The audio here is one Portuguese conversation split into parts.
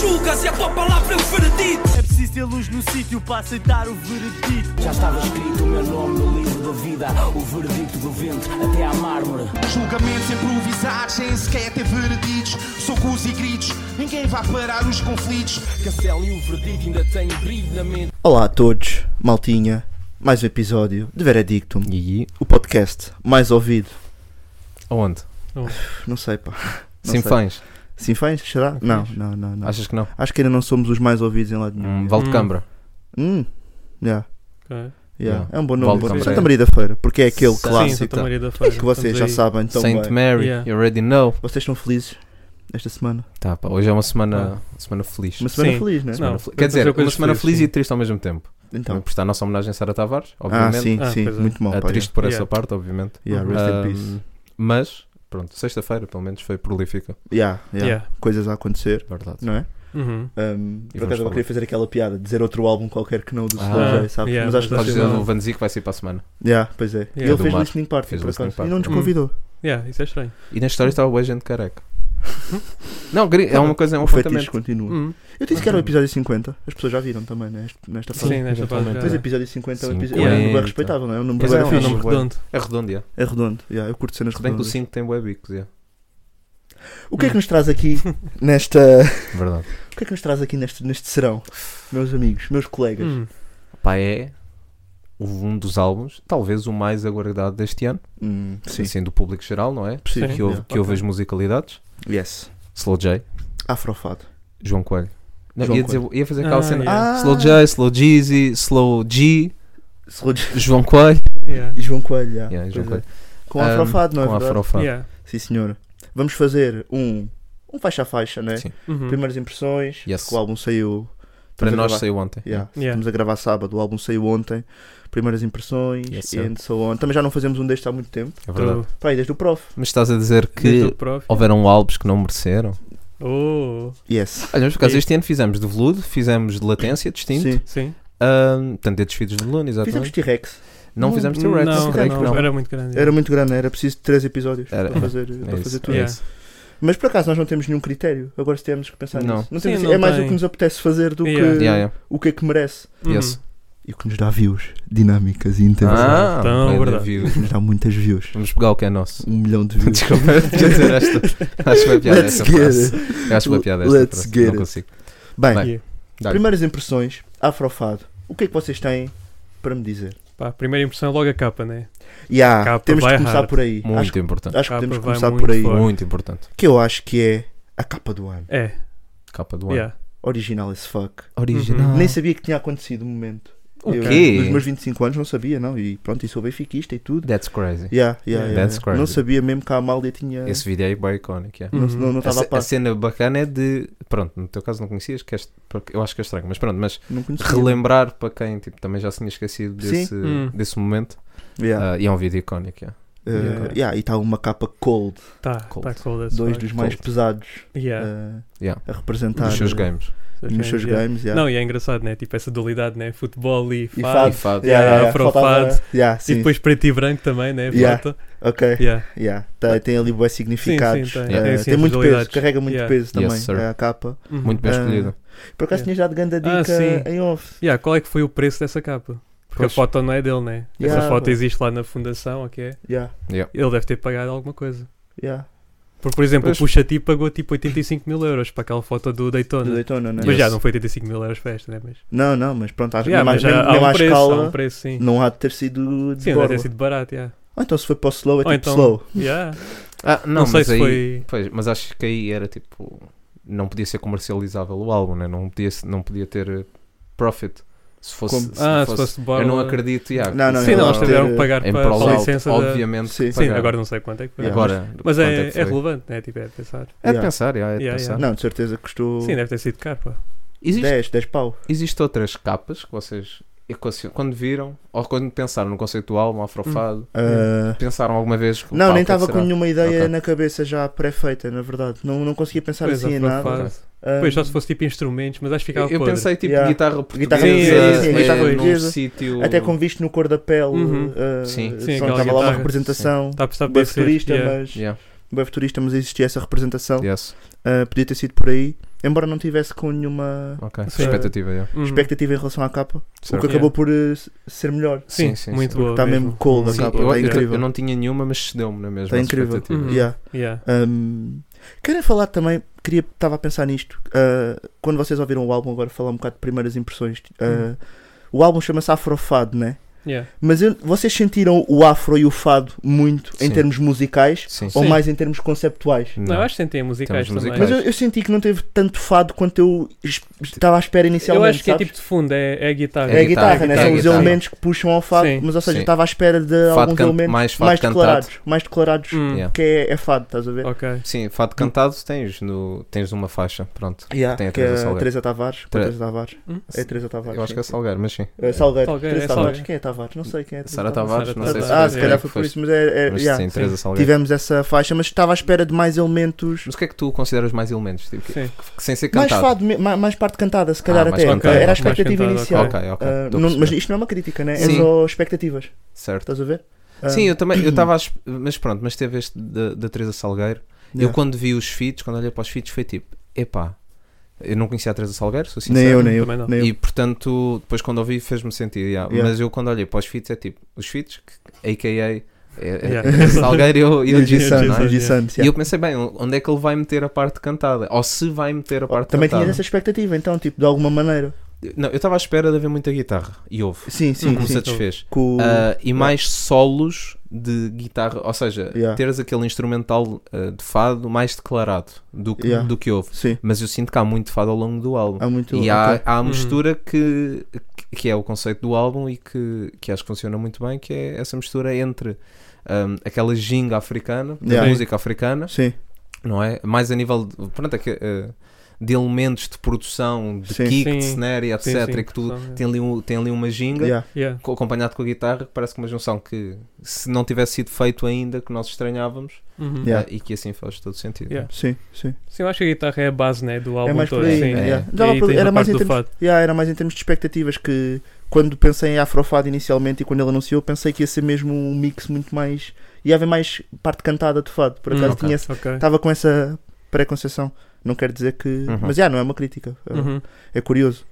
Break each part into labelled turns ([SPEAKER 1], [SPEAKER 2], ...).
[SPEAKER 1] julgas e a tua palavra é o veredito.
[SPEAKER 2] É preciso ter luz no sítio para aceitar o veredito.
[SPEAKER 3] Já estava escrito o meu nome no livro da vida, o veredito do vento até à mármore.
[SPEAKER 4] Julgamentos improvisados, sem sequer ter vereditos. Socos e gritos, ninguém vai parar os conflitos.
[SPEAKER 5] Castelo e o veredito ainda têm brilho na mente.
[SPEAKER 6] Olá a todos, maltinha. Mais um episódio de Veredictum,
[SPEAKER 7] E
[SPEAKER 6] o podcast mais ouvido.
[SPEAKER 7] aonde?
[SPEAKER 6] Não sei, pá. Não
[SPEAKER 7] Sem
[SPEAKER 6] sei.
[SPEAKER 7] fãs?
[SPEAKER 6] Sim, fãs? Será? Não, não, não. não. Acho...
[SPEAKER 7] Achas que não?
[SPEAKER 6] que ainda não somos os mais ouvidos em lado nenhum.
[SPEAKER 7] Hum, Valdecambra.
[SPEAKER 6] Hum, yeah,
[SPEAKER 2] Ok.
[SPEAKER 6] yeah.
[SPEAKER 7] Yeah.
[SPEAKER 6] É um bom
[SPEAKER 7] Vale
[SPEAKER 6] nome.
[SPEAKER 7] também.
[SPEAKER 6] Santa Maria da Feira, porque é aquele
[SPEAKER 7] Sim,
[SPEAKER 2] Sim,
[SPEAKER 6] clássico
[SPEAKER 2] Santa Maria da Feira.
[SPEAKER 6] É que vocês
[SPEAKER 2] estamos
[SPEAKER 6] já
[SPEAKER 2] aí.
[SPEAKER 6] sabem tão
[SPEAKER 7] Saint
[SPEAKER 6] bem.
[SPEAKER 7] Mary,
[SPEAKER 2] Yeah.
[SPEAKER 7] you already know.
[SPEAKER 6] Vocês estão felizes esta semana?
[SPEAKER 7] Tá, pá, hoje é uma semana,
[SPEAKER 6] Ah.
[SPEAKER 7] uma semana feliz.
[SPEAKER 6] Uma semana
[SPEAKER 2] Sim.
[SPEAKER 6] feliz, né?
[SPEAKER 2] Não,
[SPEAKER 7] Semana feliz. Quer dizer,
[SPEAKER 2] aconteceu
[SPEAKER 7] uma
[SPEAKER 2] coisas
[SPEAKER 7] semana
[SPEAKER 2] felizes,
[SPEAKER 7] feliz
[SPEAKER 2] sim.
[SPEAKER 7] e triste ao mesmo tempo.
[SPEAKER 6] Então.
[SPEAKER 7] Porque está a nossa homenagem a Sara Tavares,
[SPEAKER 6] Ah,
[SPEAKER 7] obviamente.
[SPEAKER 6] sim,
[SPEAKER 2] Ah,
[SPEAKER 6] sim.
[SPEAKER 2] pois é.
[SPEAKER 6] Muito mal,
[SPEAKER 7] Ah,
[SPEAKER 6] pá.
[SPEAKER 7] triste por essa
[SPEAKER 2] Yeah.
[SPEAKER 7] parte, obviamente.
[SPEAKER 6] Yeah, rest in
[SPEAKER 7] Ahm,
[SPEAKER 6] peace.
[SPEAKER 7] Mas, pronto, sexta-feira pelo menos foi prolífica,
[SPEAKER 6] Yeah, yeah.
[SPEAKER 2] Yeah.
[SPEAKER 6] Coisas a acontecer,
[SPEAKER 7] verdade.
[SPEAKER 6] não é?
[SPEAKER 2] Uhum.
[SPEAKER 6] Um,
[SPEAKER 7] E
[SPEAKER 6] por acaso
[SPEAKER 7] vamos
[SPEAKER 6] eu
[SPEAKER 7] falar.
[SPEAKER 6] queria fazer aquela piada, dizer outro álbum qualquer que não o do
[SPEAKER 7] Ah.
[SPEAKER 6] Slow J,
[SPEAKER 2] Yeah,
[SPEAKER 6] sabes? Mas acho
[SPEAKER 2] mas
[SPEAKER 6] que não
[SPEAKER 7] Podes
[SPEAKER 2] acho
[SPEAKER 6] sei
[SPEAKER 7] dizer
[SPEAKER 2] que
[SPEAKER 6] lá.
[SPEAKER 7] o Van Zee que vai sair para a semana.
[SPEAKER 6] Yeah, pois é.
[SPEAKER 2] Yeah.
[SPEAKER 6] E ele
[SPEAKER 7] Do
[SPEAKER 6] fez
[SPEAKER 7] mar.
[SPEAKER 6] listening party,
[SPEAKER 7] Fez um
[SPEAKER 6] por
[SPEAKER 7] listening
[SPEAKER 6] acaso.
[SPEAKER 7] party.
[SPEAKER 6] E não nos
[SPEAKER 2] Hum.
[SPEAKER 6] convidou.
[SPEAKER 2] Yeah, isso é estranho.
[SPEAKER 7] E na história estava boa gente careca. Não, gri- é uma coisa, é um
[SPEAKER 6] O fetiche
[SPEAKER 7] apontamento.
[SPEAKER 6] continua.
[SPEAKER 2] Uhum.
[SPEAKER 7] Hum.
[SPEAKER 6] Eu disse que era o episódio 50. As pessoas já viram também, né? Este- Nesta fase.
[SPEAKER 2] Sim, nesta fase.
[SPEAKER 7] eventualmente.
[SPEAKER 6] Mas
[SPEAKER 2] já-
[SPEAKER 6] episódio 50 é um episódio.
[SPEAKER 7] 50.
[SPEAKER 6] É um número respeitável, não é? Um número
[SPEAKER 7] Pois
[SPEAKER 6] bem
[SPEAKER 7] é,
[SPEAKER 2] É um
[SPEAKER 6] fixe.
[SPEAKER 2] nome redondo.
[SPEAKER 7] É redondo, yeah.
[SPEAKER 6] É redondo. Yeah, eu curto cenas
[SPEAKER 7] Se bem que o
[SPEAKER 6] redondas.
[SPEAKER 7] 5 tem bué bicos, yeah.
[SPEAKER 6] O que é que nos traz aqui nesta.
[SPEAKER 7] Verdade.
[SPEAKER 6] O que é que nos traz aqui neste, neste serão? Meus amigos, meus colegas.
[SPEAKER 2] Hum.
[SPEAKER 7] Pá, é um dos álbuns, talvez o mais aguardado deste ano,
[SPEAKER 6] Hum, sim.
[SPEAKER 7] assim do público geral, não é?
[SPEAKER 6] Possível.
[SPEAKER 7] Que ouve,
[SPEAKER 6] Yeah.
[SPEAKER 7] que ouve as musicalidades.
[SPEAKER 6] Yes.
[SPEAKER 7] Slow J,
[SPEAKER 6] Afrofado.
[SPEAKER 7] João Coelho. Não,
[SPEAKER 6] João
[SPEAKER 7] ia, dizer- ia
[SPEAKER 6] é
[SPEAKER 7] fazer
[SPEAKER 2] Ah,
[SPEAKER 7] aquela cena.
[SPEAKER 6] yeah.
[SPEAKER 7] Slow J, Slow Jeezy, Slow G,
[SPEAKER 6] Slow J-
[SPEAKER 7] João Coelho.
[SPEAKER 2] Yeah.
[SPEAKER 6] E João Coelho, yeah.
[SPEAKER 7] Yeah, João
[SPEAKER 6] Pois é.
[SPEAKER 7] Coelho.
[SPEAKER 6] Com
[SPEAKER 7] Um,
[SPEAKER 6] Afrofado, não é
[SPEAKER 7] Com
[SPEAKER 6] verdade?
[SPEAKER 7] Afrofado.
[SPEAKER 2] Yeah.
[SPEAKER 6] Sim, senhora. Vamos fazer um, um faixa a faixa, né?
[SPEAKER 7] Sim.
[SPEAKER 2] Uhum.
[SPEAKER 6] Primeiras impressões.
[SPEAKER 7] Yes.
[SPEAKER 6] porque O álbum saiu.
[SPEAKER 7] Para
[SPEAKER 6] estamos a
[SPEAKER 7] nós
[SPEAKER 6] gravar-
[SPEAKER 7] saiu ontem.
[SPEAKER 6] Yeah,
[SPEAKER 2] Yeah.
[SPEAKER 6] Estamos a gravar sábado. O álbum saiu ontem. Primeiras impressões.
[SPEAKER 7] Yes, sir.
[SPEAKER 6] and so on. Também já não fazemos um destes há muito tempo.
[SPEAKER 7] É verdade.
[SPEAKER 2] True.
[SPEAKER 6] Para aí, desde o prof.
[SPEAKER 7] Mas estás a dizer
[SPEAKER 2] Desde o
[SPEAKER 7] que
[SPEAKER 2] prof.
[SPEAKER 7] houveram álbuns que não mereceram?
[SPEAKER 2] Oh,
[SPEAKER 6] Yes.
[SPEAKER 7] Olha, mas por acaso
[SPEAKER 2] E-
[SPEAKER 7] este ano fizemos de veludo, fizemos de latência, distinto.
[SPEAKER 6] Sim. é
[SPEAKER 2] sim.
[SPEAKER 7] Ahm, portanto, destes filhos de veludo,
[SPEAKER 6] Fizemos
[SPEAKER 7] exatamente.
[SPEAKER 6] T-Rex.
[SPEAKER 7] Não fizemos T-Rex,
[SPEAKER 2] Não,
[SPEAKER 7] creio é que
[SPEAKER 2] não,
[SPEAKER 7] não.
[SPEAKER 2] Era muito grande.
[SPEAKER 6] Era muito grande, era preciso de 3 episódios
[SPEAKER 7] Era.
[SPEAKER 6] para fazer, para
[SPEAKER 7] É
[SPEAKER 6] fazer
[SPEAKER 7] isso,
[SPEAKER 6] tudo.
[SPEAKER 7] é
[SPEAKER 2] Yeah.
[SPEAKER 7] isso.
[SPEAKER 6] Mas por acaso nós não temos nenhum critério. Agora temos que pensar
[SPEAKER 7] Não.
[SPEAKER 6] nisso. Não
[SPEAKER 2] Sim,
[SPEAKER 6] temos-
[SPEAKER 2] não
[SPEAKER 6] é mais
[SPEAKER 2] tem.
[SPEAKER 6] o que nos apetece fazer do
[SPEAKER 2] Yeah.
[SPEAKER 6] que
[SPEAKER 7] Yeah, yeah.
[SPEAKER 6] o que é que merece.
[SPEAKER 2] Uhum.
[SPEAKER 7] Yes.
[SPEAKER 6] E o que nos dá views, dinâmicas e intensidade.
[SPEAKER 7] Ah,
[SPEAKER 2] Então,
[SPEAKER 7] play the
[SPEAKER 2] verdade.
[SPEAKER 7] view.
[SPEAKER 6] O que nos dá muitas views.
[SPEAKER 7] Vamos pegar o que é nosso.
[SPEAKER 6] Um milhão de views.
[SPEAKER 7] Desculpa, quer dizer esta. Acho que uma piada
[SPEAKER 6] Let's
[SPEAKER 7] esta.
[SPEAKER 6] get
[SPEAKER 7] frase. Eu acho uma piada esta.
[SPEAKER 6] Let's
[SPEAKER 7] frase.
[SPEAKER 6] get
[SPEAKER 7] Não
[SPEAKER 6] it.
[SPEAKER 7] consigo.
[SPEAKER 6] Bem,
[SPEAKER 7] Bem,
[SPEAKER 2] Yeah.
[SPEAKER 7] dá-lhe.
[SPEAKER 6] primeiras impressões, Afrofado. O que é que vocês têm para me dizer?
[SPEAKER 2] Pá, primeira impressão é logo a capa, né?
[SPEAKER 6] Ya,
[SPEAKER 2] Capa
[SPEAKER 6] temos de
[SPEAKER 2] vai
[SPEAKER 6] começar
[SPEAKER 2] hard.
[SPEAKER 6] por aí.
[SPEAKER 7] Muito
[SPEAKER 6] Acho, que-
[SPEAKER 7] importante.
[SPEAKER 6] acho que
[SPEAKER 2] Capa
[SPEAKER 6] podemos
[SPEAKER 2] vai
[SPEAKER 6] começar
[SPEAKER 2] muito
[SPEAKER 6] por aí.
[SPEAKER 2] forte.
[SPEAKER 7] Muito importante.
[SPEAKER 6] Que eu acho que é a capa do ano.
[SPEAKER 2] É.
[SPEAKER 7] Capa do ano.
[SPEAKER 2] Yeah.
[SPEAKER 6] Original as fuck.
[SPEAKER 7] Original.
[SPEAKER 6] Uhum. Nem é. sabia que tinha acontecido o momento.
[SPEAKER 7] Ah. O
[SPEAKER 6] Eu,
[SPEAKER 7] quê?
[SPEAKER 6] Nos meus 25 anos não sabia, não. E pronto, e sou benfiquista e tudo.
[SPEAKER 7] That's crazy.
[SPEAKER 6] Ya, ya, ya,
[SPEAKER 7] That's
[SPEAKER 6] ya.
[SPEAKER 7] crazy.
[SPEAKER 6] Não sabia mesmo que a Amália tinha.
[SPEAKER 7] Esse vídeo aí é bem icónico. yeah.
[SPEAKER 6] Não
[SPEAKER 2] Uhum.
[SPEAKER 6] não- não
[SPEAKER 7] A,
[SPEAKER 6] estava a
[SPEAKER 7] ce- a
[SPEAKER 6] par.
[SPEAKER 7] cena bacana é de. Pronto, no teu caso não conhecias, que é est- porque eu acho que é estranho, mas pronto, mas
[SPEAKER 6] Não conhecia.
[SPEAKER 7] relembrar para quem tipo, também já se tinha esquecido
[SPEAKER 6] Sim.
[SPEAKER 7] desse,
[SPEAKER 2] Hum.
[SPEAKER 7] desse momento.
[SPEAKER 6] Ya,
[SPEAKER 7] Ah, e é um vídeo icónico. yeah.
[SPEAKER 6] eh,
[SPEAKER 2] yeah.
[SPEAKER 6] ya, E está uma capa cold.
[SPEAKER 2] Tá,
[SPEAKER 7] Cold.
[SPEAKER 2] tá cold as
[SPEAKER 6] Dois
[SPEAKER 2] fuck.
[SPEAKER 6] dos mais
[SPEAKER 7] Cold.
[SPEAKER 6] pesados
[SPEAKER 2] Yeah.
[SPEAKER 6] eh,
[SPEAKER 7] Yeah.
[SPEAKER 6] a representar.
[SPEAKER 7] Dos seus
[SPEAKER 6] eh,
[SPEAKER 7] games.
[SPEAKER 6] Nos seus
[SPEAKER 2] Yeah.
[SPEAKER 6] games. ya.
[SPEAKER 2] Não, e é engraçado, né? Tipo essa dualidade, né? Futebol e fado.
[SPEAKER 6] fado.
[SPEAKER 7] E fado.
[SPEAKER 6] Yeah, yeah, yeah.
[SPEAKER 2] Afrofado.
[SPEAKER 6] Faltava- yeah,
[SPEAKER 2] E
[SPEAKER 6] sim.
[SPEAKER 2] depois preto e branco também, né?
[SPEAKER 6] Yeah. É.
[SPEAKER 2] Falta.
[SPEAKER 6] Ok,
[SPEAKER 2] Yeah.
[SPEAKER 6] yeah. Tá- tem ali boas significados.
[SPEAKER 2] tem.
[SPEAKER 6] Eh,
[SPEAKER 2] Tem, sim,
[SPEAKER 6] tem
[SPEAKER 2] as
[SPEAKER 6] muito peso,
[SPEAKER 2] dualidades.
[SPEAKER 6] carrega muito
[SPEAKER 2] Yeah.
[SPEAKER 6] peso também.
[SPEAKER 7] Yes, sir.
[SPEAKER 6] eh, a capa.
[SPEAKER 2] Uhum.
[SPEAKER 7] Muito bem
[SPEAKER 6] Ah,
[SPEAKER 7] escolhido.
[SPEAKER 6] Por acaso
[SPEAKER 2] Yeah.
[SPEAKER 6] tinha já de grande
[SPEAKER 2] Ah,
[SPEAKER 6] dica
[SPEAKER 2] sim.
[SPEAKER 6] em off.
[SPEAKER 2] Yeah, qual é que foi o preço dessa capa? Porque
[SPEAKER 7] Pois.
[SPEAKER 2] a foto não é dele, né?
[SPEAKER 6] Yeah,
[SPEAKER 2] Essa foto
[SPEAKER 6] pá.
[SPEAKER 2] existe lá na fundação, ok?
[SPEAKER 6] Yeah,
[SPEAKER 2] Ele deve ter pagado alguma coisa.
[SPEAKER 6] yeah.
[SPEAKER 2] Porque, por exemplo,
[SPEAKER 7] Pois.
[SPEAKER 2] o Puxa T pagou tipo 85 mil euros para aquela foto do Daytona.
[SPEAKER 6] Do Daytona, né?
[SPEAKER 2] Mas já não foi 85 mil euros para esta, né? Mas,
[SPEAKER 6] Não, não, mas pronto, acho
[SPEAKER 2] Yeah, mas
[SPEAKER 6] mesmo-
[SPEAKER 2] já
[SPEAKER 6] mesmo
[SPEAKER 2] há,
[SPEAKER 6] mesmo à
[SPEAKER 2] um preço,
[SPEAKER 6] escala.
[SPEAKER 2] há um preço, sim.
[SPEAKER 6] Não há de ter sido de
[SPEAKER 2] Sim, deve
[SPEAKER 6] borla.
[SPEAKER 2] ter sido barato, yeah.
[SPEAKER 6] Ou então se foi para o slow é
[SPEAKER 2] Ou
[SPEAKER 6] tipo
[SPEAKER 2] então-
[SPEAKER 6] slow.
[SPEAKER 2] Yeah.
[SPEAKER 7] Ah, não,
[SPEAKER 2] Não, sei
[SPEAKER 7] mas
[SPEAKER 2] se
[SPEAKER 7] aí.
[SPEAKER 2] foi.
[SPEAKER 7] Pois, mas acho que aí era tipo. Não podia ser comercializável o álbum, né? não, podia, não podia ter eh, profit. Se fosse.
[SPEAKER 6] Como-
[SPEAKER 7] se
[SPEAKER 2] Ah, se
[SPEAKER 7] fosse-
[SPEAKER 2] fosse borla.
[SPEAKER 7] Eu não acredito. Yeah,
[SPEAKER 6] Não, Ah, não,
[SPEAKER 2] Sim,
[SPEAKER 6] eu
[SPEAKER 2] não,
[SPEAKER 6] não
[SPEAKER 2] eles
[SPEAKER 6] acho que
[SPEAKER 2] tiveram
[SPEAKER 6] ter-
[SPEAKER 2] que pagar
[SPEAKER 7] Em
[SPEAKER 2] para,
[SPEAKER 7] prol
[SPEAKER 2] para a
[SPEAKER 7] alto,
[SPEAKER 2] licença da-
[SPEAKER 7] obviamente.
[SPEAKER 6] Sim.
[SPEAKER 7] que
[SPEAKER 2] Sim,
[SPEAKER 7] pagaram.
[SPEAKER 2] agora não sei quanto é que foi.
[SPEAKER 6] Yeah.
[SPEAKER 7] Agora,
[SPEAKER 2] Mas
[SPEAKER 7] quanto
[SPEAKER 2] é,
[SPEAKER 7] que
[SPEAKER 2] é
[SPEAKER 7] foi?
[SPEAKER 2] relevante, né? Tipo, é de pensar.
[SPEAKER 7] É de
[SPEAKER 6] Yeah.
[SPEAKER 7] pensar, yeah, é de
[SPEAKER 2] Yeah,
[SPEAKER 7] pensar.
[SPEAKER 6] Não, de certeza custou
[SPEAKER 2] Sim, né? deve ter sido capa.
[SPEAKER 7] Existe,
[SPEAKER 6] 10, 10 pau.
[SPEAKER 7] existe outras capas que vocês, equacio- quando viram, ou quando pensaram no conceito do álbum, afrofado,
[SPEAKER 6] Ah,
[SPEAKER 7] pensaram alguma vez que,
[SPEAKER 6] não, nem
[SPEAKER 7] pá, o que é que
[SPEAKER 6] estava com
[SPEAKER 7] será?
[SPEAKER 6] nenhuma ideia
[SPEAKER 7] Ok.
[SPEAKER 6] na cabeça já pré-feita, na verdade. Não, não conseguia pensar
[SPEAKER 2] Pois,
[SPEAKER 6] assim em
[SPEAKER 2] afrofado.
[SPEAKER 6] nada.
[SPEAKER 7] Ok.
[SPEAKER 6] Ah,
[SPEAKER 2] Pois só se fosse tipo instrumentos, mas acho que ficava
[SPEAKER 7] Eu
[SPEAKER 2] podre.
[SPEAKER 7] pensei tipo
[SPEAKER 6] Yeah.
[SPEAKER 7] guitarra
[SPEAKER 6] Guitarra
[SPEAKER 7] portuguesa,
[SPEAKER 2] portuguesa, sim,
[SPEAKER 7] é,
[SPEAKER 2] sim, guitarra
[SPEAKER 7] num
[SPEAKER 6] portuguesa.
[SPEAKER 7] sítio
[SPEAKER 6] Até com visto no cor da pele,
[SPEAKER 2] Uhum.
[SPEAKER 6] ah,
[SPEAKER 7] Sim. Sim,
[SPEAKER 6] só
[SPEAKER 2] aquela
[SPEAKER 6] estava lá uma
[SPEAKER 2] guitarra.
[SPEAKER 6] representação.
[SPEAKER 2] Tá a pensar
[SPEAKER 6] Bem
[SPEAKER 2] para ser.
[SPEAKER 6] futurista,
[SPEAKER 2] yeah.
[SPEAKER 6] mas
[SPEAKER 7] Yeah,
[SPEAKER 6] bem futurista, mas existia essa representação.
[SPEAKER 7] yes.
[SPEAKER 6] Ah, podia ter sido por aí. Embora não tivesse com nenhuma
[SPEAKER 7] Ok,
[SPEAKER 2] Sim.
[SPEAKER 7] expectativa, yeah.
[SPEAKER 2] Uhum.
[SPEAKER 6] expectativa em relação à capa, o
[SPEAKER 7] Certo.
[SPEAKER 6] que acabou por eh, s- ser melhor.
[SPEAKER 2] Sim,
[SPEAKER 7] Sim, sim,
[SPEAKER 2] muito
[SPEAKER 7] sim.
[SPEAKER 2] boa.
[SPEAKER 6] Está tá mesmo cool é? a
[SPEAKER 7] Sim,
[SPEAKER 6] capa,
[SPEAKER 7] eu,
[SPEAKER 6] está
[SPEAKER 7] eu-
[SPEAKER 6] incrível.
[SPEAKER 7] eu não tinha nenhuma, mas cedeu-me na mesma
[SPEAKER 6] Está Tá incrível.
[SPEAKER 7] expectativa.
[SPEAKER 2] Uhum.
[SPEAKER 6] Yeah.
[SPEAKER 2] Yeah.
[SPEAKER 6] Um, queria falar também, queria, estava a pensar nisto. uh, quando vocês ouviram o álbum, agora falar um bocado de primeiras impressões. uh, O álbum chama-se Afrofado, né?
[SPEAKER 2] Yeah.
[SPEAKER 6] Mas eu- vocês sentiram o afro e o fado muito em
[SPEAKER 7] Sim.
[SPEAKER 6] termos musicais
[SPEAKER 7] Sim.
[SPEAKER 6] ou
[SPEAKER 2] Sim.
[SPEAKER 6] mais em termos conceptuais?
[SPEAKER 2] Não, eu acho que tentei musicais
[SPEAKER 7] Temos
[SPEAKER 2] também.
[SPEAKER 6] Mas
[SPEAKER 7] musicais.
[SPEAKER 6] eu, eu senti que não teve tanto fado quanto eu es- estava à espera
[SPEAKER 2] eu
[SPEAKER 6] inicialmente.
[SPEAKER 2] acho que é
[SPEAKER 6] sabes?
[SPEAKER 2] tipo de fundo, é, é a guitarra.
[SPEAKER 6] É a guitarra,
[SPEAKER 7] é
[SPEAKER 6] né?
[SPEAKER 7] a
[SPEAKER 6] São os
[SPEAKER 7] guitarra.
[SPEAKER 6] elementos que puxam ao fado,
[SPEAKER 2] Sim.
[SPEAKER 6] mas ou seja,
[SPEAKER 7] Sim.
[SPEAKER 6] eu estava à espera de
[SPEAKER 7] Fado
[SPEAKER 6] alguns
[SPEAKER 7] can-
[SPEAKER 6] elementos mais,
[SPEAKER 7] mais fado cantado.
[SPEAKER 6] declarados, mais declarados
[SPEAKER 2] Hum,
[SPEAKER 7] Yeah.
[SPEAKER 6] que é, é fado, estás a ver?
[SPEAKER 2] Ok.
[SPEAKER 7] Sim, fado cantado tens, no, tens numa faixa, pronto.
[SPEAKER 6] Yeah,
[SPEAKER 7] Tem a
[SPEAKER 6] que é a
[SPEAKER 7] Teresa Salgueiro.
[SPEAKER 6] Teresa Tavares. com a
[SPEAKER 7] Tre-
[SPEAKER 6] Teresa Tavares.
[SPEAKER 2] Hum?
[SPEAKER 6] É a Teresa Tavares.
[SPEAKER 7] Eu acho que é
[SPEAKER 6] sim.
[SPEAKER 7] Salgueiro, mas sim.
[SPEAKER 6] É Salgueiro.
[SPEAKER 2] Salgueiro,
[SPEAKER 6] Teresa
[SPEAKER 2] é
[SPEAKER 6] Tavares.
[SPEAKER 2] Salgueiro.
[SPEAKER 6] Quem é Tavares? Não sei quem é. Teresa
[SPEAKER 7] Sara
[SPEAKER 6] Tavares.
[SPEAKER 7] Tavares, não sei se
[SPEAKER 6] Ah,
[SPEAKER 7] foi
[SPEAKER 6] se
[SPEAKER 7] aí
[SPEAKER 6] calhar
[SPEAKER 7] que
[SPEAKER 6] foi por
[SPEAKER 7] foste.
[SPEAKER 6] isso, mas é. é
[SPEAKER 7] Mas
[SPEAKER 6] yeah.
[SPEAKER 7] sim, Teresa Salgueiro.
[SPEAKER 6] Tivemos essa faixa, mas estava à espera de mais elementos.
[SPEAKER 7] Mas o que é que tu consideras mais elementos? Tipo,
[SPEAKER 2] Sim.
[SPEAKER 7] que- sem ser
[SPEAKER 6] Mais
[SPEAKER 7] cantado.
[SPEAKER 6] fado, me- ma- mais parte cantada, se calhar
[SPEAKER 7] Ah, mais
[SPEAKER 6] até.
[SPEAKER 7] cantada,
[SPEAKER 6] Era a
[SPEAKER 2] mais
[SPEAKER 6] expectativa
[SPEAKER 2] cantada,
[SPEAKER 6] inicial.
[SPEAKER 7] Ok, ok.
[SPEAKER 6] Ah,
[SPEAKER 7] estou a
[SPEAKER 6] não- mas
[SPEAKER 7] perceber.
[SPEAKER 6] isto não é uma crítica, né? É
[SPEAKER 7] Sim.
[SPEAKER 6] só expectativas.
[SPEAKER 7] Certo.
[SPEAKER 6] Estás a ver? Ah,
[SPEAKER 7] Sim, eu também, eu estava a esp- mas pronto, mas teve este da, da Teresa Salgueiro. Eu
[SPEAKER 6] yeah.
[SPEAKER 7] quando vi os feeds, quando olhei para os feeds, foi tipo, epá, eu não conhecia a Teresa Salgueiro, sou
[SPEAKER 6] Nem
[SPEAKER 7] sincero.
[SPEAKER 6] eu, nem eu.
[SPEAKER 2] Também não.
[SPEAKER 6] nem eu.
[SPEAKER 7] E portanto, depois quando ouvi fez-me sentido, yeah.
[SPEAKER 6] Yeah.
[SPEAKER 7] mas eu quando olhei para os feeds é tipo, os feeds, que- a.k.a. É, é,
[SPEAKER 2] Yeah.
[SPEAKER 7] é Salgueiro e o- e
[SPEAKER 6] E o
[SPEAKER 7] o G-Sun,
[SPEAKER 6] G-Sun,
[SPEAKER 7] não é?
[SPEAKER 6] o G-Sun,
[SPEAKER 7] E
[SPEAKER 6] yeah.
[SPEAKER 7] eu pensei, bem, onde é que ele vai meter a parte cantada? Ou se vai meter a parte
[SPEAKER 6] Oh, Também tinhas
[SPEAKER 7] cantada?
[SPEAKER 6] essa expectativa, então, tipo, de alguma maneira.
[SPEAKER 7] Não, eu estava à espera de haver muita guitarra, e houve,
[SPEAKER 6] Sim,
[SPEAKER 7] o
[SPEAKER 6] sim,
[SPEAKER 7] que me
[SPEAKER 6] sim.
[SPEAKER 7] satisfez.
[SPEAKER 6] Com o-
[SPEAKER 7] Ah, e mais solos de guitarra, ou seja,
[SPEAKER 6] Yeah.
[SPEAKER 7] teres aquele instrumental ah, de fado mais declarado do que,
[SPEAKER 6] Yeah.
[SPEAKER 7] do que houve.
[SPEAKER 6] Sim,
[SPEAKER 7] Mas eu sinto que há muito fado ao longo do álbum.
[SPEAKER 6] há muito.
[SPEAKER 7] e há,
[SPEAKER 6] ok.
[SPEAKER 7] há a
[SPEAKER 2] Uhum.
[SPEAKER 7] mistura que, que é o conceito do álbum e que, que acho que funciona muito bem, que é essa mistura entre ah, aquela ginga africana, da
[SPEAKER 6] Yeah.
[SPEAKER 7] música africana,
[SPEAKER 6] Sim,
[SPEAKER 7] não é? Mais a nível de, pronto, é que, eh, de elementos de produção, de
[SPEAKER 6] Sim.
[SPEAKER 7] kick, de
[SPEAKER 2] Sim.
[SPEAKER 7] snare e etc.
[SPEAKER 2] Sim, sim,
[SPEAKER 7] e que tu
[SPEAKER 2] produção, é.
[SPEAKER 7] tem ali, um, tem ali uma ginga
[SPEAKER 6] yeah.
[SPEAKER 2] Yeah.
[SPEAKER 7] co- acompanhado com a guitarra, que parece que uma junção que se não tivesse sido feito ainda, que nós estranhávamos
[SPEAKER 2] Uhum.
[SPEAKER 6] Yeah.
[SPEAKER 7] eh, e que assim faz todo sentido.
[SPEAKER 2] Yeah.
[SPEAKER 6] Sim, sim.
[SPEAKER 2] Sim, eu acho que a guitarra é a base né, do álbum
[SPEAKER 6] é mais
[SPEAKER 2] todo.
[SPEAKER 6] por aí.
[SPEAKER 2] sim.
[SPEAKER 6] né?
[SPEAKER 7] é.
[SPEAKER 6] Yeah.
[SPEAKER 2] E
[SPEAKER 6] Dava
[SPEAKER 2] aí
[SPEAKER 6] por-
[SPEAKER 2] tens
[SPEAKER 6] Era
[SPEAKER 2] a
[SPEAKER 6] mais
[SPEAKER 2] parte
[SPEAKER 6] em
[SPEAKER 2] do
[SPEAKER 6] termos
[SPEAKER 2] fado.
[SPEAKER 6] yeah, era mais em termos de expectativas que quando pensei em Afrofado inicialmente e quando ele anunciou, pensei que ia ser mesmo um mix muito mais. ia haver mais parte cantada de fado. Por
[SPEAKER 2] Hum,
[SPEAKER 6] acaso
[SPEAKER 7] ok.
[SPEAKER 6] tinha esse-
[SPEAKER 2] Ok.
[SPEAKER 6] estava com essa preconceição. Não quer dizer que.
[SPEAKER 7] Uhum.
[SPEAKER 6] Mas yeah, não é uma crítica. Uh,
[SPEAKER 2] Uhum.
[SPEAKER 6] É curioso.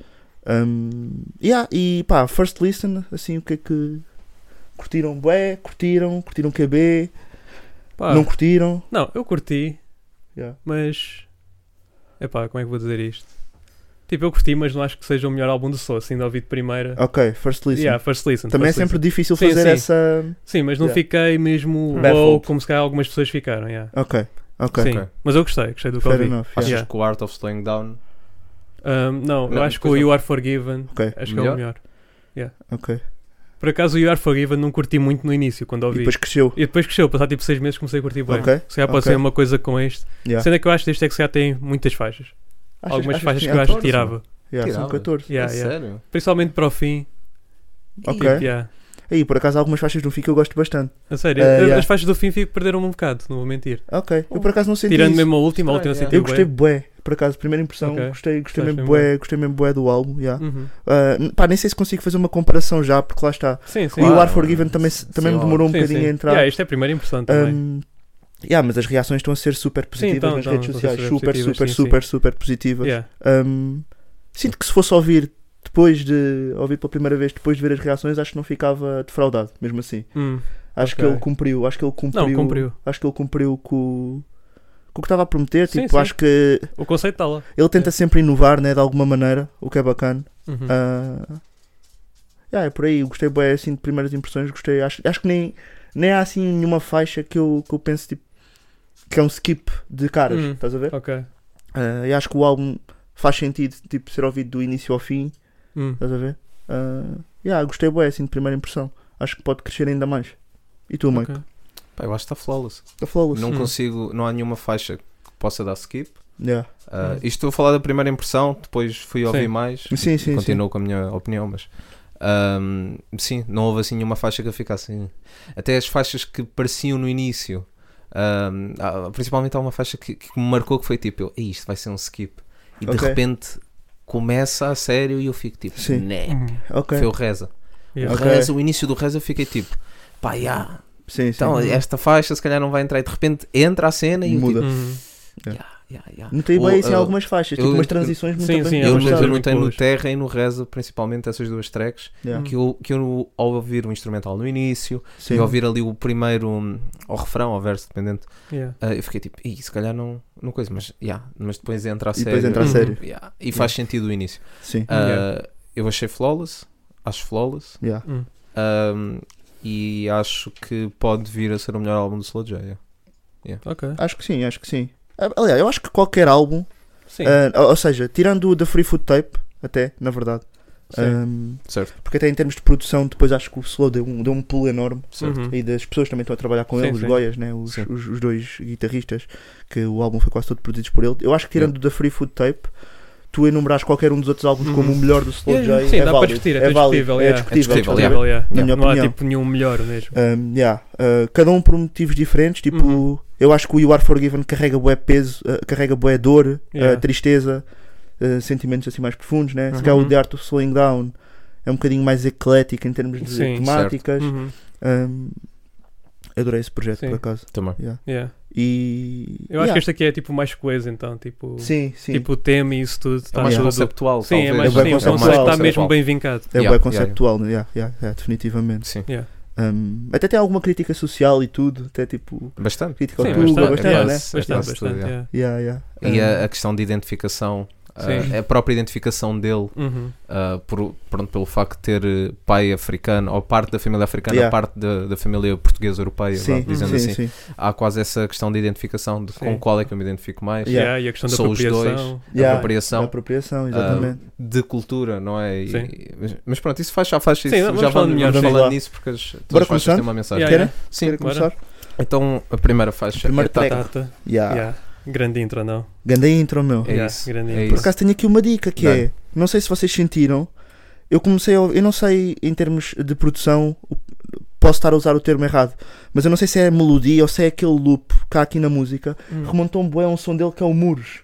[SPEAKER 6] Um, yeah, e pá, first listen, assim, o que é que. Curtiram bué, curtiram, curtiram QB,
[SPEAKER 2] Pá,
[SPEAKER 6] não
[SPEAKER 2] não...
[SPEAKER 6] curtiram.
[SPEAKER 2] eu curti,
[SPEAKER 6] Yeah.
[SPEAKER 2] mas. Epá, como é que vou dizer isto? Tipo, eu curti, mas não acho que seja o melhor álbum do Soul, assim, de ouvir de primeira.
[SPEAKER 6] Ok, Ah, first listen.
[SPEAKER 2] Yeah, first listen.
[SPEAKER 6] Também é
[SPEAKER 2] first
[SPEAKER 6] sempre difícil
[SPEAKER 2] Sim,
[SPEAKER 6] fazer
[SPEAKER 2] sim.
[SPEAKER 6] essa.
[SPEAKER 2] listen. Sim, mas não
[SPEAKER 6] Yeah.
[SPEAKER 2] fiquei mesmo wow,
[SPEAKER 6] Baffled.
[SPEAKER 2] como se calhar algumas pessoas ficaram. Yeah.
[SPEAKER 6] Ok, ok.
[SPEAKER 2] Sim,
[SPEAKER 7] Ok.
[SPEAKER 2] mas eu gostei, gostei do que
[SPEAKER 6] Fair
[SPEAKER 2] ouvi.
[SPEAKER 6] enough.
[SPEAKER 7] Achas
[SPEAKER 2] Yeah.
[SPEAKER 7] que o Art of Slowing Down
[SPEAKER 2] Um, não, eu
[SPEAKER 7] Não,
[SPEAKER 2] acho que o
[SPEAKER 7] pois não.
[SPEAKER 2] You Are Forgiven
[SPEAKER 6] Ok.
[SPEAKER 2] acho que é
[SPEAKER 7] Melhor?
[SPEAKER 2] o melhor. Yeah.
[SPEAKER 6] Ok.
[SPEAKER 2] Por acaso o You Are Forgiven não curti muito no início, quando
[SPEAKER 6] E
[SPEAKER 2] ouvi.
[SPEAKER 6] depois cresceu.
[SPEAKER 2] E depois cresceu, passar tipo 6 meses comecei a curtir bem.
[SPEAKER 6] Ok,
[SPEAKER 2] Se calhar pode
[SPEAKER 6] ok.
[SPEAKER 2] ser uma coisa com este.
[SPEAKER 6] Yeah.
[SPEAKER 2] Sendo que eu acho que este é que se calhar tem muitas faixas.
[SPEAKER 6] Achas-
[SPEAKER 2] Algumas
[SPEAKER 6] achas
[SPEAKER 2] faixas que,
[SPEAKER 6] tinha
[SPEAKER 2] eu acho que
[SPEAKER 7] 14,
[SPEAKER 2] tirava.
[SPEAKER 6] Yeah, são
[SPEAKER 7] Tirava.
[SPEAKER 6] 14.
[SPEAKER 2] Yeah,
[SPEAKER 7] É
[SPEAKER 2] yeah.
[SPEAKER 7] sério?
[SPEAKER 2] Principalmente para o fim.
[SPEAKER 6] Ok.
[SPEAKER 2] Tipo, yeah.
[SPEAKER 6] Aí, por acaso, algumas faixas do FIC eu gosto bastante.
[SPEAKER 2] A sério,
[SPEAKER 6] Eh,
[SPEAKER 2] as
[SPEAKER 6] yeah.
[SPEAKER 2] faixas do fim fico- perderam-me um bocado, não vou mentir.
[SPEAKER 6] Ok. Eu por acaso não senti
[SPEAKER 2] Tirando
[SPEAKER 6] isso.
[SPEAKER 2] mesmo a última, a última
[SPEAKER 7] Estranho,
[SPEAKER 2] senti
[SPEAKER 6] Eu
[SPEAKER 2] bué.
[SPEAKER 6] gostei bué. Por acaso, primeira impressão,
[SPEAKER 2] Ok.
[SPEAKER 6] gostei, gostei
[SPEAKER 2] Gostaste
[SPEAKER 6] mesmo
[SPEAKER 2] mesmo
[SPEAKER 6] bué, gostei mesmo bué do álbum. yeah.
[SPEAKER 2] Uhum.
[SPEAKER 6] Ah, n- pá, nem sei se consigo fazer uma comparação já, porque lá está.
[SPEAKER 2] Sim, sim.
[SPEAKER 6] E o
[SPEAKER 7] Claro.
[SPEAKER 6] Are Forgiven também, se- também
[SPEAKER 7] Sim,
[SPEAKER 6] me demorou um
[SPEAKER 2] Sim,
[SPEAKER 6] bocadinho
[SPEAKER 2] sim.
[SPEAKER 6] a entrar. Ah,
[SPEAKER 2] Yeah, isto é a primeira impressão também. então,
[SPEAKER 6] Ahm, yeah, mas as reações estão a ser super positivas
[SPEAKER 2] estão-
[SPEAKER 6] nas
[SPEAKER 2] estão-
[SPEAKER 6] redes
[SPEAKER 2] estão a ser
[SPEAKER 6] sociais.
[SPEAKER 2] super
[SPEAKER 6] Super, super,
[SPEAKER 2] positivas, sim,
[SPEAKER 6] super, super positivas.
[SPEAKER 2] Yeah.
[SPEAKER 6] Ahm, sinto que se fosse ouvir depois de ouvir pela primeira vez, depois de ver as reações, acho que não ficava defraudado, mesmo assim.
[SPEAKER 2] Hum.
[SPEAKER 6] Acho
[SPEAKER 2] Ok.
[SPEAKER 6] que ele cumpriu, acho que ele cumpriu,
[SPEAKER 2] Não, cumpriu.
[SPEAKER 6] acho que ele cumpriu com, com o que estava a prometer,
[SPEAKER 2] Sim,
[SPEAKER 6] tipo,
[SPEAKER 2] sim.
[SPEAKER 6] acho que
[SPEAKER 2] O conceito está lá.
[SPEAKER 6] ele tenta
[SPEAKER 2] É.
[SPEAKER 6] sempre inovar, né, de alguma maneira, o que é bacana.
[SPEAKER 2] Uhum.
[SPEAKER 6] Ah, yeah, é por aí, gostei bem assim de primeiras impressões, gostei, acho, acho que nem, nem há assim nenhuma faixa que eu, que eu penso tipo que é um skip de caras,
[SPEAKER 2] Hum.
[SPEAKER 6] estás a ver?
[SPEAKER 2] Ok.
[SPEAKER 6] Ah, e acho que o álbum faz sentido tipo ser ouvido do início ao fim,
[SPEAKER 2] Hum.
[SPEAKER 6] estás a ver? Ah, yeah, gostei bem assim de primeira impressão. Acho que pode crescer ainda mais. E tu, Mike?
[SPEAKER 2] Ok.
[SPEAKER 7] Pá, eu acho que está flawless.
[SPEAKER 6] Da Flawless.
[SPEAKER 7] Não
[SPEAKER 2] Hum.
[SPEAKER 7] consigo, não há nenhuma faixa que possa dar skip.
[SPEAKER 6] Yeah.
[SPEAKER 7] Ah, isto estou a falar da primeira impressão, depois fui ouvir
[SPEAKER 2] Sim.
[SPEAKER 7] mais.
[SPEAKER 6] Uhum. Sim, sim, sim.
[SPEAKER 7] continuo com a minha opinião, mas ahm, sim, não houve assim nenhuma faixa que eu ficasse. Até as faixas que pareciam no início, ahm, há- principalmente há uma faixa que, que me marcou que foi tipo: eu, "Ei, isto vai ser um skip, e de
[SPEAKER 6] Ok.
[SPEAKER 7] repente começa a sério e eu fico tipo:
[SPEAKER 6] Sim.
[SPEAKER 7] né,
[SPEAKER 2] Hum.
[SPEAKER 6] Ok.
[SPEAKER 7] foi o Reza.
[SPEAKER 2] Yeah.
[SPEAKER 7] O
[SPEAKER 6] Ok.
[SPEAKER 7] Reza, o início do Reza, eu fiquei tipo: pá, Então, já,
[SPEAKER 6] Sim, sim.
[SPEAKER 7] é- então esta faixa se calhar não vai entrar, e de repente entra a cena e eu,
[SPEAKER 6] Muda.
[SPEAKER 2] Uhum.
[SPEAKER 7] tipo, "Ya, yeah, yeah.
[SPEAKER 6] Notei bem
[SPEAKER 7] Ou,
[SPEAKER 6] isso em
[SPEAKER 7] uh,
[SPEAKER 6] algumas faixas,
[SPEAKER 7] eu-
[SPEAKER 6] tipo umas transições muito
[SPEAKER 2] Sim,
[SPEAKER 6] bem
[SPEAKER 2] sim,
[SPEAKER 7] Eu,
[SPEAKER 2] elas
[SPEAKER 6] pensadas.
[SPEAKER 7] eu
[SPEAKER 2] são
[SPEAKER 7] notei no
[SPEAKER 2] boas.
[SPEAKER 7] Terra e no Reza, principalmente essas duas tracks,
[SPEAKER 6] Yeah,
[SPEAKER 7] que eu, que eu ao ouvir o instrumental no início
[SPEAKER 6] Uhum. sim.
[SPEAKER 7] e ouvir ali o primeiro, hum, ao refrão, ao verso, dependente,
[SPEAKER 2] Yeah.
[SPEAKER 7] ah, eu fiquei tipo, "Ih, se calhar não, não coisa, mas, yeah, mas depois entra a
[SPEAKER 6] E
[SPEAKER 7] sério.
[SPEAKER 6] depois entra a
[SPEAKER 2] Uhum.
[SPEAKER 6] sério.
[SPEAKER 7] Yeah, E faz sentido o início.
[SPEAKER 6] Sim.
[SPEAKER 7] Ah,
[SPEAKER 2] Yeah.
[SPEAKER 7] Eu achei flawless, acho flawless
[SPEAKER 6] Yeah.
[SPEAKER 2] Hum.
[SPEAKER 7] ahm, e acho que pode vir a ser o melhor álbum do Slow J. yeah.
[SPEAKER 2] Ok.
[SPEAKER 6] Acho que sim, acho que sim. Ah, Aliás, eu acho que qualquer álbum,
[SPEAKER 2] Sim.
[SPEAKER 6] ah, ou- ou seja, tirando o da Free Food Tape, até, na verdade,
[SPEAKER 2] sim.
[SPEAKER 6] ahm,
[SPEAKER 7] Certo,
[SPEAKER 6] porque até em termos de produção, depois acho que o Slow deu um, deu um pulo enorme.
[SPEAKER 7] certo.
[SPEAKER 2] Uhum.
[SPEAKER 6] E das pessoas que também estão a trabalhar com
[SPEAKER 2] Sim,
[SPEAKER 6] ele, os
[SPEAKER 2] sim.
[SPEAKER 6] Goias, né? os,
[SPEAKER 7] Sim.
[SPEAKER 6] os, os dois guitarristas, que o álbum foi quase todo produzido por ele. Eu acho que tirando o da Free Food Tape, tu enumerares qualquer um dos outros álbuns
[SPEAKER 2] Uhum.
[SPEAKER 6] como o melhor do Slow
[SPEAKER 2] Yeah,
[SPEAKER 6] J.
[SPEAKER 2] sim,
[SPEAKER 6] é
[SPEAKER 2] dá para
[SPEAKER 6] válido,
[SPEAKER 2] discutir, é
[SPEAKER 6] é válido,
[SPEAKER 2] discutível,
[SPEAKER 6] é
[SPEAKER 2] yeah.
[SPEAKER 6] discutível.
[SPEAKER 7] É discutível, yeah.
[SPEAKER 2] Incrível, yeah.
[SPEAKER 6] Na minha
[SPEAKER 2] Não há
[SPEAKER 6] opinião.
[SPEAKER 2] tipo nenhum melhor mesmo.
[SPEAKER 6] Um, yeah, uh, cada um por motivos diferentes. Tipo,
[SPEAKER 2] Uhum.
[SPEAKER 6] eu acho que o You Are Forgiven carrega bué peso, uh, carrega bué dor, uh,
[SPEAKER 2] Yeah.
[SPEAKER 6] tristeza, uh, sentimentos assim mais profundos, né? Se
[SPEAKER 2] Uhum.
[SPEAKER 6] calhar o The Art of Slowing Down é um bocadinho mais eclético em termos de
[SPEAKER 2] Sim,
[SPEAKER 6] temáticas.
[SPEAKER 2] Uhum.
[SPEAKER 6] Um, adorei esse projeto,
[SPEAKER 2] Sim.
[SPEAKER 6] por acaso.
[SPEAKER 7] Também.
[SPEAKER 2] Yeah.
[SPEAKER 6] E.
[SPEAKER 2] Eu acho
[SPEAKER 6] yeah.
[SPEAKER 2] que este aqui é tipo mais coeso então, tipo,
[SPEAKER 6] Sim, sim.
[SPEAKER 2] tipo o tema e isso tudo.
[SPEAKER 7] É
[SPEAKER 2] tá
[SPEAKER 7] mais
[SPEAKER 6] Yeah.
[SPEAKER 2] tudo-
[SPEAKER 7] conceptual,
[SPEAKER 2] Sim, é
[SPEAKER 7] talvez.
[SPEAKER 2] mais
[SPEAKER 6] É bem
[SPEAKER 2] sim, o conceito
[SPEAKER 6] conceptual.
[SPEAKER 2] está mesmo bem vincado.
[SPEAKER 6] é
[SPEAKER 7] yeah,
[SPEAKER 6] bué
[SPEAKER 7] yeah,
[SPEAKER 6] conceptual, né? yeah, yeah, yeah, definitivamente.
[SPEAKER 7] Sim,
[SPEAKER 2] Yeah.
[SPEAKER 6] Um, até tem alguma crítica social e tudo, até tipo
[SPEAKER 7] bastante.
[SPEAKER 6] crítica ao
[SPEAKER 2] Sim,
[SPEAKER 6] Tuga,
[SPEAKER 2] bastante,
[SPEAKER 6] bastante,
[SPEAKER 7] é
[SPEAKER 6] né?
[SPEAKER 7] quase-
[SPEAKER 2] Bastante,
[SPEAKER 7] quase
[SPEAKER 2] bastante.
[SPEAKER 7] tudo, yeah.
[SPEAKER 2] yeah.
[SPEAKER 6] Yeah, yeah.
[SPEAKER 7] E
[SPEAKER 6] Um,
[SPEAKER 7] a, a questão de identificação,
[SPEAKER 2] Sim.
[SPEAKER 7] ah, a própria identificação dele,
[SPEAKER 2] Uhum.
[SPEAKER 7] ah, por, pronto, pelo facto de ter eh, pai africano, ou parte da família africana,
[SPEAKER 6] Yeah.
[SPEAKER 7] parte da, da família portuguesa europeia, vá,
[SPEAKER 6] Sim,
[SPEAKER 7] dizendo
[SPEAKER 6] sim,
[SPEAKER 7] assim,
[SPEAKER 6] sim.
[SPEAKER 7] há quase essa questão de identificação, de com
[SPEAKER 2] Sim.
[SPEAKER 7] qual é que eu me identifico mais,
[SPEAKER 6] Yeah.
[SPEAKER 2] Yeah, E a questão da
[SPEAKER 7] São os dois.
[SPEAKER 2] apropriação.
[SPEAKER 6] Yeah,
[SPEAKER 7] apropriação.
[SPEAKER 6] da apropriação, exatamente.
[SPEAKER 7] de cultura, não é? E-
[SPEAKER 2] Sim.
[SPEAKER 7] mas, mas pronto, isso faz, já faz isso.
[SPEAKER 2] Sim, vamos
[SPEAKER 7] já
[SPEAKER 2] falando
[SPEAKER 7] vamos,
[SPEAKER 2] melhor,
[SPEAKER 7] vamos
[SPEAKER 6] sim.
[SPEAKER 7] falando
[SPEAKER 6] Lá.
[SPEAKER 7] nisso porque as, todas
[SPEAKER 6] Bora
[SPEAKER 7] as faixas
[SPEAKER 6] começar?
[SPEAKER 7] têm uma mensagem.
[SPEAKER 2] Yeah,
[SPEAKER 6] Querem?
[SPEAKER 2] yeah.
[SPEAKER 7] Sim,
[SPEAKER 6] Querem
[SPEAKER 2] bora.
[SPEAKER 6] né? começar?
[SPEAKER 7] então a primeira faixa
[SPEAKER 6] Primeiro
[SPEAKER 7] é Tata.
[SPEAKER 6] track.
[SPEAKER 2] Tata.
[SPEAKER 6] Yeah.
[SPEAKER 2] Yeah. Grande intro, não?
[SPEAKER 6] Ganda intro, meu.
[SPEAKER 7] É
[SPEAKER 2] Yeah,
[SPEAKER 7] isso.
[SPEAKER 2] grande
[SPEAKER 7] é
[SPEAKER 2] intro.
[SPEAKER 6] Por
[SPEAKER 7] isso.
[SPEAKER 6] acaso tenho aqui uma dica que
[SPEAKER 7] Dá-lhe.
[SPEAKER 6] é, não sei se vocês sentiram, eu comecei a, eu não sei em termos de produção, o- posso estar a usar o termo errado, mas eu não sei se é melodia ou se é aquele loop que há aqui na música,
[SPEAKER 2] Hum.
[SPEAKER 6] remontou-me bué a um som dele que é o Muros,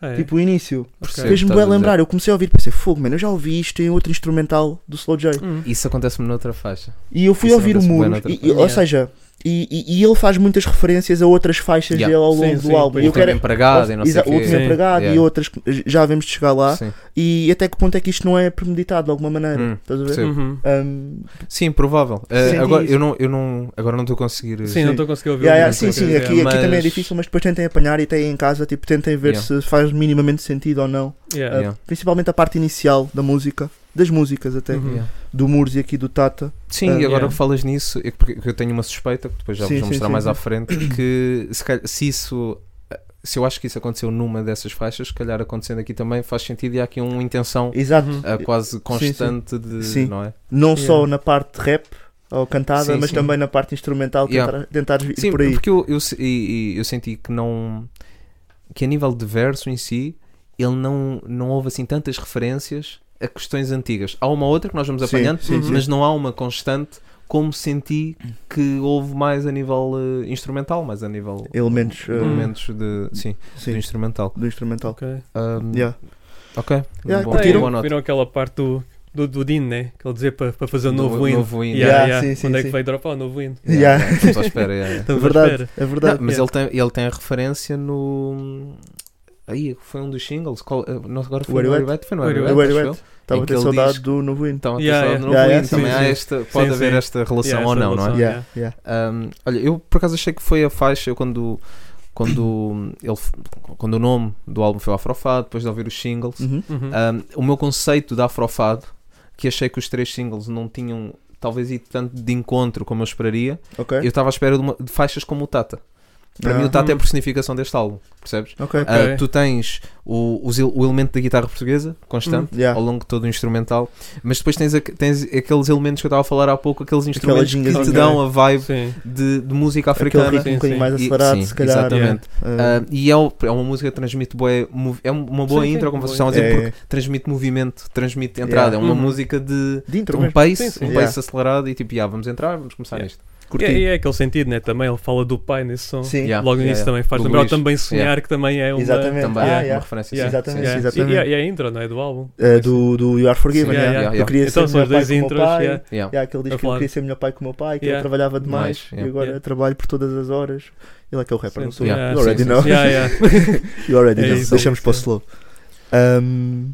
[SPEAKER 2] Ah, é?
[SPEAKER 6] tipo o início.
[SPEAKER 7] Percebo,
[SPEAKER 6] Fez-me
[SPEAKER 7] estás
[SPEAKER 6] bué
[SPEAKER 7] a dizer.
[SPEAKER 6] lembrar, eu comecei a ouvir, pensei, fogo, mano, eu já ouvi isto em outro instrumental do Slow J.
[SPEAKER 2] Hum.
[SPEAKER 7] Isso acontece-me noutra faixa.
[SPEAKER 6] E eu fui
[SPEAKER 7] Isso
[SPEAKER 6] ouvir o
[SPEAKER 7] acontece bué
[SPEAKER 6] Muros,
[SPEAKER 7] noutra
[SPEAKER 6] e- e-
[SPEAKER 7] coisa.
[SPEAKER 6] ou seja, e, e- e ele faz muitas referências a outras faixas
[SPEAKER 7] Yeah.
[SPEAKER 6] dele ao
[SPEAKER 2] Sim,
[SPEAKER 6] longo
[SPEAKER 2] sim,
[SPEAKER 6] do álbum.
[SPEAKER 2] pois.
[SPEAKER 6] E eu quero,
[SPEAKER 7] empregado e não sei
[SPEAKER 6] Exa-
[SPEAKER 7] o quê.
[SPEAKER 6] outro
[SPEAKER 2] Sim.
[SPEAKER 6] empregado e
[SPEAKER 7] Yeah.
[SPEAKER 6] outras que já vemos de chegar lá
[SPEAKER 7] Sim.
[SPEAKER 6] e até que ponto é que isto não é premeditado de alguma maneira
[SPEAKER 7] Hum,
[SPEAKER 6] estás a ver?
[SPEAKER 7] percebo.
[SPEAKER 2] Uhum.
[SPEAKER 6] Um,
[SPEAKER 7] Sim, provável. Uh,
[SPEAKER 6] Senti
[SPEAKER 7] agora,
[SPEAKER 6] isso.
[SPEAKER 7] eu não, eu não, agora não estou a conseguir. eh,
[SPEAKER 2] Sim,
[SPEAKER 6] Sim.
[SPEAKER 2] não estou a conseguir ouvir.
[SPEAKER 6] yeah,
[SPEAKER 2] o
[SPEAKER 6] yeah,
[SPEAKER 2] Muros,
[SPEAKER 6] sim,
[SPEAKER 2] ok.
[SPEAKER 6] sim,
[SPEAKER 2] Yeah.
[SPEAKER 6] aqui, aqui
[SPEAKER 7] Mas-
[SPEAKER 6] também é difícil, mas depois tentem apanhar e têm em casa, tipo, tentem ver
[SPEAKER 7] Yeah.
[SPEAKER 6] se faz minimamente sentido ou não.
[SPEAKER 2] Yeah.
[SPEAKER 6] Uh,
[SPEAKER 7] Yeah.
[SPEAKER 6] Principalmente a parte inicial da música, das músicas até,
[SPEAKER 2] Uhum.
[SPEAKER 7] Yeah.
[SPEAKER 6] do Murs e aqui do Tata.
[SPEAKER 7] Sim,
[SPEAKER 6] Ah,
[SPEAKER 7] e agora
[SPEAKER 2] yeah.
[SPEAKER 7] que falas nisso, é que porque- que eu tenho uma suspeita, que depois já
[SPEAKER 6] Sim,
[SPEAKER 7] vos vou
[SPEAKER 6] sim,
[SPEAKER 7] mostrar
[SPEAKER 6] sim,
[SPEAKER 7] mais
[SPEAKER 6] sim.
[SPEAKER 7] à frente, que se, calhar- se isso. eh, Se eu acho que isso aconteceu numa dessas faixas, se calhar acontecendo aqui também faz sentido e há aqui uma intenção
[SPEAKER 6] Exato.
[SPEAKER 2] Uhum.
[SPEAKER 7] ah, quase constante de.
[SPEAKER 6] Sim.
[SPEAKER 7] Não é?
[SPEAKER 6] Não
[SPEAKER 2] Yeah.
[SPEAKER 6] só na parte de rap ou cantada,
[SPEAKER 7] Sim,
[SPEAKER 6] mas
[SPEAKER 7] sim.
[SPEAKER 6] também na parte instrumental, tentar,
[SPEAKER 7] Yeah.
[SPEAKER 6] tentar ir
[SPEAKER 7] Sim,
[SPEAKER 6] por aí.
[SPEAKER 7] porque eu, eu, se- e- e eu senti que não. que a nível de verso em si, ele não, não houve assim tantas referências a questões antigas. Há uma outra que nós vamos
[SPEAKER 6] Sim,
[SPEAKER 7] apanhando,
[SPEAKER 6] sim, sim.
[SPEAKER 7] mas não há uma constante como senti que houve mais a nível eh, instrumental, mais a nível.
[SPEAKER 6] Elementos,
[SPEAKER 7] de
[SPEAKER 6] eh,
[SPEAKER 7] elementos de. Sim, do
[SPEAKER 6] Sim,
[SPEAKER 7] instrumental.
[SPEAKER 6] do instrumental.
[SPEAKER 2] Ok. Então,
[SPEAKER 7] Ahm,
[SPEAKER 6] Yeah.
[SPEAKER 7] Ok.
[SPEAKER 6] Yeah,
[SPEAKER 7] Bom-
[SPEAKER 6] curtiram?
[SPEAKER 7] boa nota.
[SPEAKER 2] Viram aquela parte do, do, do Dino, né? Que ele dizia para para fazer o
[SPEAKER 7] Do-
[SPEAKER 2] novo hino.
[SPEAKER 7] novo hino.
[SPEAKER 2] Yeah,
[SPEAKER 6] Yeah,
[SPEAKER 2] yeah.
[SPEAKER 6] sim, sim,
[SPEAKER 2] Quando é
[SPEAKER 6] sim.
[SPEAKER 2] que vai dropar o novo hino?
[SPEAKER 6] Yeah.
[SPEAKER 7] Estamos à espera. yeah, yeah.
[SPEAKER 6] É
[SPEAKER 2] Estamos à
[SPEAKER 6] verdade,
[SPEAKER 2] espera.
[SPEAKER 6] é verdade.
[SPEAKER 7] Não, mas
[SPEAKER 2] Yeah.
[SPEAKER 7] ele tem, ele tem a referência no. Aí, foi um dos singles. Qual, eh, não, agora foi
[SPEAKER 6] Where
[SPEAKER 7] no
[SPEAKER 6] You At?
[SPEAKER 7] Where You At? Foi no Where
[SPEAKER 2] Where
[SPEAKER 7] You
[SPEAKER 2] You
[SPEAKER 7] At,
[SPEAKER 6] At.
[SPEAKER 7] acho eu.
[SPEAKER 6] Estava a
[SPEAKER 7] em que
[SPEAKER 6] ter
[SPEAKER 7] ele
[SPEAKER 6] saudade
[SPEAKER 7] diz-
[SPEAKER 6] do novo hino.
[SPEAKER 7] Então,
[SPEAKER 2] Yeah,
[SPEAKER 7] atenção
[SPEAKER 2] yeah.
[SPEAKER 7] de novo.
[SPEAKER 6] Yeah,
[SPEAKER 7] e
[SPEAKER 6] yeah, sim,
[SPEAKER 7] também há
[SPEAKER 2] sim.
[SPEAKER 7] esta. Pode
[SPEAKER 2] Sim,
[SPEAKER 7] haver
[SPEAKER 2] sim.
[SPEAKER 7] esta relação
[SPEAKER 2] Ah, Yeah,
[SPEAKER 7] ou
[SPEAKER 2] essa
[SPEAKER 7] não, não é?
[SPEAKER 2] relação.
[SPEAKER 6] Yeah, yeah.
[SPEAKER 7] Um, olha, eu por acaso achei que foi a faixa. Eu quando. Quando, ele, quando o nome do álbum foi o Afrofado, depois de ouvir os singles,
[SPEAKER 6] Uhum.
[SPEAKER 2] Uhum.
[SPEAKER 7] um, o meu conceito de Afrofado, que achei que os três singles não tinham talvez ido tanto de encontro como eu esperaria,
[SPEAKER 6] Ok.
[SPEAKER 7] eu estava à espera de, uma- de faixas como o Tata. Para
[SPEAKER 6] Ah,
[SPEAKER 7] mim, o Tata é a
[SPEAKER 2] Hum.
[SPEAKER 7] personificação deste álbum, percebes?
[SPEAKER 6] Ok.
[SPEAKER 7] Ah,
[SPEAKER 2] Ok.
[SPEAKER 7] tu tens o, os el- o elemento da guitarra portuguesa, constante,
[SPEAKER 6] Yeah.
[SPEAKER 7] ao longo de todo o instrumental, mas depois tens, aque- tens aqueles elementos que eu estava a falar há pouco, aqueles instrumentos que
[SPEAKER 6] gingas-
[SPEAKER 7] te
[SPEAKER 2] Ok.
[SPEAKER 7] dão a vibe
[SPEAKER 2] Sim. é,
[SPEAKER 7] de, de música
[SPEAKER 6] Aquele
[SPEAKER 7] africana.
[SPEAKER 6] ritmo um
[SPEAKER 2] Sim,
[SPEAKER 6] bocadinho
[SPEAKER 2] sim.
[SPEAKER 6] mais
[SPEAKER 7] E-
[SPEAKER 6] acelerado,
[SPEAKER 7] sim,
[SPEAKER 6] se calhar.
[SPEAKER 7] Exatamente.
[SPEAKER 6] Ah,
[SPEAKER 7] Ah, e é, o- é uma música que transmite boé, é uma boa
[SPEAKER 2] Sim, sim,
[SPEAKER 7] intro, como
[SPEAKER 2] boa
[SPEAKER 7] vocês estão a
[SPEAKER 6] intro.
[SPEAKER 7] dizer,
[SPEAKER 6] É.
[SPEAKER 7] porque transmite movimento, transmite entrada.
[SPEAKER 6] Yeah.
[SPEAKER 7] É uma
[SPEAKER 2] Uhum.
[SPEAKER 7] música
[SPEAKER 6] de
[SPEAKER 7] de, de
[SPEAKER 6] intro
[SPEAKER 7] um
[SPEAKER 6] mesmo.
[SPEAKER 7] pace,
[SPEAKER 2] Sim, sim.
[SPEAKER 7] um pace
[SPEAKER 6] Yeah.
[SPEAKER 7] acelerado e tipo, yeah, vamos entrar, vamos começar
[SPEAKER 2] Yeah.
[SPEAKER 7] nisto.
[SPEAKER 6] curti.
[SPEAKER 2] E, e é aquele sentido, né? Também ele fala do pai nesse som.
[SPEAKER 6] Sim,
[SPEAKER 7] Yeah,
[SPEAKER 2] Logo
[SPEAKER 7] yeah,
[SPEAKER 2] nisso
[SPEAKER 7] yeah.
[SPEAKER 2] também faz
[SPEAKER 7] Do
[SPEAKER 2] lembrar
[SPEAKER 7] Luís.
[SPEAKER 2] também sonhar
[SPEAKER 7] Yeah.
[SPEAKER 2] que também é uma
[SPEAKER 6] exatamente.
[SPEAKER 7] Também
[SPEAKER 6] Yeah,
[SPEAKER 7] é uma
[SPEAKER 6] yeah.
[SPEAKER 7] referência.
[SPEAKER 2] Yeah.
[SPEAKER 7] sim.
[SPEAKER 6] Exatamente,
[SPEAKER 2] Yeah.
[SPEAKER 6] exatamente.
[SPEAKER 2] E, e é a intro, não é? Do álbum.
[SPEAKER 6] Eh, do, do You Are Forgiven.
[SPEAKER 2] Sim,
[SPEAKER 6] yeah,
[SPEAKER 2] yeah,
[SPEAKER 6] yeah.
[SPEAKER 7] yeah.
[SPEAKER 6] Eu queria
[SPEAKER 2] Então
[SPEAKER 6] ser
[SPEAKER 2] são
[SPEAKER 6] melhor
[SPEAKER 2] as
[SPEAKER 6] pai
[SPEAKER 2] duas
[SPEAKER 6] que o meu
[SPEAKER 2] intros.
[SPEAKER 6] pai.
[SPEAKER 2] yeah.
[SPEAKER 7] Yeah.
[SPEAKER 6] Yeah, que ele
[SPEAKER 2] A
[SPEAKER 6] diz que eu
[SPEAKER 2] falar.
[SPEAKER 6] queria ser melhor pai que o meu pai, que
[SPEAKER 2] Yeah.
[SPEAKER 6] ele trabalhava demais
[SPEAKER 7] Demais, yeah.
[SPEAKER 6] e agora
[SPEAKER 2] Yeah.
[SPEAKER 6] trabalho por todas as horas. Ele é que é o rapper, não sou eu.
[SPEAKER 7] Yeah,
[SPEAKER 6] You already
[SPEAKER 7] sim,
[SPEAKER 6] know.
[SPEAKER 7] sim,
[SPEAKER 2] Yeah, yeah.
[SPEAKER 6] You already
[SPEAKER 2] É
[SPEAKER 6] know.
[SPEAKER 2] isso,
[SPEAKER 6] Deixamos
[SPEAKER 2] é
[SPEAKER 6] para o
[SPEAKER 2] isso.
[SPEAKER 6] slow. Um,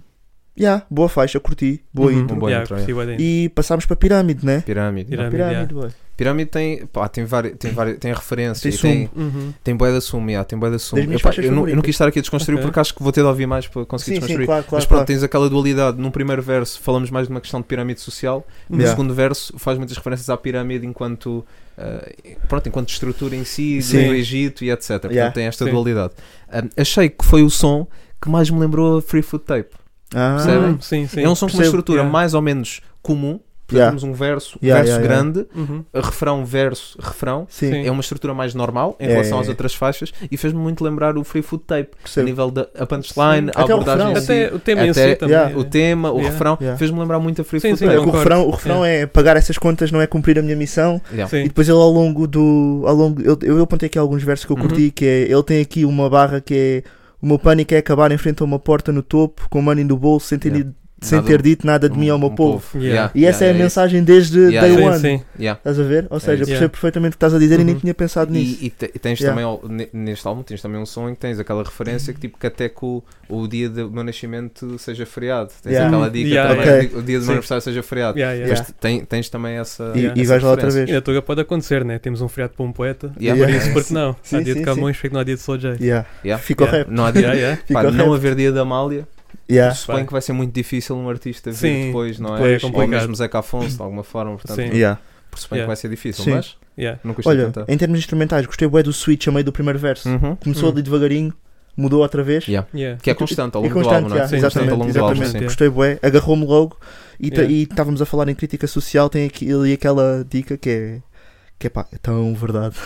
[SPEAKER 6] yeah, boa faixa, curti. Boa
[SPEAKER 2] Uhum.
[SPEAKER 6] intro.
[SPEAKER 7] Boa
[SPEAKER 2] Yeah,
[SPEAKER 7] intro,
[SPEAKER 2] curti bué da intro.
[SPEAKER 6] E passámos para Pirâmide, né?
[SPEAKER 7] Pirâmide. é?
[SPEAKER 2] Pirâmide.
[SPEAKER 6] Pirâmide, boy.
[SPEAKER 7] Pirâmide tem, pá, tem, várias, tem, várias, tem referências.
[SPEAKER 6] Tem
[SPEAKER 7] e Tem,
[SPEAKER 2] Uhum.
[SPEAKER 7] tem boé da suma, yeah, tem boé da suma.
[SPEAKER 6] Das minhas
[SPEAKER 7] Epá,
[SPEAKER 6] faixas
[SPEAKER 7] eu, não, eu não
[SPEAKER 6] favoritas.
[SPEAKER 7] quis estar aqui a desconstruir
[SPEAKER 2] Ok.
[SPEAKER 7] porque acho que vou ter de ouvir mais para
[SPEAKER 6] Sim,
[SPEAKER 7] conseguir
[SPEAKER 6] sim,
[SPEAKER 7] desconstruir.
[SPEAKER 6] claro, claro.
[SPEAKER 7] Mas pronto,
[SPEAKER 6] claro.
[SPEAKER 7] tens aquela dualidade. Num primeiro verso falamos mais de uma questão de pirâmide social, no
[SPEAKER 6] Yeah.
[SPEAKER 7] segundo verso faz muitas referências à pirâmide enquanto, eh, pronto, enquanto estrutura em si,
[SPEAKER 6] Sim.
[SPEAKER 7] do Egito e etc. Portanto,
[SPEAKER 6] Yeah.
[SPEAKER 7] tem esta
[SPEAKER 2] Sim.
[SPEAKER 7] dualidade. Ah, achei que foi o som que mais me lembrou a Free Food Tape.
[SPEAKER 6] Ah,
[SPEAKER 7] Percebem?
[SPEAKER 2] Uhum, Sim, sim.
[SPEAKER 7] é um som com uma
[SPEAKER 6] percebo.
[SPEAKER 7] estrutura
[SPEAKER 2] Yeah.
[SPEAKER 7] mais ou menos comum. Portanto,
[SPEAKER 6] Yeah.
[SPEAKER 7] Temos um verso,
[SPEAKER 6] Yeah,
[SPEAKER 7] verso
[SPEAKER 6] yeah, yeah.
[SPEAKER 7] grande,
[SPEAKER 2] Uhum.
[SPEAKER 7] refrão, verso, refrão.
[SPEAKER 6] Ah, Sim,
[SPEAKER 2] Sim.
[SPEAKER 7] É uma estrutura mais normal em
[SPEAKER 6] É,
[SPEAKER 7] relação
[SPEAKER 6] é,
[SPEAKER 7] às
[SPEAKER 6] é.
[SPEAKER 7] outras faixas e fez-me muito lembrar o Free Food Tape, a
[SPEAKER 6] percebo.
[SPEAKER 7] nível da a punchline, a
[SPEAKER 6] Até o
[SPEAKER 7] abordagem
[SPEAKER 6] refrão.
[SPEAKER 7] em si,
[SPEAKER 2] Até o tema em
[SPEAKER 7] até
[SPEAKER 2] si também.
[SPEAKER 6] yeah,
[SPEAKER 7] o tema, o
[SPEAKER 2] Yeah.
[SPEAKER 7] refrão,
[SPEAKER 6] Yeah.
[SPEAKER 7] fez-me lembrar muito a Free
[SPEAKER 2] Sim,
[SPEAKER 7] Food
[SPEAKER 2] sim,
[SPEAKER 6] É,
[SPEAKER 7] Tape.
[SPEAKER 6] que o
[SPEAKER 2] Concordo.
[SPEAKER 6] refrão, o refrão é. pagar essas contas não é cumprir a minha missão
[SPEAKER 7] Yeah.
[SPEAKER 2] Sim.
[SPEAKER 6] e depois ele ao longo do ao longo eu, eu apontei aqui alguns versos que eu curti que é, ele tem aqui uma barra que é o meu pânico é acabar em frente a uma porta no topo com o money no bolso sem ter,
[SPEAKER 7] Yeah.
[SPEAKER 6] ido- sem
[SPEAKER 7] Nada-
[SPEAKER 6] ter dito nada de mim ao meu
[SPEAKER 7] um
[SPEAKER 6] povo.
[SPEAKER 2] Yeah.
[SPEAKER 6] E essa é a
[SPEAKER 7] isso.
[SPEAKER 6] mensagem desde
[SPEAKER 7] Yeah,
[SPEAKER 6] day
[SPEAKER 7] yeah.
[SPEAKER 6] one.
[SPEAKER 2] Sim, sim.
[SPEAKER 7] Yeah.
[SPEAKER 6] Estás a ver? Ou seja,
[SPEAKER 7] isso.
[SPEAKER 6] percebo
[SPEAKER 2] Yeah.
[SPEAKER 6] perfeitamente o que estás a dizer e nem
[SPEAKER 2] Uhum.
[SPEAKER 6] tinha pensado nisso.
[SPEAKER 7] E, e te- e tens
[SPEAKER 6] Yeah.
[SPEAKER 7] também, ao- ne- neste álbum, tens também um som em que tens aquela referência que, tipo, que até que o, o dia do meu nascimento seja feriado. Tens
[SPEAKER 6] Yeah.
[SPEAKER 7] aquela dica
[SPEAKER 2] Yeah,
[SPEAKER 7] também,
[SPEAKER 6] yeah.
[SPEAKER 7] que o dia do
[SPEAKER 2] Sim.
[SPEAKER 7] meu aniversário seja feriado.
[SPEAKER 2] Yeah, yeah.
[SPEAKER 7] Depois Tem, tens também essa.
[SPEAKER 6] E,
[SPEAKER 2] Yeah.
[SPEAKER 6] e
[SPEAKER 7] essa
[SPEAKER 6] vais lá outra
[SPEAKER 7] referência.
[SPEAKER 6] vez.
[SPEAKER 2] E na Tuga pode acontecer, né? Temos um feriado para um poeta.
[SPEAKER 7] Yeah.
[SPEAKER 2] Por
[SPEAKER 6] Yeah.
[SPEAKER 2] isso, porque não?
[SPEAKER 6] Sim,
[SPEAKER 2] há dia de
[SPEAKER 6] sim,
[SPEAKER 2] Camões, porque não há dia de Soul J.
[SPEAKER 6] Yeah.
[SPEAKER 7] Yeah.
[SPEAKER 6] Fica
[SPEAKER 2] Yeah.
[SPEAKER 6] o rap.
[SPEAKER 7] Não há dia.
[SPEAKER 2] Yeah, yeah. Ah,
[SPEAKER 6] Fica
[SPEAKER 7] Pá,
[SPEAKER 6] o
[SPEAKER 7] não
[SPEAKER 6] rap.
[SPEAKER 7] haver dia da Amália,
[SPEAKER 6] Yeah.
[SPEAKER 7] suponho que vai ser muito difícil um artista vir
[SPEAKER 2] Sim,
[SPEAKER 7] depois, não
[SPEAKER 2] depois é
[SPEAKER 7] é? Ou
[SPEAKER 2] complicado.
[SPEAKER 7] mesmo Zeca Afonso, de alguma forma, portanto,
[SPEAKER 2] Sim.
[SPEAKER 6] Yeah.
[SPEAKER 7] pressuponho
[SPEAKER 2] Yeah.
[SPEAKER 7] que vai ser difícil,
[SPEAKER 6] Sim.
[SPEAKER 7] mas
[SPEAKER 2] Yeah.
[SPEAKER 7] não custa
[SPEAKER 6] Olha, é
[SPEAKER 7] tentar.
[SPEAKER 6] em termos instrumentais, gostei bué do switch a meio do primeiro verso.
[SPEAKER 7] Uhum.
[SPEAKER 6] Começou
[SPEAKER 2] Hum.
[SPEAKER 6] ali devagarinho, mudou outra vez.
[SPEAKER 7] Yeah.
[SPEAKER 2] Yeah.
[SPEAKER 7] Que é constante ao
[SPEAKER 6] É
[SPEAKER 7] longo do
[SPEAKER 6] constante,
[SPEAKER 7] álbum, não é?
[SPEAKER 6] yeah,
[SPEAKER 7] Sim, constante ao longo
[SPEAKER 6] exatamente,
[SPEAKER 7] do álbum,
[SPEAKER 6] exatamente.
[SPEAKER 7] sim.
[SPEAKER 2] sim.
[SPEAKER 6] Gostei bué, agarrou-me logo e ta-
[SPEAKER 2] Yeah.
[SPEAKER 6] e estávamos a falar em crítica social, tem aqui, ali aquela dica que é que é pá, é tão verdade.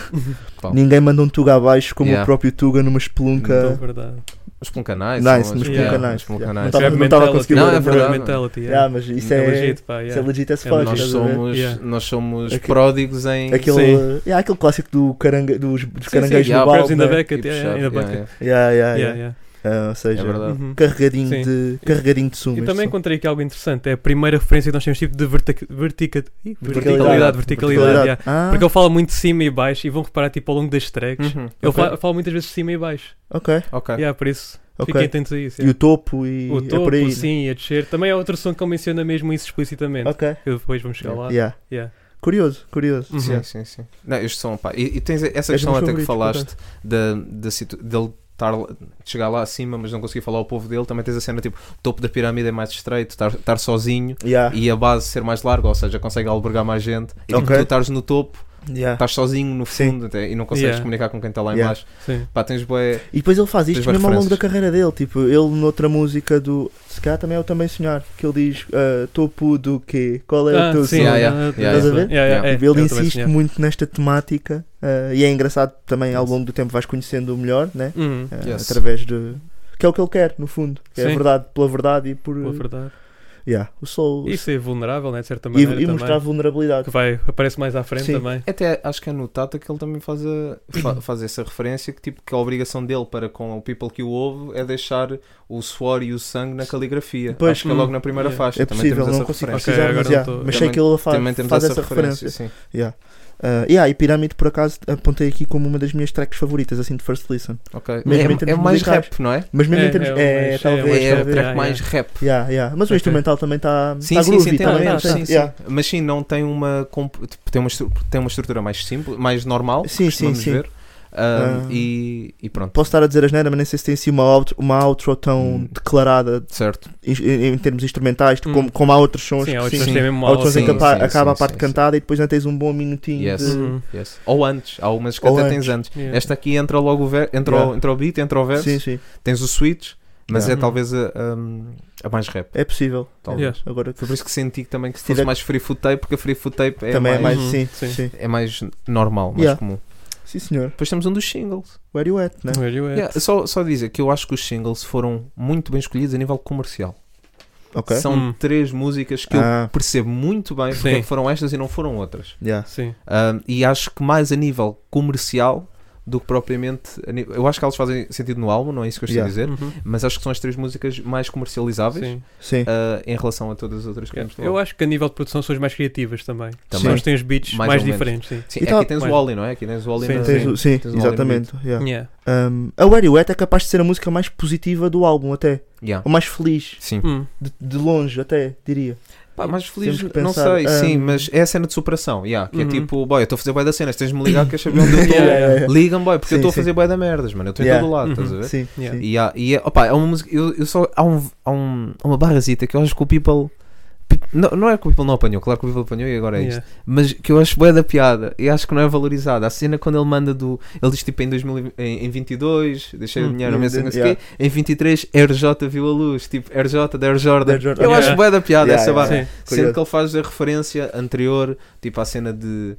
[SPEAKER 7] Pá.
[SPEAKER 6] Ninguém manda um Tuga abaixo como
[SPEAKER 7] Yeah.
[SPEAKER 6] o próprio Tuga numa espelunca.
[SPEAKER 2] Então, verdade.
[SPEAKER 7] Os Pluncanais.
[SPEAKER 6] Nice,
[SPEAKER 7] são
[SPEAKER 6] nos
[SPEAKER 7] as-
[SPEAKER 2] Yeah.
[SPEAKER 7] yeah,
[SPEAKER 6] Pluncanais.
[SPEAKER 7] os
[SPEAKER 6] yeah.
[SPEAKER 7] Pluncanais.
[SPEAKER 6] Não tava-
[SPEAKER 2] Trap
[SPEAKER 6] Não estava a
[SPEAKER 2] mentality.
[SPEAKER 6] conseguir
[SPEAKER 7] Não,
[SPEAKER 6] ver
[SPEAKER 7] é
[SPEAKER 6] a
[SPEAKER 7] verdade.
[SPEAKER 2] Mentality,
[SPEAKER 6] Yeah,
[SPEAKER 2] yeah.
[SPEAKER 6] mas isso
[SPEAKER 2] É
[SPEAKER 6] é,
[SPEAKER 2] legit, pá,
[SPEAKER 6] isso é
[SPEAKER 2] yeah.
[SPEAKER 6] legit as
[SPEAKER 2] É
[SPEAKER 6] fuck.
[SPEAKER 7] Nós
[SPEAKER 6] estás a ver?
[SPEAKER 7] somos,
[SPEAKER 2] Yeah.
[SPEAKER 7] nós somos
[SPEAKER 6] Aqui-
[SPEAKER 7] pródigos em.
[SPEAKER 6] Aquele,
[SPEAKER 2] Sim.
[SPEAKER 6] yeah, aquele clássico do caranga, dos, dos
[SPEAKER 2] Sim,
[SPEAKER 6] caranguejos
[SPEAKER 2] sim,
[SPEAKER 7] yeah,
[SPEAKER 6] do
[SPEAKER 2] Crabs
[SPEAKER 6] balde.
[SPEAKER 2] in the
[SPEAKER 6] um né?
[SPEAKER 2] bucket,
[SPEAKER 7] e
[SPEAKER 2] yeah, yeah, in the
[SPEAKER 7] puxar,
[SPEAKER 2] bucket.
[SPEAKER 6] Yeah, yeah,
[SPEAKER 2] Yeah,
[SPEAKER 6] yeah.
[SPEAKER 2] yeah.
[SPEAKER 6] Ah, ou seja,
[SPEAKER 7] É verdade.
[SPEAKER 2] Uhum.
[SPEAKER 6] carregadinho
[SPEAKER 2] Sim.
[SPEAKER 6] de carregadinho de sumo.
[SPEAKER 2] E
[SPEAKER 6] este
[SPEAKER 2] também
[SPEAKER 6] som.
[SPEAKER 2] encontrei aqui algo interessante. É a primeira referência que nós temos tipo de vertica- vertica- ih,
[SPEAKER 6] Verticalidade.
[SPEAKER 2] verticalidade. Verticalidade, yeah.
[SPEAKER 6] Ah,
[SPEAKER 2] Porque ele fala muito de cima e baixo e vão reparar tipo ao longo das tracks.
[SPEAKER 7] Uhum.
[SPEAKER 2] Ele
[SPEAKER 6] Ok.
[SPEAKER 2] fala, fala muitas vezes de cima e baixo.
[SPEAKER 6] ok,
[SPEAKER 7] Ok.
[SPEAKER 2] Yeah, por isso
[SPEAKER 6] ok.
[SPEAKER 2] fiquem atentos a isso.
[SPEAKER 6] E o
[SPEAKER 2] yeah.
[SPEAKER 6] topo e
[SPEAKER 2] O
[SPEAKER 6] é por aí.
[SPEAKER 2] topo,
[SPEAKER 6] né?
[SPEAKER 2] sim, e a descer. Também é outro som que ele menciona mesmo isso explicitamente.
[SPEAKER 6] Ok,
[SPEAKER 2] Que depois vamos chegar lá.
[SPEAKER 6] yeah.
[SPEAKER 2] Yeah.
[SPEAKER 6] Curioso, curioso.
[SPEAKER 2] Uhum.
[SPEAKER 7] Sim, sim, sim. Não, este som, pá. E, e tens essa
[SPEAKER 6] És
[SPEAKER 7] questão
[SPEAKER 6] meu
[SPEAKER 7] até que
[SPEAKER 6] favorito,
[SPEAKER 7] falaste da, da situ- dele estar, de chegar lá acima, mas não conseguir falar ao povo dele. Também tens a cena tipo: o topo da pirâmide é mais estreito, estar, estar sozinho
[SPEAKER 6] Yeah.
[SPEAKER 7] e a base ser mais larga, ou seja, consegue albergar mais gente. E tipo,
[SPEAKER 6] Ok.
[SPEAKER 7] tu estás no topo,
[SPEAKER 6] Yeah.
[SPEAKER 7] estás sozinho no
[SPEAKER 6] Sim.
[SPEAKER 7] fundo até, e não consegues
[SPEAKER 2] Yeah.
[SPEAKER 7] comunicar com quem está lá
[SPEAKER 6] Yeah.
[SPEAKER 7] embaixo.
[SPEAKER 2] Sim.
[SPEAKER 7] Pá, tens boé.
[SPEAKER 6] E depois ele faz isto
[SPEAKER 7] Tens boas
[SPEAKER 6] mesmo ao longo da
[SPEAKER 7] referências.
[SPEAKER 6] carreira dele. Tipo, ele noutra música do. Se calhar também é o Também Sonhar. Que ele diz ah, topo do quê? Qual é
[SPEAKER 2] Ah,
[SPEAKER 6] o teu
[SPEAKER 2] sim,
[SPEAKER 6] som?
[SPEAKER 7] Yeah, yeah.
[SPEAKER 2] ah,
[SPEAKER 6] Estás a
[SPEAKER 7] Yeah,
[SPEAKER 2] yeah. Yeah,
[SPEAKER 6] ver?
[SPEAKER 2] yeah,
[SPEAKER 7] Yeah.
[SPEAKER 2] é,
[SPEAKER 6] Tipo,
[SPEAKER 2] eu
[SPEAKER 6] ele
[SPEAKER 2] também
[SPEAKER 6] insiste
[SPEAKER 2] sonhei.
[SPEAKER 6] muito nesta temática ah, e é engraçado também ao longo do tempo vais conhecendo o melhor, né?
[SPEAKER 2] Uhum.
[SPEAKER 6] Ah,
[SPEAKER 7] Yes.
[SPEAKER 6] Através de. Que é o que ele quer, no fundo. Que é a
[SPEAKER 2] Sim.
[SPEAKER 6] verdade, pela verdade e por.
[SPEAKER 2] Boa verdade.
[SPEAKER 6] Yeah, o sol.
[SPEAKER 2] E ser vulnerável, né? De certa
[SPEAKER 6] e,
[SPEAKER 2] maneira.
[SPEAKER 6] e
[SPEAKER 2] também,
[SPEAKER 6] mostrar vulnerabilidade.
[SPEAKER 2] Que vai, aparece mais à frente
[SPEAKER 6] Sim.
[SPEAKER 2] também.
[SPEAKER 7] Até acho que é no Tata que ele também faz, a- fa- faz essa referência que tipo que a obrigação dele para com o people que o ouve é deixar o suor e o sangue na caligrafia.
[SPEAKER 6] Pois.
[SPEAKER 7] acho que é logo na primeira
[SPEAKER 2] Yeah.
[SPEAKER 7] faixa.
[SPEAKER 6] É
[SPEAKER 7] também
[SPEAKER 6] possível,
[SPEAKER 7] temos
[SPEAKER 6] não
[SPEAKER 7] essa
[SPEAKER 6] consigo
[SPEAKER 7] referência.
[SPEAKER 2] Ok,
[SPEAKER 6] precisar,
[SPEAKER 2] agora
[SPEAKER 6] mas,
[SPEAKER 2] não
[SPEAKER 6] yeah,
[SPEAKER 2] tô-
[SPEAKER 6] mas sei
[SPEAKER 7] Também-
[SPEAKER 6] que ele faz,
[SPEAKER 7] também temos
[SPEAKER 6] faz
[SPEAKER 7] essa,
[SPEAKER 6] essa
[SPEAKER 7] referência.
[SPEAKER 6] referência.
[SPEAKER 7] sim.
[SPEAKER 6] Yeah. Ah, yeah, e Pirâmide, por acaso, apontei aqui como uma das minhas tracks favoritas, assim, de First Listen.
[SPEAKER 7] Ok.
[SPEAKER 6] Mesmo em
[SPEAKER 7] É, é
[SPEAKER 6] termos
[SPEAKER 7] mais
[SPEAKER 6] musicais.
[SPEAKER 7] rap, não é?
[SPEAKER 6] Mas mesmo
[SPEAKER 2] É,
[SPEAKER 6] em termos.
[SPEAKER 2] é um
[SPEAKER 6] É,
[SPEAKER 2] mais-
[SPEAKER 7] É,
[SPEAKER 6] talvez.
[SPEAKER 2] Pois,
[SPEAKER 7] é a
[SPEAKER 6] talvez.
[SPEAKER 7] track
[SPEAKER 2] yeah,
[SPEAKER 7] mais rap.
[SPEAKER 6] Yeah, yeah. Mas o
[SPEAKER 2] Ok.
[SPEAKER 6] instrumental também está
[SPEAKER 7] Sim,
[SPEAKER 6] tá
[SPEAKER 7] sim,
[SPEAKER 6] groovy.
[SPEAKER 7] sim, tem-
[SPEAKER 6] também,
[SPEAKER 7] tá,
[SPEAKER 6] não
[SPEAKER 7] tá,
[SPEAKER 6] tem-
[SPEAKER 7] sim, sim.
[SPEAKER 6] yeah.
[SPEAKER 7] Mas sim, não tem uma. comp- tipo, Tem uma, estru- tem uma estrutura mais simples, mais normal.
[SPEAKER 6] Sim, sim,
[SPEAKER 7] costumamos
[SPEAKER 6] sim.
[SPEAKER 7] ver. Ah,
[SPEAKER 6] Ah.
[SPEAKER 7] e, e pronto.
[SPEAKER 6] Posso estar a dizer as neiras, mas nem sei se tem assim uma outro- uma outro tão
[SPEAKER 7] Hum.
[SPEAKER 6] declarada
[SPEAKER 7] Certo.
[SPEAKER 6] em, em- em termos instrumentais, de
[SPEAKER 2] Hum.
[SPEAKER 6] como, como há outros sons.
[SPEAKER 2] Sim, há
[SPEAKER 6] Então, que
[SPEAKER 2] outros
[SPEAKER 6] sim,
[SPEAKER 2] que têm mesmo
[SPEAKER 6] há outros sons
[SPEAKER 7] sim,
[SPEAKER 6] em que apa-
[SPEAKER 7] sim,
[SPEAKER 6] acaba a
[SPEAKER 7] sim,
[SPEAKER 6] parte
[SPEAKER 7] sim,
[SPEAKER 6] cantada e depois não tens um bom minutinho
[SPEAKER 7] Yes.
[SPEAKER 6] de.
[SPEAKER 2] Uhum.
[SPEAKER 7] Yes. Ou antes. Há umas que
[SPEAKER 6] Ou
[SPEAKER 7] até
[SPEAKER 6] antes.
[SPEAKER 7] tens antes.
[SPEAKER 2] Yeah.
[SPEAKER 7] Esta aqui entra logo o, ver, entra,
[SPEAKER 6] Yeah.
[SPEAKER 7] o, entra o beat, entra o verso,
[SPEAKER 6] Sim, sim.
[SPEAKER 7] tens o switch, mas
[SPEAKER 6] Yeah.
[SPEAKER 7] é talvez a, um, a mais rap.
[SPEAKER 6] É possível.
[SPEAKER 7] Talvez.
[SPEAKER 2] Yes.
[SPEAKER 6] Agora que
[SPEAKER 7] Foi por isso que senti que também que se
[SPEAKER 6] Se
[SPEAKER 7] fosse
[SPEAKER 6] tiver-
[SPEAKER 7] mais free food tape, porque a free food tape é
[SPEAKER 6] também
[SPEAKER 7] mais,
[SPEAKER 6] é
[SPEAKER 2] mais-
[SPEAKER 6] mais. Sim,
[SPEAKER 2] Sim.
[SPEAKER 6] sim.
[SPEAKER 7] é mais normal, mais
[SPEAKER 6] Yeah.
[SPEAKER 7] comum.
[SPEAKER 6] Sim, senhor.
[SPEAKER 7] Depois temos um dos singles.
[SPEAKER 6] Where you at, né?
[SPEAKER 2] Where you at?
[SPEAKER 7] Yeah, só, só dizer que eu acho que os singles foram muito bem escolhidos a nível comercial.
[SPEAKER 6] Ok?
[SPEAKER 7] Uhum. São
[SPEAKER 2] Hum.
[SPEAKER 7] três músicas que
[SPEAKER 6] Ah.
[SPEAKER 7] eu percebo muito bem porque
[SPEAKER 2] Sim.
[SPEAKER 7] é que foram estas e não foram outras.
[SPEAKER 6] Yeah.
[SPEAKER 2] Sim.
[SPEAKER 7] Ahm, e acho que mais a nível comercial do que propriamente. a ni- Eu acho que elas fazem sentido no álbum, não é isso que eu estou
[SPEAKER 6] Yeah.
[SPEAKER 7] a dizer,
[SPEAKER 2] Uhum.
[SPEAKER 7] mas acho que são as três músicas mais comercializáveis
[SPEAKER 2] Sim. é.
[SPEAKER 6] Sim.
[SPEAKER 7] ah, em relação a todas as outras que temos.
[SPEAKER 2] Eu acho que a nível de produção são as mais criativas também.
[SPEAKER 7] oh. Também.
[SPEAKER 2] Eles têm os beats
[SPEAKER 7] Mais
[SPEAKER 2] mais,
[SPEAKER 7] ou menos.
[SPEAKER 2] diferentes, sim.
[SPEAKER 7] Sim,
[SPEAKER 6] E tá
[SPEAKER 7] aqui
[SPEAKER 6] tal-
[SPEAKER 7] tens o
[SPEAKER 2] Mas-
[SPEAKER 7] Wally, não é? Aqui tens o Wally
[SPEAKER 2] Sim,
[SPEAKER 7] na-
[SPEAKER 2] sim.
[SPEAKER 6] Tens o- sim,
[SPEAKER 7] tens um
[SPEAKER 6] exatamente. yeah.
[SPEAKER 2] Yeah.
[SPEAKER 6] Um, a Where You At é capaz de ser a música mais positiva do álbum, até.
[SPEAKER 7] Yeah.
[SPEAKER 6] Ou mais feliz.
[SPEAKER 7] Sim.
[SPEAKER 2] Hum.
[SPEAKER 6] De, de longe, até, diria.
[SPEAKER 7] Pá, mais feliz,
[SPEAKER 6] Temos que
[SPEAKER 7] não
[SPEAKER 6] pensar, ah,
[SPEAKER 7] sei, sim,
[SPEAKER 6] ahm,
[SPEAKER 7] mas é a cena de superação, yeah, que é
[SPEAKER 2] Uhum.
[SPEAKER 7] tipo, boy, eu estou a fazer bué das cenas, tens-me ligar que é saber onde eu estou.
[SPEAKER 2] Yeah, yeah,
[SPEAKER 7] Liga-me, boy, porque eu
[SPEAKER 6] Sim,
[SPEAKER 7] estou a
[SPEAKER 6] sim.
[SPEAKER 7] fazer bué da merdas, mano, eu estou em
[SPEAKER 6] Yeah.
[SPEAKER 7] todo lado, estás a
[SPEAKER 2] Uhum.
[SPEAKER 7] ver?
[SPEAKER 6] Sim,
[SPEAKER 2] Yeah.
[SPEAKER 6] sim.
[SPEAKER 7] E, há- e é, opa, é uma música, eu, eu só, há, um, há, um, há uma barrazita que eu acho que o People, pe- não, não é que o People não apanhou, claro que o People apanhou e agora é isto,
[SPEAKER 2] Yeah.
[SPEAKER 7] mas que eu acho bué da piada e acho que não é valorizada. A cena quando ele manda do, ele diz tipo em, 2000, e- em, em 22, deixei o
[SPEAKER 2] Hum.
[SPEAKER 7] dinheiro,
[SPEAKER 6] Hum,
[SPEAKER 7] mas não sei o
[SPEAKER 6] yeah.
[SPEAKER 7] quê, em 23, RJ viu a luz, tipo RJ da Air Jordan.
[SPEAKER 6] Da Jordan.
[SPEAKER 7] Eu
[SPEAKER 2] Yeah.
[SPEAKER 7] acho bué da piada
[SPEAKER 6] Yeah,
[SPEAKER 7] essa
[SPEAKER 6] yeah.
[SPEAKER 7] barra.
[SPEAKER 2] Sim.
[SPEAKER 7] Sendo
[SPEAKER 6] Curioso.
[SPEAKER 7] que ele faz a referência anterior, tipo à cena de.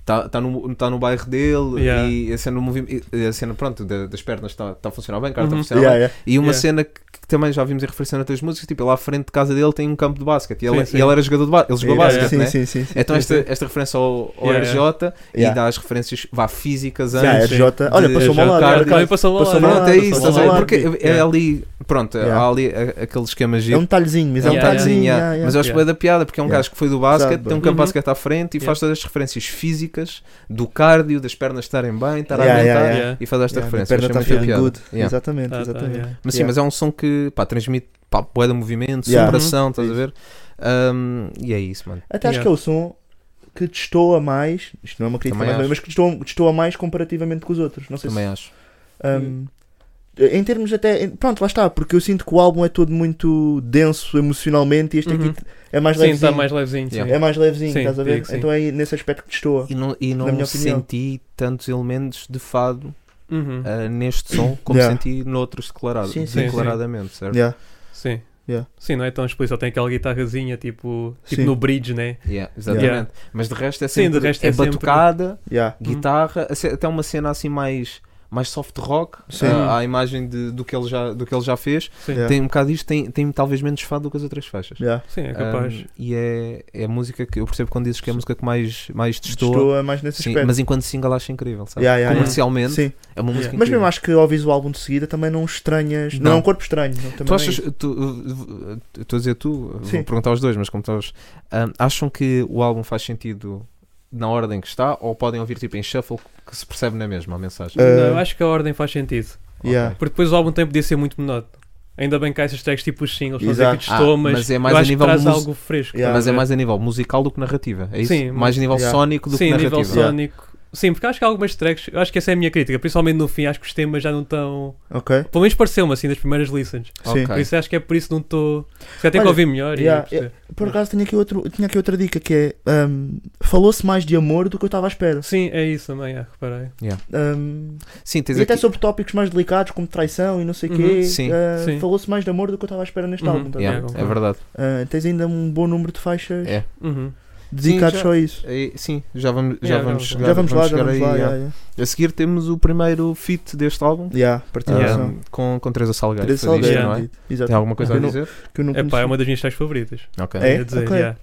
[SPEAKER 7] Está tá no, tá no bairro dele
[SPEAKER 2] Yeah.
[SPEAKER 7] e a cena, do movi- e a cena pronto, da- das pernas está tá a funcionar bem, cara, está a
[SPEAKER 2] Uhum.
[SPEAKER 7] funcionar
[SPEAKER 6] Yeah,
[SPEAKER 7] bem.
[SPEAKER 6] yeah.
[SPEAKER 7] E uma
[SPEAKER 2] Yeah.
[SPEAKER 7] cena que, que também já vimos em referência noutras músicas, tipo, lá à frente de casa dele tem um campo de basquete e, ele,
[SPEAKER 2] Sim, sim.
[SPEAKER 7] e ele era jogador de basquete, ele jogou
[SPEAKER 2] Yeah,
[SPEAKER 7] basquete,
[SPEAKER 6] sim,
[SPEAKER 7] né?
[SPEAKER 6] sim, sim, sim.
[SPEAKER 7] Então
[SPEAKER 2] Sim,
[SPEAKER 7] esta, esta referência ao, ao
[SPEAKER 2] Yeah,
[SPEAKER 7] RJ e
[SPEAKER 6] Yeah.
[SPEAKER 7] dá as referências vá, físicas antes.
[SPEAKER 6] Yeah, é tipo,
[SPEAKER 2] sim.
[SPEAKER 6] RJ. Olha,
[SPEAKER 7] É De-
[SPEAKER 6] passou-me ao
[SPEAKER 7] João
[SPEAKER 6] lado.
[SPEAKER 7] Carlos.
[SPEAKER 6] por acaso.
[SPEAKER 2] Também passou lá.
[SPEAKER 6] Passou
[SPEAKER 2] lá,
[SPEAKER 6] mal,
[SPEAKER 7] Pronto, é isso,
[SPEAKER 2] passou
[SPEAKER 7] estás a
[SPEAKER 2] lá.
[SPEAKER 7] ver?
[SPEAKER 6] lá.
[SPEAKER 7] Porque é
[SPEAKER 2] Yeah.
[SPEAKER 7] ali, pronto,
[SPEAKER 6] Yeah.
[SPEAKER 7] há ali a- aquele esquema
[SPEAKER 6] É
[SPEAKER 7] giro.
[SPEAKER 6] um talhezinho, mas é um
[SPEAKER 2] Yeah, yeah.
[SPEAKER 6] talhezinho.
[SPEAKER 7] yeah.
[SPEAKER 6] yeah,
[SPEAKER 7] Mas
[SPEAKER 6] yeah.
[SPEAKER 7] eu acho que
[SPEAKER 2] Yeah.
[SPEAKER 7] é da piada, porque é um
[SPEAKER 6] Yeah.
[SPEAKER 7] gajo que foi do basquete,
[SPEAKER 6] Exato, bro.
[SPEAKER 7] tem um campo de
[SPEAKER 2] Uhum.
[SPEAKER 7] basquete à frente e faz
[SPEAKER 2] Yeah.
[SPEAKER 7] todas as referências físicas do cardio, das pernas estarem bem, estar a
[SPEAKER 6] Yeah,
[SPEAKER 7] aguentar
[SPEAKER 6] yeah,
[SPEAKER 2] yeah.
[SPEAKER 7] e faz esta
[SPEAKER 6] Yeah,
[SPEAKER 7] referência.
[SPEAKER 6] minha perna está
[SPEAKER 7] Achei muito
[SPEAKER 6] feeling
[SPEAKER 7] piada.
[SPEAKER 6] good.
[SPEAKER 7] Yeah.
[SPEAKER 6] Exatamente,
[SPEAKER 2] Tá, tá,
[SPEAKER 6] exatamente.
[SPEAKER 2] yeah.
[SPEAKER 7] Mas sim,
[SPEAKER 6] Yeah.
[SPEAKER 7] mas é um som que pá, transmite pá, bué de movimento,
[SPEAKER 6] Yeah.
[SPEAKER 7] superação, estás a
[SPEAKER 6] Uhum.
[SPEAKER 7] ver? Um, e é isso, mano.
[SPEAKER 6] Até acho
[SPEAKER 2] Yeah.
[SPEAKER 6] que é o som que destoa mais, isto não é uma crítica,
[SPEAKER 7] Também
[SPEAKER 6] mais,
[SPEAKER 7] acho.
[SPEAKER 6] mas que destoa, destoa mais comparativamente com os outros. Não sei
[SPEAKER 7] Também
[SPEAKER 6] se.
[SPEAKER 7] acho.
[SPEAKER 6] hum, em termos até. em- Pronto, lá está, porque eu sinto que o álbum é todo muito denso emocionalmente e este
[SPEAKER 2] Uhum.
[SPEAKER 6] aqui é mais
[SPEAKER 2] Sim,
[SPEAKER 6] levezinho.
[SPEAKER 2] está mais levezinho. sim.
[SPEAKER 6] É mais levezinho,
[SPEAKER 2] Sim,
[SPEAKER 6] estás a
[SPEAKER 2] digo
[SPEAKER 6] ver?
[SPEAKER 2] que sim.
[SPEAKER 6] Então é aí nesse aspecto que destoa.
[SPEAKER 7] E não, e não
[SPEAKER 6] minha opinião.
[SPEAKER 7] senti tantos elementos de fado
[SPEAKER 2] Uhum.
[SPEAKER 7] ah, neste som como
[SPEAKER 6] Yeah.
[SPEAKER 7] senti noutros declarado,
[SPEAKER 6] Sim,
[SPEAKER 2] sim,
[SPEAKER 7] declaradamente, certo?
[SPEAKER 6] Yeah.
[SPEAKER 2] Sim.
[SPEAKER 6] Yeah.
[SPEAKER 2] Sim, não é tão explícito. Tem aquela guitarrazinha tipo, tipo
[SPEAKER 6] Sim.
[SPEAKER 2] no bridge, né?
[SPEAKER 7] Yeah, exatamente.
[SPEAKER 2] Yeah.
[SPEAKER 7] Mas de resto é
[SPEAKER 2] Sim, de
[SPEAKER 7] sempre
[SPEAKER 2] resto
[SPEAKER 7] é,
[SPEAKER 2] é sempre- Uhum.
[SPEAKER 7] batucada,
[SPEAKER 6] Yeah.
[SPEAKER 7] guitarra, a ce- até uma cena assim mais, mais soft rock,
[SPEAKER 6] Sim.
[SPEAKER 7] ah, à imagem de- do, que ele já, do que ele já fez.
[SPEAKER 2] Sim.
[SPEAKER 6] Yeah.
[SPEAKER 7] Tem um bocado isto, tem, tem talvez menos fado do que as outras faixas.
[SPEAKER 6] Yeah.
[SPEAKER 2] Sim, é capaz.
[SPEAKER 7] Um, e é, é a música que eu percebo quando dizes que é a música que mais, mais destoa.
[SPEAKER 6] Destoa é mais nesse
[SPEAKER 7] Sim,
[SPEAKER 6] aspecto.
[SPEAKER 7] mas enquanto single acho incrível, sabe?
[SPEAKER 6] Yeah, yeah, yeah.
[SPEAKER 7] Comercialmente
[SPEAKER 6] Sim.
[SPEAKER 7] é uma música
[SPEAKER 6] Mas
[SPEAKER 7] incrível.
[SPEAKER 6] mesmo acho que ao ouvis o álbum de seguida também não estranhas. Não,
[SPEAKER 7] Não.
[SPEAKER 6] é um corpo estranho. Não, também
[SPEAKER 7] Tu
[SPEAKER 6] não é
[SPEAKER 7] achas,
[SPEAKER 6] isso.
[SPEAKER 7] tu, uh, eu estou a dizer tu, eu vou
[SPEAKER 6] Sim.
[SPEAKER 7] perguntar aos dois, mas como estás, um, acham que o álbum faz sentido na ordem que está ou podem ouvir tipo em shuffle que se percebe na mesma a mensagem?
[SPEAKER 6] Eh,
[SPEAKER 2] Não, eu acho que a ordem faz sentido.
[SPEAKER 6] Yeah.
[SPEAKER 2] Porque depois o álbum também podia ser muito monótono. Ainda bem que há esses tags tipo os singles, estás a dizer que
[SPEAKER 7] Exato.
[SPEAKER 2] estou,
[SPEAKER 7] Ah,
[SPEAKER 2] mas,
[SPEAKER 7] mas é mais
[SPEAKER 2] eu
[SPEAKER 7] a
[SPEAKER 2] acho
[SPEAKER 7] nível
[SPEAKER 2] que traz
[SPEAKER 7] mus-
[SPEAKER 2] algo fresco.
[SPEAKER 6] Yeah.
[SPEAKER 7] Mas é
[SPEAKER 2] estás a
[SPEAKER 7] mais a nível musical do que narrativa, é isso?
[SPEAKER 2] Sim,
[SPEAKER 7] mais a nível
[SPEAKER 6] yeah.
[SPEAKER 7] sónico do
[SPEAKER 2] Sim,
[SPEAKER 7] que
[SPEAKER 2] a
[SPEAKER 7] narrativa.
[SPEAKER 2] nível
[SPEAKER 6] Yeah.
[SPEAKER 2] sónico. Sim, porque acho que há algumas tracks, eu acho que essa é a minha crítica, principalmente no fim, acho que os temas já não estão.
[SPEAKER 6] Ok.
[SPEAKER 2] Pelo menos pareceu-me assim das primeiras listens.
[SPEAKER 6] Sim.
[SPEAKER 7] Ok.
[SPEAKER 2] Por isso acho que é por isso que não estou. Se calhar tenho que
[SPEAKER 6] Olha,
[SPEAKER 2] ouvir melhor. e
[SPEAKER 6] yeah,
[SPEAKER 2] perceber.
[SPEAKER 6] Por acaso tinha aqui, outro, tinha aqui outra dica que é hum, falou-se mais de amor do que eu estava à espera.
[SPEAKER 2] Sim, é isso também, ah, reparei.
[SPEAKER 6] Hum,
[SPEAKER 7] Sim, tens
[SPEAKER 6] e até
[SPEAKER 7] aqui-
[SPEAKER 6] sobre tópicos mais delicados como traição e não sei o
[SPEAKER 2] Uhum,
[SPEAKER 6] quê.
[SPEAKER 7] sim,
[SPEAKER 6] ah,
[SPEAKER 2] sim.
[SPEAKER 6] Falou-se mais de amor do que eu estava à espera neste
[SPEAKER 2] Uhum,
[SPEAKER 6] álbum. tá
[SPEAKER 7] Yeah,
[SPEAKER 6] vendo?
[SPEAKER 2] Yeah,
[SPEAKER 7] é verdade.
[SPEAKER 6] Ah, tens ainda um bom número de faixas
[SPEAKER 7] É.
[SPEAKER 2] Uhum.
[SPEAKER 6] dedicadas
[SPEAKER 7] Sim, já-
[SPEAKER 6] só a isso.
[SPEAKER 7] Eh, Sim, já vamos, já
[SPEAKER 2] Yeah,
[SPEAKER 7] vamos
[SPEAKER 2] vamos lá.
[SPEAKER 7] chegar,
[SPEAKER 6] já vamos, lá, já
[SPEAKER 7] chegar
[SPEAKER 6] vamos
[SPEAKER 7] aí,
[SPEAKER 6] lá.
[SPEAKER 7] yeah.
[SPEAKER 6] Yeah.
[SPEAKER 7] A seguir temos o primeiro feat deste álbum
[SPEAKER 6] yeah. Yeah, partilha
[SPEAKER 2] Yeah.
[SPEAKER 6] a noção.
[SPEAKER 7] um, com, com Teresa Salgueiro.
[SPEAKER 6] Teresa
[SPEAKER 7] Foi disto,
[SPEAKER 6] Salgueiro,
[SPEAKER 2] não
[SPEAKER 7] é?
[SPEAKER 6] acredito. Exato.
[SPEAKER 7] Tem alguma coisa a
[SPEAKER 6] Eu não-
[SPEAKER 7] dizer?
[SPEAKER 6] que eu não
[SPEAKER 2] É pá, é
[SPEAKER 6] conhecia.
[SPEAKER 2] uma das minhas tracks favoritas.
[SPEAKER 7] Ok.
[SPEAKER 6] É?
[SPEAKER 2] Quer dizer,
[SPEAKER 6] Ok.
[SPEAKER 2] yeah.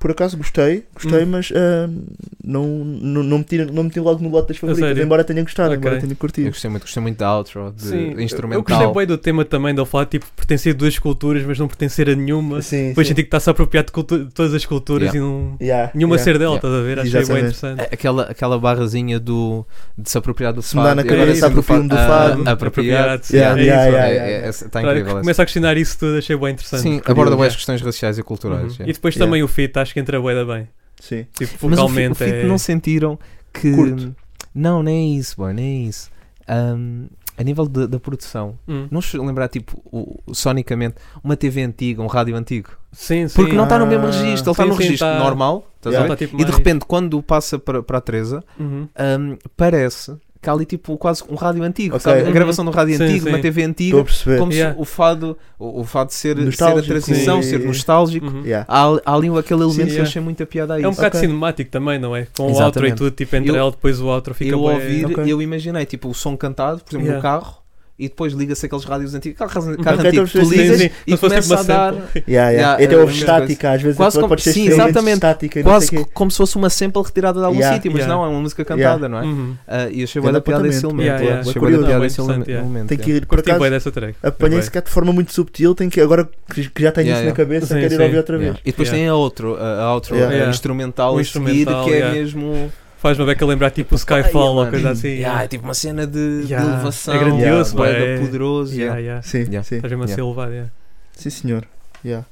[SPEAKER 6] Por acaso gostei, gostei, mas hum, não, não, não, meti, não meti logo no lote das favoritas,
[SPEAKER 2] sério?
[SPEAKER 6] embora tenha gostado, embora
[SPEAKER 2] Ok.
[SPEAKER 6] tenha
[SPEAKER 7] Eu
[SPEAKER 6] curtido.
[SPEAKER 7] gostei muito, gostei muito da outro, de
[SPEAKER 2] Sim, eu-
[SPEAKER 7] instrumental.
[SPEAKER 2] Eu gostei bem do tema também, dele falar tipo pertencer a duas culturas, mas não pertencer a nenhuma.
[SPEAKER 6] Sim,
[SPEAKER 2] Depois
[SPEAKER 6] sim.
[SPEAKER 2] senti que está-se a apropriar de, cultu- de todas as culturas
[SPEAKER 7] Yeah.
[SPEAKER 2] e não.
[SPEAKER 6] Yeah,
[SPEAKER 2] Nenhuma
[SPEAKER 6] yeah.
[SPEAKER 2] ser dela,
[SPEAKER 7] Yeah.
[SPEAKER 2] estás a ver? Achei bem
[SPEAKER 6] Exatamente.
[SPEAKER 2] interessante.
[SPEAKER 7] É, Aquela, aquela barrazinha do, de se apropriar do
[SPEAKER 6] Se me dá
[SPEAKER 7] fado.
[SPEAKER 6] na
[SPEAKER 7] e
[SPEAKER 6] cabeça,
[SPEAKER 7] agora se
[SPEAKER 6] aproprio-me do
[SPEAKER 7] ah,
[SPEAKER 6] fado.
[SPEAKER 7] Apropriado.
[SPEAKER 2] sim,
[SPEAKER 6] Yeah,
[SPEAKER 2] é
[SPEAKER 6] yeah,
[SPEAKER 2] isso.
[SPEAKER 6] yeah.
[SPEAKER 7] É, é, é, Está
[SPEAKER 2] Claro,
[SPEAKER 7] incrível. essa.
[SPEAKER 2] Começa a questionar isso tudo, achei bem interessante.
[SPEAKER 7] Sim, aborda bem as
[SPEAKER 2] Yeah.
[SPEAKER 7] questões raciais e
[SPEAKER 2] Uhum.
[SPEAKER 7] culturais. yeah.
[SPEAKER 2] E depois
[SPEAKER 6] Yeah.
[SPEAKER 2] também o fit, acho que entra bué da bem.
[SPEAKER 6] Sim.
[SPEAKER 2] Tipo,
[SPEAKER 7] Mas o fi-
[SPEAKER 2] vocalmente
[SPEAKER 7] o fit
[SPEAKER 2] é.
[SPEAKER 7] não sentiram que.
[SPEAKER 6] Curto.
[SPEAKER 7] Não, nem é isso, boy, nem é isso. Ahm, a nível de- da produção,
[SPEAKER 2] Hum.
[SPEAKER 7] não se lembrar, tipo, o, o- sonicamente, uma TV antiga, um rádio antigo.
[SPEAKER 2] Sim, sim.
[SPEAKER 7] Porque não está no mesmo
[SPEAKER 6] Ah.
[SPEAKER 7] registro, ele está
[SPEAKER 2] Sim,
[SPEAKER 7] no
[SPEAKER 2] sim,
[SPEAKER 7] registro
[SPEAKER 2] tá-
[SPEAKER 7] normal, estás
[SPEAKER 2] Ele
[SPEAKER 7] a ver?
[SPEAKER 2] tá, tipo,
[SPEAKER 7] E de
[SPEAKER 2] mais-
[SPEAKER 7] repente, quando passa para para a Teresa,
[SPEAKER 2] Uhum.
[SPEAKER 7] ahm, parece que há ali, tipo, quase um rádio antigo,
[SPEAKER 6] Ok.
[SPEAKER 7] sabe? A
[SPEAKER 2] Uhum.
[SPEAKER 7] gravação de um rádio
[SPEAKER 2] Sim,
[SPEAKER 7] antigo, uma
[SPEAKER 2] sim.
[SPEAKER 7] TV
[SPEAKER 6] Estou a
[SPEAKER 7] antiga,
[SPEAKER 6] perceber.
[SPEAKER 7] como
[SPEAKER 2] Yeah.
[SPEAKER 7] se o fado, o, o fado ser, ser a
[SPEAKER 6] Nostálgico
[SPEAKER 7] transição,
[SPEAKER 6] e-
[SPEAKER 7] ser nostálgico.
[SPEAKER 2] Uhum.
[SPEAKER 6] Yeah.
[SPEAKER 7] Há, há ali um, aquele elemento que eu
[SPEAKER 2] yeah.
[SPEAKER 7] achei muita piada a
[SPEAKER 2] É um
[SPEAKER 7] isso.
[SPEAKER 2] bocado
[SPEAKER 6] Ok.
[SPEAKER 2] cinemático também, não é? Com o outro
[SPEAKER 7] Exatamente.
[SPEAKER 2] e tudo, tipo, entra
[SPEAKER 7] Eu-
[SPEAKER 2] ele, depois o outro fica
[SPEAKER 7] eu
[SPEAKER 2] bué-
[SPEAKER 7] ouvir,
[SPEAKER 6] Ok.
[SPEAKER 7] eu imaginei, tipo, o som cantado, por exemplo, no
[SPEAKER 2] Yeah.
[SPEAKER 7] carro, e depois liga-se aqueles rádios antigos, aquele carro,
[SPEAKER 6] Ok, então
[SPEAKER 7] carro
[SPEAKER 6] estou a
[SPEAKER 7] antigo, que tu
[SPEAKER 6] perceber,
[SPEAKER 7] ligas
[SPEAKER 2] sim, sim.
[SPEAKER 7] e
[SPEAKER 2] Como se fosse
[SPEAKER 7] começa a
[SPEAKER 2] tipo
[SPEAKER 7] dar.
[SPEAKER 2] uma
[SPEAKER 6] Yeah, yeah.
[SPEAKER 7] Yeah,
[SPEAKER 6] Até
[SPEAKER 7] é
[SPEAKER 6] houve
[SPEAKER 7] a mesma
[SPEAKER 6] estática, às vezes
[SPEAKER 7] Quase
[SPEAKER 6] aquilo
[SPEAKER 7] como-
[SPEAKER 6] pode ser
[SPEAKER 7] sim,
[SPEAKER 6] extremamente
[SPEAKER 7] exatamente.
[SPEAKER 6] estática e não
[SPEAKER 7] Quase
[SPEAKER 6] sei o quê.
[SPEAKER 7] co- como se fosse uma sample retirada de algum
[SPEAKER 6] Yeah.
[SPEAKER 7] sítio, mas
[SPEAKER 2] Yeah.
[SPEAKER 7] não, é uma música cantada,
[SPEAKER 6] Yeah.
[SPEAKER 7] não é?
[SPEAKER 2] Uhum.
[SPEAKER 7] Ah, e achei
[SPEAKER 6] Grande
[SPEAKER 7] bem da piada esse
[SPEAKER 6] apontamento.
[SPEAKER 7] elemento.
[SPEAKER 2] Yeah, yeah.
[SPEAKER 7] Achei
[SPEAKER 6] Foi
[SPEAKER 7] bué da
[SPEAKER 6] curioso.
[SPEAKER 7] piada esse
[SPEAKER 2] Interessante,
[SPEAKER 7] elemen-
[SPEAKER 2] yeah.
[SPEAKER 7] elemento.
[SPEAKER 6] Tem que ir, por
[SPEAKER 2] Curti bem
[SPEAKER 6] acaso,
[SPEAKER 2] dessa track.
[SPEAKER 6] apanhei-se cá é de forma muito subtil, tenho que, agora que que já tenho
[SPEAKER 7] Yeah,
[SPEAKER 6] isso na
[SPEAKER 7] yeah.
[SPEAKER 6] cabeça,
[SPEAKER 2] Sim,
[SPEAKER 6] quero ir
[SPEAKER 2] sim.
[SPEAKER 6] ouvir outra vez.
[SPEAKER 7] Yeah. E depois
[SPEAKER 2] Yeah.
[SPEAKER 7] tem a outro, a a outro
[SPEAKER 6] Yeah.
[SPEAKER 7] eh,
[SPEAKER 2] Yeah.
[SPEAKER 7] instrumental
[SPEAKER 2] Um
[SPEAKER 7] a seguir,
[SPEAKER 2] instrumental,
[SPEAKER 7] que é
[SPEAKER 2] yeah.
[SPEAKER 7] mesmo.
[SPEAKER 2] Faz-me bem que lembrar tipo o Skyfall ou coisa assim.
[SPEAKER 7] Yeah, é tipo uma cena de, de
[SPEAKER 2] Yeah.
[SPEAKER 7] elevação.
[SPEAKER 2] É grandioso,
[SPEAKER 7] bué
[SPEAKER 2] bué.
[SPEAKER 7] da poderoso.
[SPEAKER 2] Yeah,
[SPEAKER 7] yeah.
[SPEAKER 2] yeah.
[SPEAKER 6] Sim,
[SPEAKER 7] Yeah.
[SPEAKER 6] sim.
[SPEAKER 2] Estás mesmo a
[SPEAKER 7] Yeah.
[SPEAKER 2] ser levado, yeah.
[SPEAKER 6] Sim, senhor. Yeah.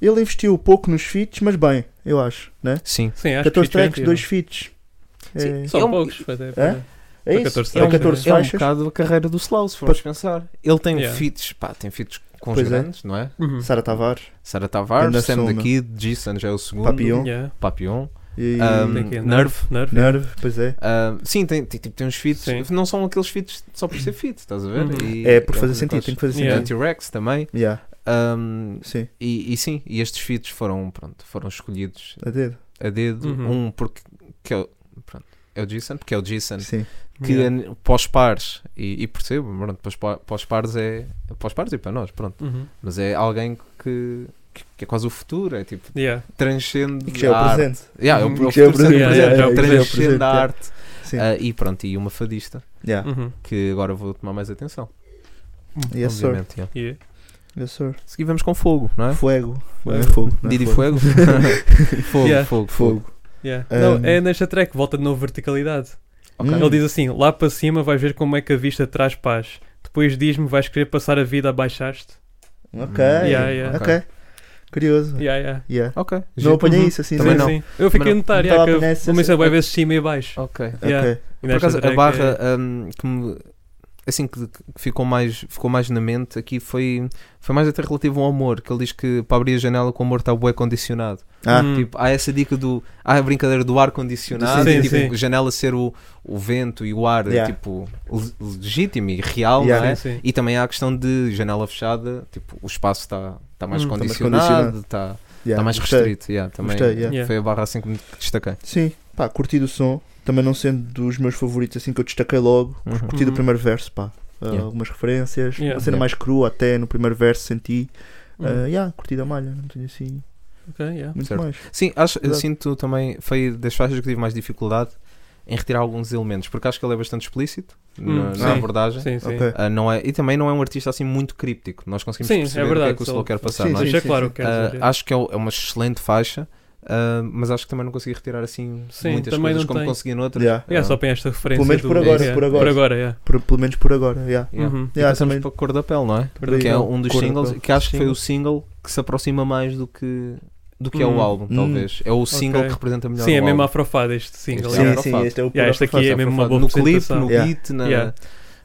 [SPEAKER 6] Ele investiu pouco nos feats, mas bem, eu acho, né?
[SPEAKER 7] Sim.
[SPEAKER 2] Sim, acho
[SPEAKER 6] 14
[SPEAKER 2] que é
[SPEAKER 6] tracks,
[SPEAKER 2] incrível.
[SPEAKER 6] 2 feats.
[SPEAKER 7] Sim,
[SPEAKER 6] É,
[SPEAKER 2] São
[SPEAKER 7] É um-
[SPEAKER 2] poucos, mas é,
[SPEAKER 6] Hã? é
[SPEAKER 2] são 14
[SPEAKER 6] isso, são
[SPEAKER 2] tracks,
[SPEAKER 6] 14
[SPEAKER 7] É um
[SPEAKER 6] faixas.
[SPEAKER 7] bocado a carreira do Slow, se fores pensar. Ele tem
[SPEAKER 2] Yeah.
[SPEAKER 7] feats, pá, tem feats com os
[SPEAKER 6] Pois é.
[SPEAKER 7] grandes, não é?
[SPEAKER 2] Uhum.
[SPEAKER 6] Sara Tavares
[SPEAKER 7] Sara Tavares,
[SPEAKER 6] Anderson,
[SPEAKER 7] Sam
[SPEAKER 6] né?
[SPEAKER 7] the Kid, Jason já é o segundo.
[SPEAKER 6] Papillon.
[SPEAKER 2] Yeah.
[SPEAKER 7] Papillon.
[SPEAKER 6] e
[SPEAKER 7] Um,
[SPEAKER 2] Tem aqui a
[SPEAKER 7] Nerve.
[SPEAKER 2] Nerve.
[SPEAKER 6] Nerve, pois é.
[SPEAKER 7] Ah, sim, tem, tem, tipo, tem uns feats.
[SPEAKER 2] Sim.
[SPEAKER 7] Não são aqueles feats só por ser feat, estás a ver?
[SPEAKER 2] Uhum.
[SPEAKER 7] E- um
[SPEAKER 6] É por fazer
[SPEAKER 7] e algumas
[SPEAKER 6] sentido,
[SPEAKER 7] coisas.
[SPEAKER 6] tem que fazer
[SPEAKER 2] Yeah.
[SPEAKER 6] sentido.
[SPEAKER 7] T-Rex também.
[SPEAKER 6] Yeah,
[SPEAKER 7] Ahm,
[SPEAKER 6] sim,
[SPEAKER 7] e, e sim, e estes feats foram, pronto, foram escolhidos
[SPEAKER 6] a dedo.
[SPEAKER 7] a dedo.
[SPEAKER 2] Uhum.
[SPEAKER 7] Um porque que é, o, pronto, é o Jason, porque é o Jason
[SPEAKER 6] Sim.
[SPEAKER 7] que
[SPEAKER 2] Yeah.
[SPEAKER 7] é pós pares, e, e percebo, pronto, pós, pa- pós pares é pós pares e para nós, pronto,
[SPEAKER 2] Uhum.
[SPEAKER 7] mas é alguém que, que, que é quase o futuro, é tipo,
[SPEAKER 2] Yeah.
[SPEAKER 7] transcende
[SPEAKER 6] E que já é
[SPEAKER 7] a
[SPEAKER 6] o
[SPEAKER 7] arte.
[SPEAKER 6] presente.
[SPEAKER 7] Yeah, é o, é
[SPEAKER 6] E
[SPEAKER 7] o
[SPEAKER 6] que já é o
[SPEAKER 7] futuro sempre
[SPEAKER 6] presente.
[SPEAKER 2] Yeah, yeah,
[SPEAKER 7] presente,
[SPEAKER 6] é o presente,
[SPEAKER 7] transcende a
[SPEAKER 6] yeah.
[SPEAKER 7] arte,
[SPEAKER 6] Sim.
[SPEAKER 7] ah, e pronto, e uma fadista,
[SPEAKER 6] Yeah.
[SPEAKER 2] Uhum.
[SPEAKER 7] que agora vou tomar mais atenção,
[SPEAKER 6] Yes, sir.
[SPEAKER 7] obviamente. Yeah.
[SPEAKER 2] Yeah.
[SPEAKER 6] Yes, sir.
[SPEAKER 7] A seguir vamos com fogo, não é?
[SPEAKER 6] Fuego. Não é
[SPEAKER 2] Fuego.
[SPEAKER 6] fogo. não é
[SPEAKER 7] Didi
[SPEAKER 6] fogo.
[SPEAKER 7] Fuego? fogo,
[SPEAKER 2] Yeah.
[SPEAKER 7] fogo, fogo.
[SPEAKER 6] Fogo.
[SPEAKER 2] Yeah.
[SPEAKER 6] Um,
[SPEAKER 2] Não, é nesta track, volta de novo verticalidade.
[SPEAKER 7] Ok.
[SPEAKER 6] Hum.
[SPEAKER 2] Ele diz assim: lá para cima vais ver como é que a vista traz paz. Depois diz-me, vais querer passar a vida abaixaste.
[SPEAKER 6] Ok.
[SPEAKER 2] Yeah, yeah.
[SPEAKER 6] Ok. Curioso.
[SPEAKER 2] Yeah, yeah.
[SPEAKER 6] Yeah.
[SPEAKER 7] Ok.
[SPEAKER 6] Não
[SPEAKER 7] giro.
[SPEAKER 6] apanhei isso assim,
[SPEAKER 7] Também
[SPEAKER 2] sim,
[SPEAKER 6] né?
[SPEAKER 7] não.
[SPEAKER 2] sim. Eu fiquei a
[SPEAKER 7] não.
[SPEAKER 2] notar,
[SPEAKER 6] Não
[SPEAKER 2] yeah,
[SPEAKER 6] estava
[SPEAKER 2] que
[SPEAKER 6] a
[SPEAKER 2] eu
[SPEAKER 6] apanhar essa-
[SPEAKER 2] comecei bem vezes cima e baixo.
[SPEAKER 7] Ok.
[SPEAKER 2] Yeah.
[SPEAKER 6] Ok.
[SPEAKER 2] E
[SPEAKER 7] Oh, Por
[SPEAKER 2] nesta
[SPEAKER 7] acaso, a
[SPEAKER 2] track é-
[SPEAKER 7] barra hum, que me- assim que, que ficou, mais, ficou mais na mente aqui foi, foi mais até relativo ao amor, que ele diz que para abrir a janela com o amor está bué condicionado.
[SPEAKER 6] Ah,
[SPEAKER 2] Hum.
[SPEAKER 7] Tipo, há essa dica do. Há a brincadeira do ar condicionado,
[SPEAKER 2] Sim,
[SPEAKER 7] e, tipo,
[SPEAKER 2] sim.
[SPEAKER 7] janela ser o, o vento e o ar
[SPEAKER 6] Yeah.
[SPEAKER 7] tipo, le- legítimo e real,
[SPEAKER 6] Yeah.
[SPEAKER 7] não é?
[SPEAKER 2] Sim, sim.
[SPEAKER 7] E também há a questão de janela fechada, tipo, o espaço está está mais
[SPEAKER 2] Hum. Está
[SPEAKER 6] mais
[SPEAKER 7] condicionado,
[SPEAKER 6] condicionado.
[SPEAKER 7] está
[SPEAKER 6] yeah,
[SPEAKER 7] está Tá mais
[SPEAKER 6] gostei.
[SPEAKER 7] restrito. yeah, também
[SPEAKER 6] Gostei, yeah.
[SPEAKER 2] Yeah.
[SPEAKER 7] Foi a barra assim que me destaquei.
[SPEAKER 6] Sim, pá, curti do som. Também não sendo dos meus favoritos, assim que eu destaquei logo.
[SPEAKER 7] Uhum.
[SPEAKER 6] Curti do
[SPEAKER 2] Uhum.
[SPEAKER 6] primeiro verso, pá. Ah,
[SPEAKER 7] Yeah.
[SPEAKER 6] Algumas referências.
[SPEAKER 2] Yeah.
[SPEAKER 6] Uma cena
[SPEAKER 7] Yeah.
[SPEAKER 6] mais crua até no primeiro verso senti.
[SPEAKER 2] Hum.
[SPEAKER 6] Ah, yeah, curti da malha. Não tenho assim
[SPEAKER 2] Ok, yeah.
[SPEAKER 6] muito
[SPEAKER 7] Certo.
[SPEAKER 6] mais.
[SPEAKER 7] Sim, acho, eu
[SPEAKER 6] Exato.
[SPEAKER 7] sinto também. Foi das faixas que tive mais dificuldade em retirar alguns elementos, porque acho que ele é bastante explícito
[SPEAKER 2] Hum,
[SPEAKER 7] na, na
[SPEAKER 2] sim.
[SPEAKER 7] abordagem.
[SPEAKER 2] Sim, sim.
[SPEAKER 6] Ok.
[SPEAKER 7] Ah, não é, e também não é um artista assim muito críptico. Nós conseguimos
[SPEAKER 2] Sim, é
[SPEAKER 7] perceber o que é
[SPEAKER 2] verdade,
[SPEAKER 7] que o
[SPEAKER 2] só-
[SPEAKER 7] Slow quer passar.
[SPEAKER 6] Sim,
[SPEAKER 7] não é?
[SPEAKER 6] sim.
[SPEAKER 2] Deixa claro o que
[SPEAKER 7] Ah,
[SPEAKER 2] quer dizer.
[SPEAKER 7] acho que é, o- é uma excelente faixa, ah, mas acho que também não consegui retirar assim
[SPEAKER 2] Sim,
[SPEAKER 7] muitas
[SPEAKER 2] também
[SPEAKER 7] coisas
[SPEAKER 2] não
[SPEAKER 7] como
[SPEAKER 2] tem.
[SPEAKER 7] consegui noutras.
[SPEAKER 6] Yeah.
[SPEAKER 2] Yeah,
[SPEAKER 7] Ah,
[SPEAKER 2] só tem esta referência.
[SPEAKER 6] menos
[SPEAKER 2] do-
[SPEAKER 6] por agora,
[SPEAKER 2] yeah.
[SPEAKER 6] por agora.
[SPEAKER 2] Por agora, yeah.
[SPEAKER 6] Por- pelo menos por agora. Yeah.
[SPEAKER 7] yeah.
[SPEAKER 2] Uhum.
[SPEAKER 7] E
[SPEAKER 6] Yeah,
[SPEAKER 7] passamos
[SPEAKER 6] também-
[SPEAKER 7] para Cor da Pele, não é?
[SPEAKER 6] Por aí,
[SPEAKER 7] que é
[SPEAKER 6] não.
[SPEAKER 7] um dos
[SPEAKER 6] Cor da
[SPEAKER 7] singles
[SPEAKER 6] pele.
[SPEAKER 7] que acho que foi
[SPEAKER 2] Single.
[SPEAKER 7] o single que se aproxima mais do que do que é
[SPEAKER 2] Hum.
[SPEAKER 7] o álbum,
[SPEAKER 6] Hum.
[SPEAKER 7] talvez. É o single
[SPEAKER 2] Ok.
[SPEAKER 7] que representa melhor
[SPEAKER 2] Sim,
[SPEAKER 7] o
[SPEAKER 2] é mesmo
[SPEAKER 7] álbum.
[SPEAKER 2] afrofado este single.
[SPEAKER 7] Este é
[SPEAKER 2] yeah.
[SPEAKER 6] Sim, sim,
[SPEAKER 7] afrofado.
[SPEAKER 6] este é o
[SPEAKER 2] Yeah, este aqui é
[SPEAKER 6] afrofado.
[SPEAKER 2] mesmo uma boa
[SPEAKER 7] no clipe,
[SPEAKER 2] apresentação.
[SPEAKER 7] no
[SPEAKER 6] Yeah.
[SPEAKER 7] beat, na...
[SPEAKER 2] Yeah.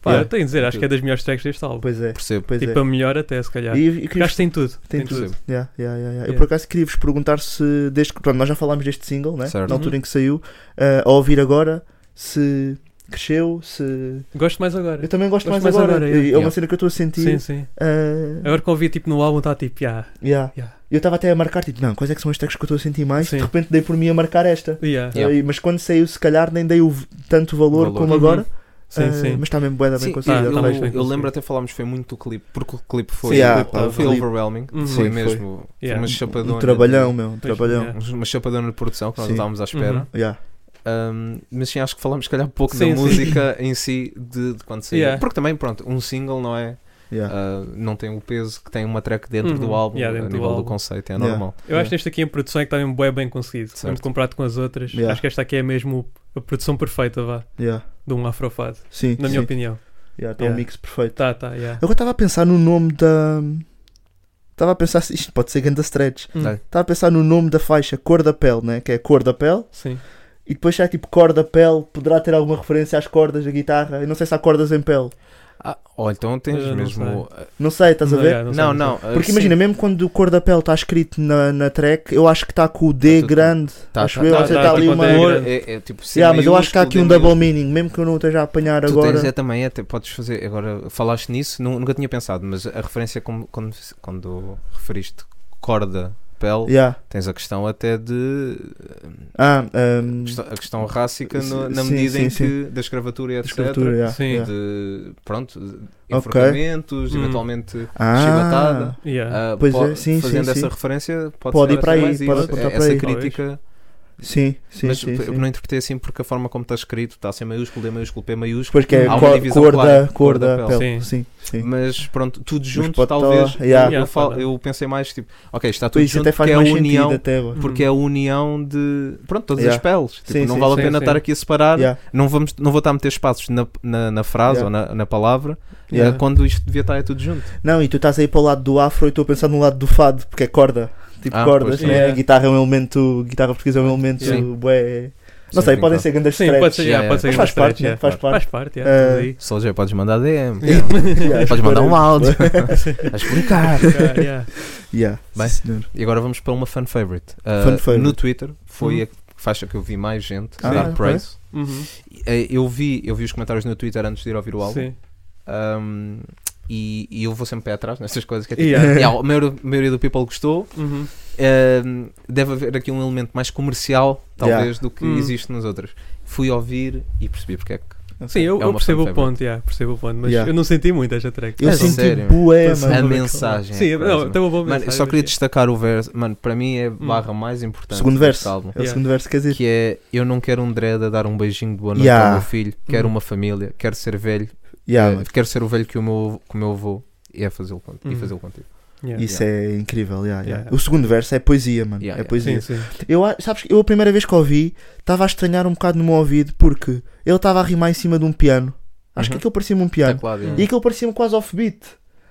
[SPEAKER 7] Pá,
[SPEAKER 2] Eu tenho a dizer, acho que é das melhores tracks deste álbum.
[SPEAKER 6] Pois é.
[SPEAKER 7] percebo.
[SPEAKER 6] Pois
[SPEAKER 2] tipo,
[SPEAKER 6] é.
[SPEAKER 2] a melhor até, se calhar.
[SPEAKER 6] E, e queria
[SPEAKER 2] Acho que tem tudo.
[SPEAKER 6] Tem
[SPEAKER 2] Tem tudo.
[SPEAKER 7] Percebo.
[SPEAKER 6] Yeah, yeah, yeah, yeah. Eu
[SPEAKER 2] Yeah.
[SPEAKER 6] por acaso queria vos perguntar se, desde que pronto, nós já falámos deste single, né?
[SPEAKER 7] Certo.
[SPEAKER 6] na altura em
[SPEAKER 2] Uhum.
[SPEAKER 6] que saiu, eh, a ouvir agora, se cresceu, se.
[SPEAKER 2] Gosto mais agora.
[SPEAKER 6] Eu também gosto,
[SPEAKER 2] Gosto
[SPEAKER 6] mais,
[SPEAKER 2] mais
[SPEAKER 6] agora.
[SPEAKER 2] agora,
[SPEAKER 6] E-
[SPEAKER 2] yeah.
[SPEAKER 6] é uma
[SPEAKER 7] Yeah.
[SPEAKER 6] cena que eu estou a sentir.
[SPEAKER 2] Sim, sim.
[SPEAKER 6] eh,
[SPEAKER 2] Agora que ouvi tipo no álbum está tipo, yeah,
[SPEAKER 6] yeah.
[SPEAKER 2] yeah,
[SPEAKER 6] Eu estava até a marcar, tipo, não, quais é que são as tracks que eu estou a sentir mais?
[SPEAKER 2] Sim.
[SPEAKER 6] De repente dei por mim a marcar esta.
[SPEAKER 2] yeah.
[SPEAKER 7] Yeah.
[SPEAKER 6] Eh, mas quando saiu, se calhar nem dei o v- tanto valor,
[SPEAKER 7] Valor.
[SPEAKER 6] como
[SPEAKER 2] Uhum.
[SPEAKER 6] agora.
[SPEAKER 2] Sim,
[SPEAKER 6] Eh,
[SPEAKER 2] sim.
[SPEAKER 6] Mas está mesmo bué da bem
[SPEAKER 7] Sim,
[SPEAKER 6] conseguido.
[SPEAKER 7] eu,
[SPEAKER 2] tá
[SPEAKER 6] talvez.
[SPEAKER 2] bem
[SPEAKER 7] eu
[SPEAKER 2] conseguido.
[SPEAKER 7] lembro até falámos foi muito o clipe, porque o clipe
[SPEAKER 6] Sim,
[SPEAKER 7] foi,
[SPEAKER 6] yeah,
[SPEAKER 7] foi,
[SPEAKER 6] o clipe.
[SPEAKER 7] overwhelming,
[SPEAKER 2] Uhum.
[SPEAKER 7] foi
[SPEAKER 6] Sim,
[SPEAKER 7] mesmo,
[SPEAKER 6] foi.
[SPEAKER 7] foi
[SPEAKER 2] Yeah.
[SPEAKER 7] uma chapadona. né?
[SPEAKER 6] Um trabalhão,
[SPEAKER 7] de-
[SPEAKER 6] meu, um
[SPEAKER 2] Pois,
[SPEAKER 6] trabalhão.
[SPEAKER 2] yeah.
[SPEAKER 7] uma chapadona de produção que nós
[SPEAKER 6] Sim.
[SPEAKER 7] não estávamos à espera.
[SPEAKER 2] Uhum.
[SPEAKER 6] Yeah.
[SPEAKER 7] Um, mas sim, acho que falámos se calhar pouco
[SPEAKER 2] Sim,
[SPEAKER 7] da
[SPEAKER 2] sim.
[SPEAKER 7] música em si de, de quando saiu.
[SPEAKER 2] Yeah.
[SPEAKER 7] Porque também, pronto, um single não é.
[SPEAKER 6] yeah.
[SPEAKER 7] ah, não tem o peso que tem uma track dentro
[SPEAKER 2] Uhum.
[SPEAKER 7] do álbum,
[SPEAKER 2] Yeah,
[SPEAKER 7] a
[SPEAKER 2] dentro do
[SPEAKER 7] nível do,
[SPEAKER 2] álbum.
[SPEAKER 7] conceito, é
[SPEAKER 6] Yeah.
[SPEAKER 7] normal.
[SPEAKER 2] Eu acho que este aqui em produção é que está mesmo bem, bem conseguido.
[SPEAKER 7] Certo.
[SPEAKER 2] Quando comparado com as outras,
[SPEAKER 6] Yeah.
[SPEAKER 2] acho que esta aqui é mesmo a produção perfeita, vá,
[SPEAKER 7] Ah.
[SPEAKER 6] yeah.
[SPEAKER 2] de um afrofado,
[SPEAKER 6] Sim,
[SPEAKER 2] na minha
[SPEAKER 6] sim.
[SPEAKER 2] opinião.
[SPEAKER 6] Yeah, Está um
[SPEAKER 2] Yeah.
[SPEAKER 6] mix perfeito.
[SPEAKER 2] Tá, tá, yeah.
[SPEAKER 6] Agora estava a pensar no nome da. Estava a pensar se isto pode ser Ganda Stretch.
[SPEAKER 2] Hum,
[SPEAKER 7] Tá.
[SPEAKER 6] Estava a pensar no nome da faixa Cor da Pele, né? que é Cor da Pele.
[SPEAKER 2] Sim.
[SPEAKER 6] E depois já é tipo Cor da Pele, poderá ter alguma referência às cordas da guitarra. Eu não sei se há cordas em pele.
[SPEAKER 7] Ah, oh, então tens
[SPEAKER 2] Eu não
[SPEAKER 7] mesmo. ah,
[SPEAKER 6] Não sei, estás a
[SPEAKER 2] Não,
[SPEAKER 6] ver?
[SPEAKER 2] yeah, sei,
[SPEAKER 7] Não,
[SPEAKER 2] sei.
[SPEAKER 7] não. ah,
[SPEAKER 6] Porque
[SPEAKER 7] sim.
[SPEAKER 6] imagina, mesmo quando o Cor da Pele está escrito na, na track, eu acho que está com o D
[SPEAKER 7] Tá tudo-
[SPEAKER 6] grande.
[SPEAKER 7] Tá,
[SPEAKER 6] acho
[SPEAKER 7] tá,
[SPEAKER 6] eu,
[SPEAKER 7] tá,
[SPEAKER 6] ou seja,
[SPEAKER 2] tá,
[SPEAKER 6] está
[SPEAKER 2] tá
[SPEAKER 6] ali
[SPEAKER 2] com
[SPEAKER 6] uma.
[SPEAKER 2] D grande.
[SPEAKER 7] É- é tipo C
[SPEAKER 6] Yeah, mas eu acho que há aqui
[SPEAKER 7] maiúsculo,
[SPEAKER 6] um
[SPEAKER 7] D
[SPEAKER 6] double
[SPEAKER 7] maiúsculo.
[SPEAKER 6] meaning, mesmo que eu não esteja a apanhar
[SPEAKER 7] Tu
[SPEAKER 6] agora.
[SPEAKER 7] tens é também, até podes fazer, agora falaste nisso, nu- nunca tinha pensado, mas a referência como- quando, quando referiste corda pele,
[SPEAKER 6] Yeah.
[SPEAKER 7] tens a questão até de.
[SPEAKER 6] Ah, um,
[SPEAKER 7] questão- A questão rássica no-
[SPEAKER 6] Sim,
[SPEAKER 7] na medida
[SPEAKER 6] sim,
[SPEAKER 7] em
[SPEAKER 6] sim.
[SPEAKER 7] que. da escravatura e etc.
[SPEAKER 6] escravatura, yeah,
[SPEAKER 2] Sim.
[SPEAKER 6] yeah.
[SPEAKER 7] De. pronto, de
[SPEAKER 6] Ok.
[SPEAKER 7] enforcamentos,
[SPEAKER 2] Hum.
[SPEAKER 7] eventualmente
[SPEAKER 6] Ah,
[SPEAKER 7] chibatada.
[SPEAKER 2] Yeah.
[SPEAKER 7] Ah,
[SPEAKER 6] Pois
[SPEAKER 7] po-
[SPEAKER 6] é, sim,
[SPEAKER 7] fazendo
[SPEAKER 6] sim,
[SPEAKER 7] essa
[SPEAKER 6] sim.
[SPEAKER 7] referência, pode,
[SPEAKER 6] Pode
[SPEAKER 7] ser
[SPEAKER 6] ir para
[SPEAKER 7] até
[SPEAKER 6] aí,
[SPEAKER 7] mais
[SPEAKER 6] pode
[SPEAKER 7] isso. É
[SPEAKER 6] apontar
[SPEAKER 7] essa
[SPEAKER 6] para aí.
[SPEAKER 7] crítica,
[SPEAKER 6] sim, sim,
[SPEAKER 7] mas
[SPEAKER 6] sim,
[SPEAKER 7] eu
[SPEAKER 6] sim.
[SPEAKER 7] não interpretei assim porque a forma como está escrito está sem maiúsculo, D maiúsculo, P maiúsculo,
[SPEAKER 6] Pois que é
[SPEAKER 7] há uma
[SPEAKER 6] cor,
[SPEAKER 7] divisão
[SPEAKER 6] cor
[SPEAKER 7] clara,
[SPEAKER 6] da, cor da pele. Sim, sim.
[SPEAKER 7] Mas pronto, tudo junto,
[SPEAKER 6] pode tá lá,
[SPEAKER 7] talvez.
[SPEAKER 6] yeah.
[SPEAKER 7] Eu,
[SPEAKER 2] Yeah,
[SPEAKER 7] falo-
[SPEAKER 2] pode.
[SPEAKER 7] eu pensei mais tipo, ok, está tudo
[SPEAKER 6] Pois isso
[SPEAKER 7] junto
[SPEAKER 6] até faz
[SPEAKER 7] porque é a
[SPEAKER 6] mais sentido
[SPEAKER 7] união.
[SPEAKER 6] até agora.
[SPEAKER 7] Porque é a união de. Pronto, todas
[SPEAKER 6] Yeah.
[SPEAKER 7] as peles. Tipo,
[SPEAKER 6] Sim,
[SPEAKER 7] não
[SPEAKER 6] sim,
[SPEAKER 7] vale
[SPEAKER 2] sim,
[SPEAKER 7] a pena
[SPEAKER 2] sim.
[SPEAKER 7] estar aqui a separar.
[SPEAKER 6] Yeah,
[SPEAKER 7] Não, vamos, não vou estar a meter espaços na, na, na frase
[SPEAKER 6] Yeah.
[SPEAKER 7] ou na, na palavra
[SPEAKER 6] Ah, yeah.
[SPEAKER 7] eh, quando isto devia estar é tudo junto.
[SPEAKER 6] Não, e tu estás aí para o lado do afro e estou a pensar no lado do fado, porque é corda. Tipo
[SPEAKER 7] Ah,
[SPEAKER 6] cordas,
[SPEAKER 7] pois,
[SPEAKER 6] né?
[SPEAKER 2] yeah.
[SPEAKER 6] A guitarra é um elemento, guitarra portuguesa é um elemento
[SPEAKER 7] Sim.
[SPEAKER 6] bué. Não
[SPEAKER 7] Sim,
[SPEAKER 6] sei,
[SPEAKER 7] tem
[SPEAKER 6] podem
[SPEAKER 7] claro.
[SPEAKER 6] ser grandes
[SPEAKER 2] Sim,
[SPEAKER 6] threads.
[SPEAKER 2] pode ser, yeah,
[SPEAKER 7] Yeah,
[SPEAKER 2] pode ser
[SPEAKER 6] Mas
[SPEAKER 2] uma
[SPEAKER 6] faz parte,
[SPEAKER 2] stretch,
[SPEAKER 6] né?
[SPEAKER 2] yeah.
[SPEAKER 6] faz parte.
[SPEAKER 2] Faz parte, yeah,
[SPEAKER 6] Eh,
[SPEAKER 2] tudo aí.
[SPEAKER 7] Só já podes mandar DM.
[SPEAKER 6] Yeah,
[SPEAKER 7] Podes mandar um
[SPEAKER 6] para-
[SPEAKER 7] áudio. Podes explicar.
[SPEAKER 2] Yeah, yeah.
[SPEAKER 6] Yeah.
[SPEAKER 7] Bem,
[SPEAKER 6] senhor.
[SPEAKER 7] E agora vamos para uma fan favorite. Uh,
[SPEAKER 6] Fan favorite. Uhum.
[SPEAKER 7] No Twitter foi a faixa que eu vi mais gente
[SPEAKER 6] Ah,
[SPEAKER 7] dar
[SPEAKER 6] ok.
[SPEAKER 7] praise.
[SPEAKER 2] Uhum.
[SPEAKER 7] Eh, Eu vi, eu vi os comentários no Twitter antes de ir ouvir o álbum.
[SPEAKER 2] Sim.
[SPEAKER 7] Um, e, e eu vou sempre pé atrás nestas coisas que é tipo,
[SPEAKER 2] Yeah.
[SPEAKER 7] yeah, a, maior- a maioria, do people gostou.
[SPEAKER 2] Uhum.
[SPEAKER 7] Um, deve haver aqui um elemento mais comercial, talvez,
[SPEAKER 6] Yeah.
[SPEAKER 7] do que
[SPEAKER 2] Hum.
[SPEAKER 7] existe nos outros. Fui ouvir e percebi porque é que.
[SPEAKER 2] Sim, eu,
[SPEAKER 7] É
[SPEAKER 2] eu
[SPEAKER 7] uma
[SPEAKER 2] percebo
[SPEAKER 7] fan
[SPEAKER 2] o ponto, yeah, percebo o ponto, mas
[SPEAKER 6] Yeah.
[SPEAKER 2] eu não senti muito esta track.
[SPEAKER 6] Eu
[SPEAKER 7] É
[SPEAKER 6] senti
[SPEAKER 7] sério.
[SPEAKER 6] bué,
[SPEAKER 2] Tô
[SPEAKER 6] mano.
[SPEAKER 7] a
[SPEAKER 2] Mano,
[SPEAKER 7] mensagem. é
[SPEAKER 2] Sim, não,
[SPEAKER 7] crazy,
[SPEAKER 2] tem uma boa
[SPEAKER 7] mano. Mano,
[SPEAKER 2] mensagem.
[SPEAKER 7] eu só queria
[SPEAKER 2] yeah.
[SPEAKER 7] destacar o verso. Mano, para mim é a barra mais importante
[SPEAKER 6] Segundo
[SPEAKER 7] deste
[SPEAKER 6] verso.
[SPEAKER 7] álbum.
[SPEAKER 6] É o
[SPEAKER 2] Yeah.
[SPEAKER 6] segundo verso, quer dizer.
[SPEAKER 7] que é eu não quero um dread a dar um beijinho de boa noite
[SPEAKER 6] Yeah.
[SPEAKER 7] ao meu filho, quero
[SPEAKER 2] Uhum.
[SPEAKER 7] uma família, quero ser velho,
[SPEAKER 6] Yeah,
[SPEAKER 7] eh,
[SPEAKER 6] mano.
[SPEAKER 7] quero ser o velho que o meu, que o meu avô e é fazê-lo contigo. E
[SPEAKER 2] Uhum.
[SPEAKER 7] fazê-lo contigo.
[SPEAKER 2] Yeah.
[SPEAKER 6] Isso é incrível, yeah, yeah.
[SPEAKER 2] Yeah.
[SPEAKER 6] O segundo verso é poesia, mano.
[SPEAKER 7] Yeah,
[SPEAKER 6] é
[SPEAKER 7] yeah.
[SPEAKER 6] poesia.
[SPEAKER 2] Sim, sim.
[SPEAKER 6] Eu, a- sabes, que eu a primeira vez que ouvi estava a estranhar um bocado no meu ouvido porque ele estava a rimar em cima de um piano. Acho que
[SPEAKER 7] Uhum.
[SPEAKER 6] aquilo parecia-me um piano.
[SPEAKER 7] Teclado,
[SPEAKER 6] E aquilo parecia-me quase off-beat.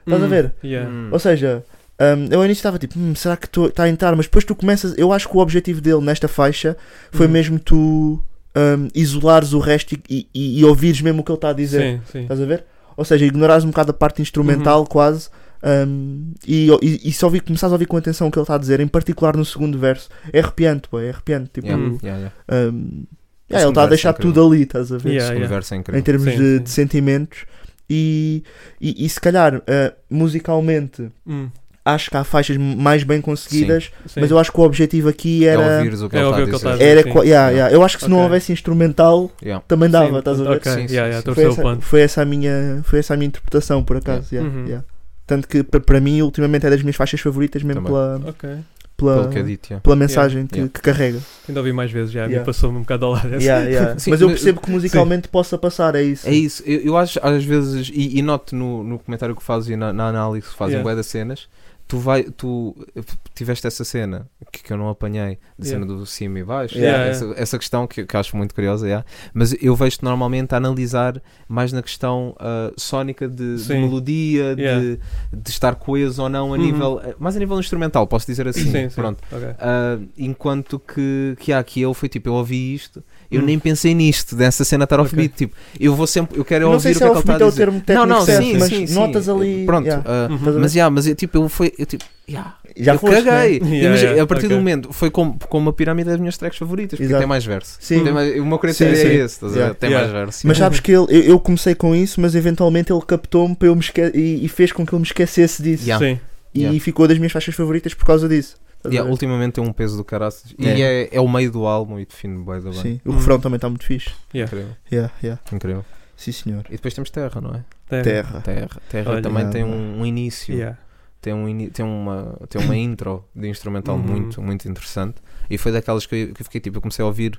[SPEAKER 6] Estás a
[SPEAKER 2] Hum,
[SPEAKER 6] ver?
[SPEAKER 2] Yeah.
[SPEAKER 7] Hum.
[SPEAKER 6] Ou seja, hum, eu ao início estava tipo, "Hum, será que está a entrar? Mas depois tu começas. Eu acho que o objetivo dele nesta faixa foi
[SPEAKER 2] Hum.
[SPEAKER 6] mesmo tu hum, isolares o resto e, e- e- e ouvires mesmo o que ele está a dizer.
[SPEAKER 2] Sim, sim.
[SPEAKER 6] Estás a ver? Ou seja, ignorares um bocado a parte
[SPEAKER 7] Uhum.
[SPEAKER 6] instrumental quase hum, e, e, e só ouvir, começares a ouvir com atenção o que ele está a dizer, em particular no segundo verso. É arrepiante, pô, é arrepiante. Tipo,
[SPEAKER 7] Yeah,
[SPEAKER 2] Hum.
[SPEAKER 7] yeah, yeah.
[SPEAKER 6] hum,
[SPEAKER 7] O
[SPEAKER 6] é, ele está a
[SPEAKER 7] segundo verso é
[SPEAKER 6] deixar
[SPEAKER 7] incrível.
[SPEAKER 6] tudo ali, estás a ver?
[SPEAKER 7] O
[SPEAKER 2] Yeah,
[SPEAKER 7] segundo
[SPEAKER 2] yeah.
[SPEAKER 7] verso é
[SPEAKER 6] Em
[SPEAKER 7] incrível.
[SPEAKER 6] termos
[SPEAKER 2] Sim,
[SPEAKER 6] de,
[SPEAKER 2] sim.
[SPEAKER 6] de sentimentos e, e, e se calhar ah, musicalmente
[SPEAKER 2] Hum,
[SPEAKER 6] acho que há faixas mais bem conseguidas,
[SPEAKER 2] sim.
[SPEAKER 6] mas eu acho que o objetivo aqui
[SPEAKER 7] É
[SPEAKER 6] era.
[SPEAKER 7] ouvires o que
[SPEAKER 2] É
[SPEAKER 7] ele
[SPEAKER 2] ouvir o que ele
[SPEAKER 7] está a
[SPEAKER 2] está
[SPEAKER 7] dizer.
[SPEAKER 6] era
[SPEAKER 2] Sim.
[SPEAKER 6] qua- yeah, yeah. Eu acho que se não
[SPEAKER 2] Ok.
[SPEAKER 6] houvesse instrumental
[SPEAKER 7] Yeah.
[SPEAKER 6] também dava,
[SPEAKER 2] Sim,
[SPEAKER 6] estás a ver?
[SPEAKER 2] Ok,
[SPEAKER 7] Sim,
[SPEAKER 2] yeah,
[SPEAKER 7] sim,
[SPEAKER 2] yeah,
[SPEAKER 7] sim.
[SPEAKER 2] tô a
[SPEAKER 6] Foi
[SPEAKER 2] perceber o
[SPEAKER 6] essa,
[SPEAKER 2] ponto.
[SPEAKER 6] foi essa a minha, foi essa a minha interpretação, por acaso. yeah,
[SPEAKER 2] Uhum.
[SPEAKER 6] yeah. Tanto que pa- para mim, ultimamente, é das minhas faixas favoritas, mesmo
[SPEAKER 7] Também.
[SPEAKER 6] pela,
[SPEAKER 2] Ok.
[SPEAKER 6] pela,
[SPEAKER 7] Pelo que é dito, yeah.
[SPEAKER 6] pela mensagem que,
[SPEAKER 7] Yeah.
[SPEAKER 6] que carrega.
[SPEAKER 2] Ainda ouvi mais vezes, já.
[SPEAKER 6] Yeah.
[SPEAKER 2] Me passou-me um bocado ao lado. essa.
[SPEAKER 6] Yeah, yeah.
[SPEAKER 7] Sim,
[SPEAKER 6] mas eu
[SPEAKER 7] mas-
[SPEAKER 6] percebo que musicalmente possa passar, é isso.
[SPEAKER 7] É isso, eu, eu acho às vezes, e, e noto no, no comentário que fazes e na, na análise que fazes
[SPEAKER 2] Yeah.
[SPEAKER 7] um bué das cenas, tu vai, tu eh, tiveste essa cena que, que eu não apanhei, da
[SPEAKER 2] Yeah.
[SPEAKER 7] cena do cima e baixo,
[SPEAKER 6] Yeah,
[SPEAKER 7] essa, essa questão que, que eu acho muito curiosa, yeah. mas eu vejo-te normalmente a analisar mais na questão ah, sónica de, de
[SPEAKER 2] Sim.
[SPEAKER 7] melodia,
[SPEAKER 2] Yeah.
[SPEAKER 7] de, de estar coeso ou não a
[SPEAKER 2] Uhum.
[SPEAKER 7] nível, eh, mais a nível instrumental, posso dizer assim,
[SPEAKER 2] Sim, sim.
[SPEAKER 7] pronto.
[SPEAKER 2] Ok.
[SPEAKER 7] Ah, enquanto que, que há aqui eu fui tipo, eu ouvi isto, eu
[SPEAKER 2] Hum.
[SPEAKER 7] nem pensei nisto, dessa cena estar off
[SPEAKER 2] Ok.
[SPEAKER 7] beat. Tipo, eu vou sempre, eu quero
[SPEAKER 6] Eu não
[SPEAKER 7] ouvir
[SPEAKER 6] sei
[SPEAKER 7] o
[SPEAKER 6] se
[SPEAKER 7] que
[SPEAKER 6] é
[SPEAKER 7] é
[SPEAKER 6] o
[SPEAKER 7] que ele está a
[SPEAKER 6] offbeat ou o
[SPEAKER 7] dizer.
[SPEAKER 6] termo técnico
[SPEAKER 7] não, não,
[SPEAKER 6] certo,
[SPEAKER 7] sim,
[SPEAKER 6] mas
[SPEAKER 7] sim, sim.
[SPEAKER 6] notas ali.
[SPEAKER 7] Pronto,
[SPEAKER 6] yeah.
[SPEAKER 7] ah,
[SPEAKER 2] Uhum.
[SPEAKER 6] Estás a ver?
[SPEAKER 7] mas yeah, mas eu, tipo, eu fui, eu, tipo, yeah,
[SPEAKER 6] já
[SPEAKER 7] eu
[SPEAKER 6] foste, né?
[SPEAKER 7] caguei.
[SPEAKER 2] Yeah,
[SPEAKER 7] Imagina,
[SPEAKER 2] yeah,
[SPEAKER 7] a partir
[SPEAKER 2] ok.
[SPEAKER 7] do momento, foi como com uma pirâmide das minhas tracks favoritas, porque
[SPEAKER 6] Exato.
[SPEAKER 7] tem mais verso.
[SPEAKER 6] Sim.
[SPEAKER 7] Tem mais, o meu
[SPEAKER 6] Sim,
[SPEAKER 7] critério
[SPEAKER 6] sim.
[SPEAKER 7] é esse, estás a ver?
[SPEAKER 6] Yeah.
[SPEAKER 7] Tem
[SPEAKER 2] Yeah.
[SPEAKER 7] mais verso.
[SPEAKER 6] Mas
[SPEAKER 7] yeah.
[SPEAKER 6] sabes que ele, eu, eu comecei com isso, mas eventualmente ele captou-me para eu me esque- e, e fez com que eu me esquecesse disso.
[SPEAKER 7] Yeah.
[SPEAKER 2] Sim.
[SPEAKER 6] E
[SPEAKER 7] Yeah.
[SPEAKER 6] ficou das minhas faixas favoritas por causa disso. Estás a
[SPEAKER 7] Yeah,
[SPEAKER 6] ver?
[SPEAKER 7] ultimamente tem um peso do caraças e
[SPEAKER 6] Yeah.
[SPEAKER 7] é, é o meio do álbum e define bem da bem.
[SPEAKER 6] Sim, o
[SPEAKER 2] Hum.
[SPEAKER 6] refrão também está muito fixe.
[SPEAKER 7] Incrível.
[SPEAKER 6] Yeah, yeah.
[SPEAKER 7] Incrível.
[SPEAKER 6] Sim, senhor.
[SPEAKER 7] E depois temos Terra, não é?
[SPEAKER 2] Tem.
[SPEAKER 6] Terra.
[SPEAKER 7] Terra. Terra
[SPEAKER 2] Olha.
[SPEAKER 7] também
[SPEAKER 6] Yeah,
[SPEAKER 7] tem
[SPEAKER 6] man.
[SPEAKER 7] um, um início.
[SPEAKER 2] Yeah.
[SPEAKER 7] tem, um ini- tem, uma, tem uma intro de instrumental
[SPEAKER 2] Uhum.
[SPEAKER 7] muito, muito interessante. E foi daquelas que eu, que eu fiquei tipo, eu comecei a ouvir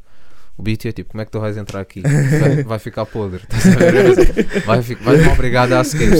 [SPEAKER 7] o beat e eu tipo, como é que tu vais entrar aqui? Vai, vai ficar podre. estás a ver? vai ficar, vais -me obrigado a seguir.